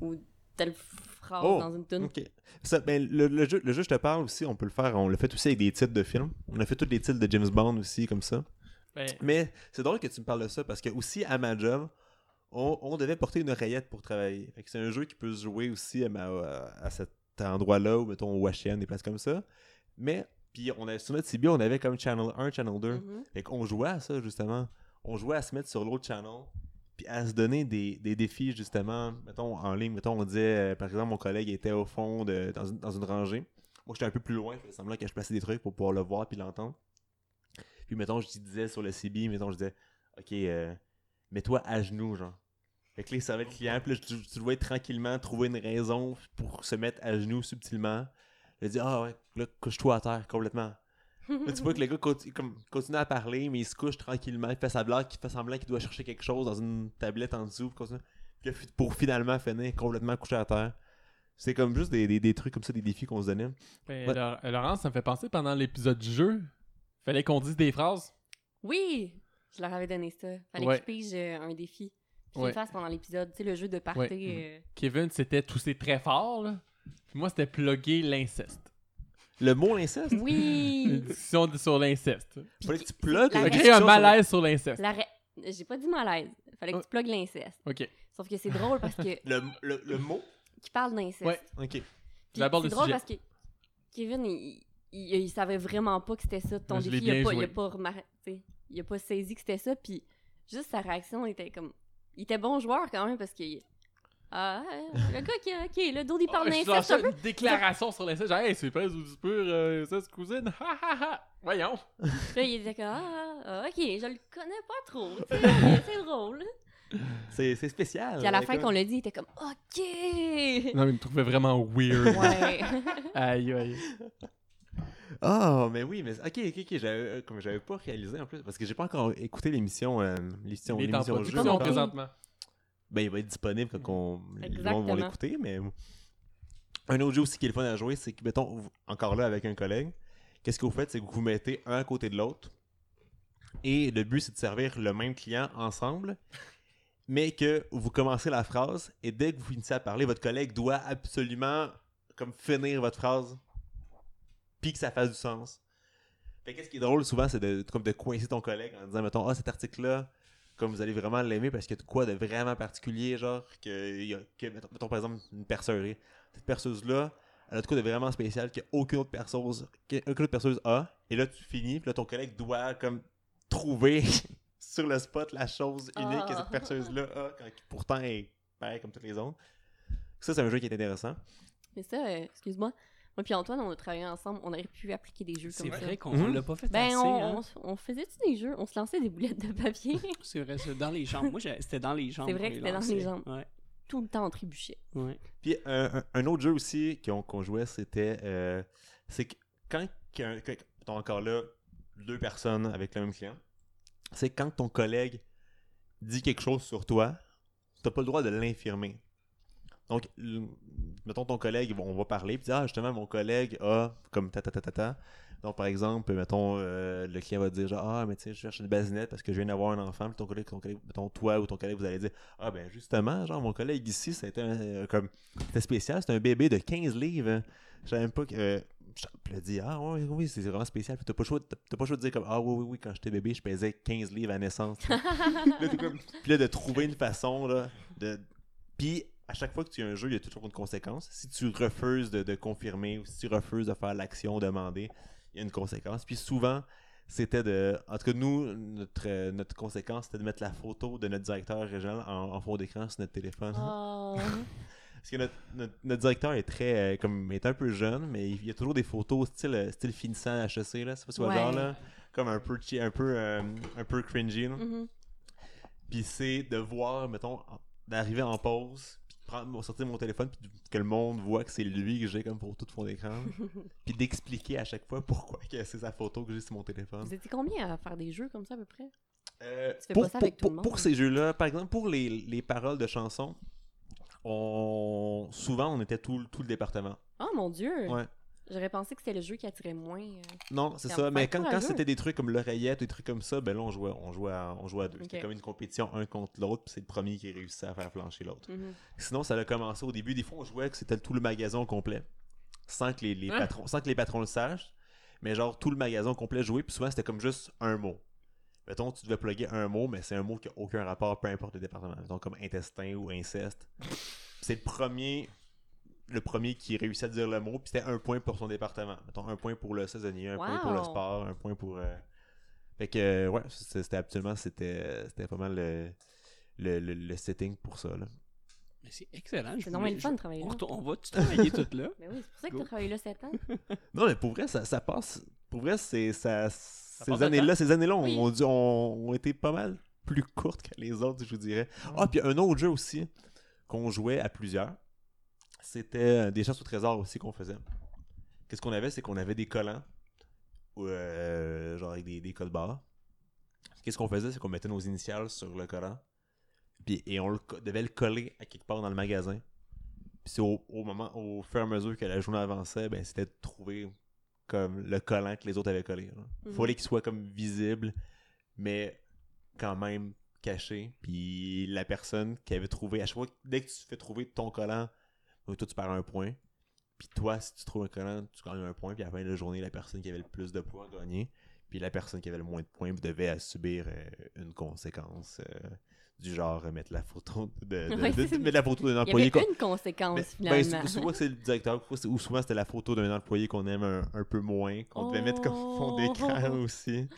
D: ou telle phrase
B: Oh.
D: dans une tune.
B: Ok. Ça, ben, le, le jeu, le jeu, je te parle aussi, on peut le faire. On l'a fait aussi avec des titres de films. On a fait tous les titres de James Bond aussi, comme ça.
C: Ben,
B: Mais c'est drôle que tu me parles de ça parce que aussi à ma job, on, on devait porter une oreillette pour travailler. Fait que c'est un jeu qui peut se jouer aussi à, ma- à cet endroit-là, ou mettons au HN, des places comme ça. Mais puis on avait, sur notre CB, on avait comme Channel 1, Channel 2.
D: Mhm.
B: Fait qu'on jouait à ça, justement. On jouait à se mettre sur l'autre channel, puis à se donner des, des défis, justement. Mettons, en ligne, mettons, on disait, euh, par exemple, mon collègue était au fond, de, dans, une, dans une rangée. Moi, j'étais un peu plus loin, je faisais semblant que je plaçais des trucs pour pouvoir le voir puis l'entendre. Puis, mettons, je disais sur le CB, mettons, je disais, OK, euh, mets-toi à genoux, genre. Fait que là, ça va être client, puis là, tu, tu dois tranquillement trouver une raison pour se mettre à genoux subtilement. Je dis, ah ouais, là, couche-toi à terre complètement.
D: Mhm.
B: Là, tu vois que le gars conti- comme, continue à parler, mais il se couche tranquillement, il fait sa blague, il fait semblant qu'il doit chercher quelque chose dans une tablette en dessous, puis continue. Puis là, fi- pour finalement finir complètement couché à terre. C'est comme juste des, des- des trucs comme ça, des défis qu'on se donnait.
C: ben,
B: Ouais.
C: Laure- Laurence, ça me fait penser pendant l'épisode du jeu. Fallait qu'on dise des phrases.
D: Oui, je leur avais donné ça. Fallait
C: Ouais.
D: que je pige euh, un défi. Puis qu'ils
C: Ouais.
D: le fassent pendant l'épisode, tu sais, le jeu de party.
C: Ouais. (laughs)
D: euh,
C: Kevin, c'était tousser très fort. Là. Puis moi, c'était plugger l'inceste.
B: Le mot l'inceste,
C: Une (laughs)
D: Oui!
C: discussion de- sur l'inceste.
B: fallait que tu plugues.
C: J'ai
B: la
D: la
C: créé un
B: Ah, discussion sur-
C: malaise sur l'inceste.
D: La ra- J'ai pas dit malaise. Fallait que tu plugues l'inceste.
C: Ok.
D: Sauf que c'est drôle parce
C: (laughs)
D: que
B: Le, le- le mot
D: qui parle d'inceste.
C: Ouais.
B: Ok.
D: Puis
C: J'aborde
D: c'est
C: le
D: drôle
C: sujet.
D: parce que Kevin, il, il, il savait vraiment pas que c'était ça ton
C: Je l'ai
D: défi. Il a,
C: bien
D: pas, il,
C: joué.
D: a pas remar- tu sais, il a pas saisi que c'était ça. Puis juste sa réaction était comme. Il était bon joueur quand même parce que. Ah, le gars qui. Ok, le dos, il parle
C: Oh, je
D: d'inceste un
C: lâchais
D: peu.
C: une déclaration sur l'inceste. Genre, hey, c'est pas ou du pur, euh, ça, c'est cousine. Ha ha ha. Voyons.
D: Puis là, il était comme. Ah, ah, ok, je le connais pas trop. tu sais, (laughs) mais C'est drôle.
B: C'est c'est spécial.
A: Ah,
B: Euh,
D: Puis à la fin
B: Comme-
D: qu'on l'a dit, il était comme. Ok!
C: Non, mais il me trouvait vraiment weird.
D: (laughs) Ouais.
C: aïe, aïe.
B: Ah, mais oui, mais ok, ok, ok, j'avais, euh, comme j'avais pas réalisé en plus, parce que j'ai pas encore écouté l'émission, euh, l'émission,
C: Il est en
B: l'émission jeu
C: production
D: non
B: encore.
D: plus.
C: présentement.
B: ben, il va être disponible quand qu'on- les gens vont
D: Exactement.
B: l'écouter. Mais un autre jeu aussi qui est le fun à jouer, c'est que, mettons, vous- encore là avec un collègue, qu'est-ce que vous faites, c'est que vous vous mettez un à côté de l'autre. Et le but, c'est de servir le même client ensemble, mais que vous commencez la phrase et dès que vous finissez à parler, votre collègue doit absolument comme finir votre phrase, puis que ça fasse du sens. Fait qu'est-ce qui est drôle souvent, c'est de, comme de coincer ton collègue en disant, mettons, ah, cet article-là, comme vous allez vraiment l'aimer parce qu'il y a de quoi de vraiment particulier, genre, que, il y a- que, mettons, mettons, par exemple une perceuse. Cette perceuse-là, elle a de quoi de vraiment spécial qu'aucune autre perceuse, qu'aucune autre perceuse a. Et là, tu finis, puis là, ton collègue doit, comme, trouver (laughs) sur le spot la chose unique que
D: Ah.
B: cette perceuse-là a, quand, qui pourtant est pareil comme toutes les autres. Ça, c'est un jeu qui est intéressant.
D: mais ça, euh, excuse-moi. Moi, puis Antoine, on a travaillé ensemble. On aurait pu appliquer des jeux
A: C'est
D: comme ça.
A: vrai qu'on
B: Mhm.
A: l'a pas fait
D: Ben,
A: assez.
D: on,
A: hein.
D: on- on faisait-tu des jeux? On se lançait des boulettes de papier (laughs)
A: C'est vrai, c'est dans les jambes. Moi, j'ai- c'était dans les jambes.
D: C'est vrai
A: qu'on
D: que c'était dans
A: lançait.
D: les jambes.
A: Ouais,
D: tout le temps en trébuchet.
A: ouais.
B: Puis un, un- un autre jeu aussi qu'on qu'on jouait, c'était. euh, c'est que quand. qu'un- que- t'as encore là deux personnes avec le même client, c'est quand ton collègue dit quelque chose sur toi, t'as pas le droit de l'infirmer. Donc, l- mettons ton collègue, on va parler, puis dire, ah, justement, mon collègue a comme ta ta ta ta ta. Donc, par exemple, mettons, euh, le client va dire, genre, ah, mais tu sais, je cherche une basinette parce que je viens d'avoir un enfant, puis ton collègue, ton collègue, mettons, toi ou ton collègue, vous allez dire, ah, ben, justement, genre, mon collègue ici, c'était un, euh, comme c'était spécial, c'est un bébé de 15 livres. Je savais même pas que. euh, je me dit, ah oui, oui, c'est vraiment spécial. Puis t'as pas, le choix de- t'as pas le choix de dire comme, ah oui, oui, oui, quand j'étais bébé, je pesais 15 livres à naissance. là. Là, t'es comme- Puis là, de trouver une façon, là. De... Puis à chaque fois que tu as un jeu, il y a toujours une conséquence. Si tu refuses de, de confirmer ou si tu refuses de faire l'action demandée, il y a une conséquence. Puis souvent, c'était de. En tout cas, nous, notre, euh, notre conséquence, c'était de mettre la photo de notre directeur régional en, en fond d'écran sur notre téléphone.
D: Oh.
B: Parce que notre, notre- notre directeur est très euh, comme est un peu jeune, mais il y a toujours des photos style euh, style finissant HEC là, c'est pas si
D: Ouais.
B: genre là, comme un peu chi- un peu euh, un peu cringy. là.
D: (laughs) Mhm.
B: Puis c'est de voir mettons en- d'arriver en pause, puis de prendre mon- sortir mon téléphone puis de- que le monde voit que c'est lui que j'ai comme photo de fond
D: (laughs)
B: d'écran, puis d'expliquer à chaque fois pourquoi que c'est sa photo que j'ai sur mon téléphone.
D: Vous étiez combien à faire des jeux comme ça à peu près?
B: Euh,
D: fais
B: pour,
D: pas ça
B: pour-
D: avec tout le
B: pour-
D: monde.
B: pour ces jeux-là, par exemple, pour les, les paroles de chansons, on... souvent on était tout, le- tout le département.
D: Oh mon dieu!
B: Ouais.
D: J'aurais pensé que c'était le jeu qui attirait moins. euh.
B: Non, c'est
D: C'est
B: ça.
D: un
B: Mais
D: facteur
B: quand,
D: à
B: quand
D: jeu.
B: c'était des trucs comme l'oreillette, des trucs comme ça, ben là, on jouait, on jouait, à, on jouait à deux. C'était
D: Ok.
B: comme une compétition un contre l'autre, puis c'est le premier qui réussissait à faire flancher l'autre.
D: Mhm.
B: Sinon, ça a commencé au début. Des fois, on jouait que c'était tout le magasin au complet, sans que les, les
D: Hein?
B: patrons, sans que les patrons le sachent. Mais genre, tout le magasin au complet jouait, puis souvent, c'était comme juste un mot. Mettons, tu devais plugger un mot, mais c'est un mot qui n'a aucun rapport, peu importe le département. Mettons, comme intestin ou inceste. Puis c'est le premier le premier qui réussit à dire le mot, puis c'était un point pour son département. Mettons, un point pour le saisonnier, un point pour le
D: Wow.
B: sport, un point pour... euh, Fait que, euh, ouais, c'est- c'était absolument, c'était c'était pas mal le, le, le- le setting pour ça, là.
A: Mais c'est excellent. je
D: C'est
A: voulais-
D: normal le fun
A: je-
D: de travailler
A: On,
D: là.
A: retourne- on va tout travailler tout là.
D: Mais oui, c'est pour ça que
A: Go.
D: t'as travaillé
A: (laughs)
D: là 7 ans.
B: Non, mais pour vrai, ça, ça passe... Pour vrai, c'est ça,
C: passe
B: ces
C: le
B: années-là, ces années-là ont,
D: Oui.
B: ont dû- ont- ont été pas mal plus courtes que les autres, je vous dirais. Ah, puis un autre jeu aussi qu'on jouait à plusieurs, c'était euh, des chasses au trésor aussi qu'on faisait. Qu'est-ce qu'on avait, c'est qu'on avait des collants, ou, euh, genre avec des, des codes barres. Qu'est-ce qu'on faisait, c'est qu'on mettait nos initiales sur le collant, puis, et on le co- devait le coller à quelque part dans le magasin. Puis c'est au, au moment, au fur et à mesure que la journée avançait, ben, c'était de trouver comme le collant que les autres avaient collé. Il
D: Mhm.
B: fallait qu'il soit comme visible, mais quand même caché. Puis la personne qui avait trouvé, à chaque fois, dès que tu fais trouver ton collant, donc toi tu perds un point. Puis toi, si tu trouves un collant, tu gagnes un point. Puis à la fin de la journée, la personne qui avait le plus de points gagnait. Puis la personne qui avait le moins de points devait euh, subir euh, une conséquence euh, du genre euh, mettre la photo de, de-
D: Ouais,
B: de-
D: c'est ça.
B: mettre la photo d'un
D: Il y avait
B: employé. qu'on-
D: une conséquence
B: Mais- ben,
D: finalement.
B: sou- souvent que c'est le directeur ou sou- ou souvent c'était la photo d'un employé qu'on aime un, un peu moins, qu'on devait mettre comme fond d'écran
D: Oh.
B: aussi.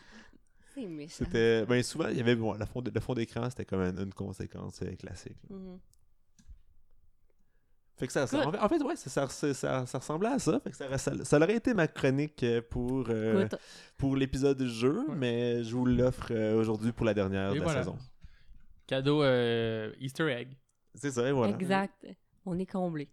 D: C'est méchant.
B: C'était ben souvent il y avait bon, la fond de- le fond d'écran c'était comme un- une conséquence euh, classique. là.
D: Mhm.
B: Fait que ça, ça- en, fait, en fait, ouais, ça, ça, ça- ça ressemblait à ça. Fait que ça, ça- ça aurait été ma chronique euh, pour, euh,
D: Écoute,
B: pour l'épisode du jeu,
C: Ouais.
B: mais je vous l'offre euh, aujourd'hui pour la dernière
C: Et
B: de la
C: voilà.
B: saison.
C: Cadeau euh, Easter egg.
B: C'est ça, et voilà.
D: exact. On est comblé.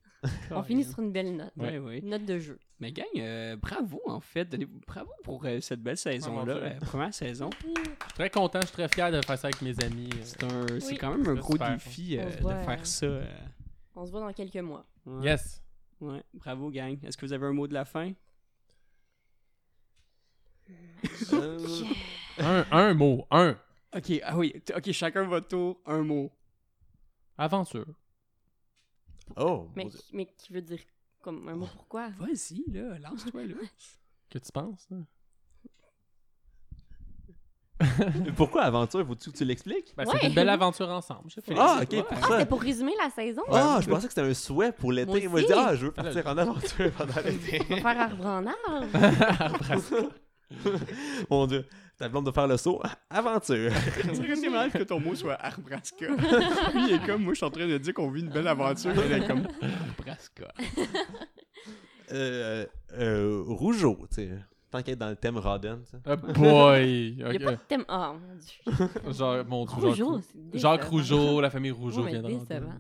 D: On finit sur une belle note.
A: Ouais, ouais.
D: Une note de jeu.
A: Mais gang, euh, bravo en fait. Donnez- Bravo pour euh, cette belle saison-là.
C: Ah, mon Dieu.
A: euh, première (laughs) saison.
C: Je suis très content, je suis très fier de faire ça avec mes amis. euh.
A: C'est un- c'est
D: Oui.
A: quand même un
C: C'est
A: gros
C: super.
A: défi
D: On
A: euh,
D: se
A: de
D: voit, euh,
A: faire ça. euh,
D: On se voit dans quelques mois.
A: ouais.
C: Yes.
A: Ouais. Bravo gang. Est-ce que vous avez un mot de la fin?
B: Euh,
C: Un, un mot, un.
A: Ok, ah oui, t- ok, chacun votre tour, un mot.
C: Aventure.
B: Oh,
D: Mais,
B: mon Dieu.
D: mais qui veut dire comme un mot pourquoi?
A: Vas-y, là, lance-toi là.
C: Que tu penses? là?
B: pourquoi aventure Faut-tu que tu l'expliques
C: Ben,
D: Ouais.
C: C'était une belle aventure ensemble. Je sais pas.
B: Ah, ok,
A: Ouais.
B: pour
A: Ah,
D: Ah,
B: ça.
D: c'était pour résumer la saison?
B: Ah, je pensais que c'était un souhait pour
D: Moi
B: l'été.
D: aussi.
B: Moi, je dis, ah, je veux partir en aventure
C: (laughs)
B: pendant l'été.
D: On va faire arbre en arbre.
B: (laughs) Mon Dieu, t'as blonde de faire le saut. Aventure.
A: C'est mal que ton mot soit (laughs) Arbrasca. Lui, il est comme, moi, je suis en train de dire qu'on vit une belle aventure, mais il est comme Arbrasca.
B: Euh, euh, Rougeau, tu sais. Tant qu'être dans le thème Rodden, tu sais.
C: Ah, boy.
D: Il n'y a pas
C: Ok.
D: de thème. Ah, mon dieu.
C: Genre, mon Dieu,
D: Rougeau,
C: Jacques-
D: c'est
C: Jacques
D: décevant.
C: Rougeau, la famille Rougeau
D: Ouais, mais
C: viendra.
D: décevant.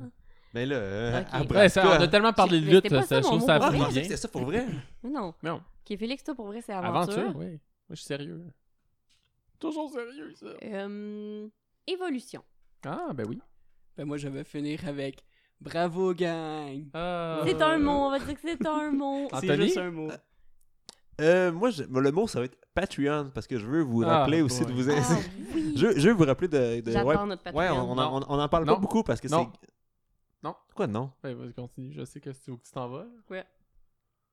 B: Mais là, euh,
D: Ok.
B: Abrasca.
C: Ouais, ça, on a tellement parlé de
D: Mais
C: lutte,
D: c'était pas
C: ça,
D: ça,
C: je
D: mon
C: trouve
D: mot
C: ça
B: Ah, je
C: finit
B: pensais que
C: bien.
B: c'était ça pour vrai.
D: Mais non.
C: Non,
D: Ok, Félix, toi, pour vrai, c'est aventure.
C: aventure, oui. Moi, je suis sérieux. Toujours sérieux, ça.
D: Euh, évolution.
C: Ah, ben oui.
A: Ben, moi, je vais finir avec Bravo, gang.
C: Ah.
D: C'est un mot, on va dire que c'est
A: (laughs)
D: un mot.
C: Ah,
A: C'est
C: Anthony?
A: juste un mot.
B: (laughs) Euh, moi, je- le mot, ça va être Patreon, parce que je veux vous
C: Ah,
B: rappeler aussi
C: boy.
B: de vous...
D: Ah, oui.
B: (laughs) Je, je veux vous rappeler de... de...
D: J'adore
B: Ouais,
D: notre Patreon.
B: ouais, on, on, en- on en parle
C: Non.
B: pas beaucoup, parce que c'est...
C: Non. Non.
B: Quoi, non?
C: Ben, vas-y, continue. Je sais que c'est où que tu t'en vas.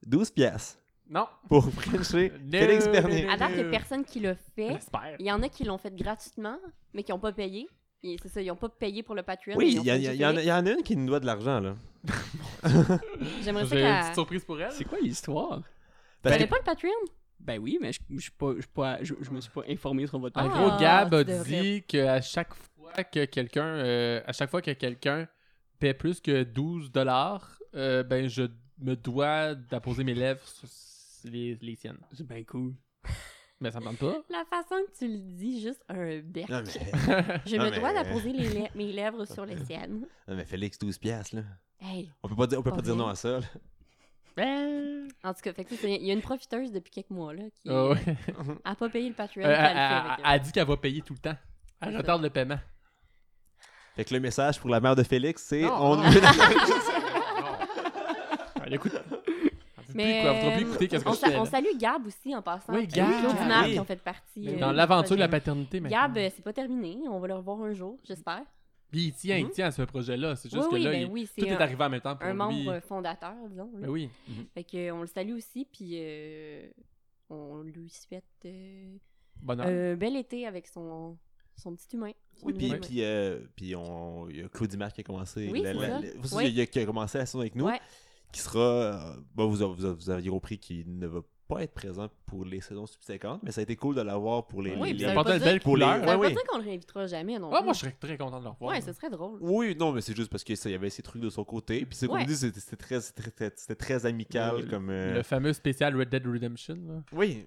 B: 12 piastres
C: Non.
B: pour (laughs) frencher
C: No,
B: Félix
C: no,
B: Bernier.
C: no,
D: À date, il n'y
C: Euh.
D: a personne qui l'a fait.
C: J'espère.
D: Il y en a qui l'ont fait gratuitement, mais qui n'ont pas payé. Et C'est ça, ils n'ont pas payé pour le Patreon. mais
B: Oui,
D: ils ont
B: il y, a-
D: fait
B: y a-
D: du
B: y en a-
D: Félix.
B: y en a une qui nous doit de l'argent, là.
D: J'aimerais ça
C: J'ai une petite
D: qu'elle...
C: surprise pour elle.
A: C'est quoi l'histoire?
B: Parce
D: T'avais
B: que-
D: pas le Patreon?
A: Ben oui, mais je je suis pas- je suis pas- je- je me suis pas informé sur votre
C: En
D: Ah,
A: Patreon.
C: gros, Gab a
D: tu devrais.
C: dit qu'à chaque fois que quelqu'un, euh, à chaque fois que quelqu'un paie plus que 12 dollars, ben je me dois d'apposer mes lèvres sur les, les siennes.
A: C'est bien cool.
C: Mais ça me tente pas.
D: La façon que tu le dis, juste un bec.
B: non, mais,
D: (laughs) Je
B: non,
D: me
B: mais-
D: dois d'apposer les lè- mes lèvres
B: (laughs)
D: sur les siennes.
B: non, mais Félix, 12 piastres, là.
D: Hey,
B: On peut pas dire, on peut pas
D: Pas
B: dire non
D: vrai.
B: à ça, là.
D: en tout cas, fait que c'est- il y a une profiteuse depuis quelques mois là, qui
C: Ah ouais.
D: a pas payé le Patreon.
C: Euh,
D: puis
C: elle,
D: ben, elle le fait
C: elle-
D: avec
C: elle
D: elle.
C: dit qu'elle va payer tout le temps. Elle
D: C'est
C: retarde le paiement.
B: Fait que le message pour la mère de Félix, c'est
C: Non,
B: on
C: non. Elle
D: (laughs)
C: écoute. Elle dit plus
D: Mais euh,
C: quoi, elle voudra plus écouter qu'est-ce que
D: on,
C: je
D: sa-
C: fais,
D: on
C: là.
D: salue Gab aussi en passant.
C: Oui,
D: puis
C: Gab.
D: Claude Dumas
A: Oui.
D: qui ont fait partie. euh,
C: Dans
D: du
C: l'aventure de la
D: projet.
C: paternité, maintenant.
D: Gab, euh, c'est pas terminé. On va le revoir un jour, j'espère.
C: Puis il tient, il tient à ce projet-là. C'est juste
D: oui, oui,
C: que là,
D: ben
C: il-
D: oui,
C: tout
D: c'est
C: est
D: un,
C: arrivé en même temps pour
D: un
C: lui.
D: membre fondateur, disons. là.
C: Ben oui.
D: Fait que, euh, on le salue aussi, puis euh, on lui souhaite euh,
C: Bonheur.
D: un bel été avec son, son petit humain. son
B: Oui, puis,
D: nouvel
B: puis, euh, puis on, il y a Claudie Marc qui a commencé.
D: Oui, c'est ça.
B: vous savez,
D: Ouais.
B: il y a- qui a commencé la saison avec nous,
D: Ouais.
B: qui sera. euh, bon, vous, vous, vous aviez compris qu'il ne va pas être présent pour les saisons subséquentes, mais ça a été cool de l'avoir pour les.
D: Oui,
B: les-
D: puis
C: il
B: les-
D: ça veut pas
C: apportait une
D: dire-
C: belle
B: pour les-
C: couleur.
D: Ça
B: Ouais,
D: veut pas
B: ouais.
D: dire qu'on le réinvitera jamais non
C: Ouais,
D: plus.
C: moi, je serais très content de le revoir.
D: Ouais, ce serait drôle.
B: Oui, non, mais c'est juste parce qu'il y avait ces trucs de son côté. Puis c'est qu'on
D: Ouais.
B: dit, c'était c'était très, c'était très, c'était très amical
C: Le-
B: comme. euh,
C: Le fameux spécial Red Dead Redemption. là.
B: Oui.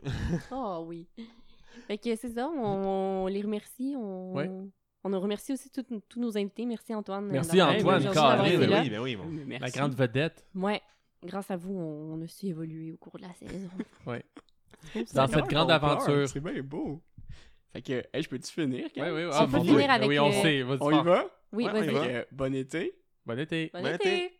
D: Ah oui. Fait que c'est ça, on, on les remercie. On,
C: Ouais.
D: on nous remercie aussi tous tous nos invités. Merci Antoine.
C: Merci,
D: d'avoir-
A: Antoine,
D: aujourd'hui,
C: carré,
B: Ah,
D: d'avoir
B: oui,
C: c'est
D: été
B: ben
D: là.
B: oui, ben oui. bon.
A: Mais Merci.
C: La grande vedette.
D: Ouais. Grâce à vous, on, on a su évoluer au cours de la saison.
C: Ouais.
D: C'est beau, ça.
C: Dans cette grande
A: On pleure,
C: aventure.
A: C'est bien beau. Fait que, hey, je peux-tu finir?
C: Oui,
A: Kat?
C: oui,
D: On peut
C: Ah, mon
D: finir
C: Dieu.
D: avec,
C: Oui, on
D: euh,
C: sait. Vas-y,
A: On
C: fort.
A: y va?
D: Oui,
B: Ouais,
D: vas-y.
B: on y va.
A: Fait que, bon été.
C: Bon été.
D: Bon
B: Bon
D: été.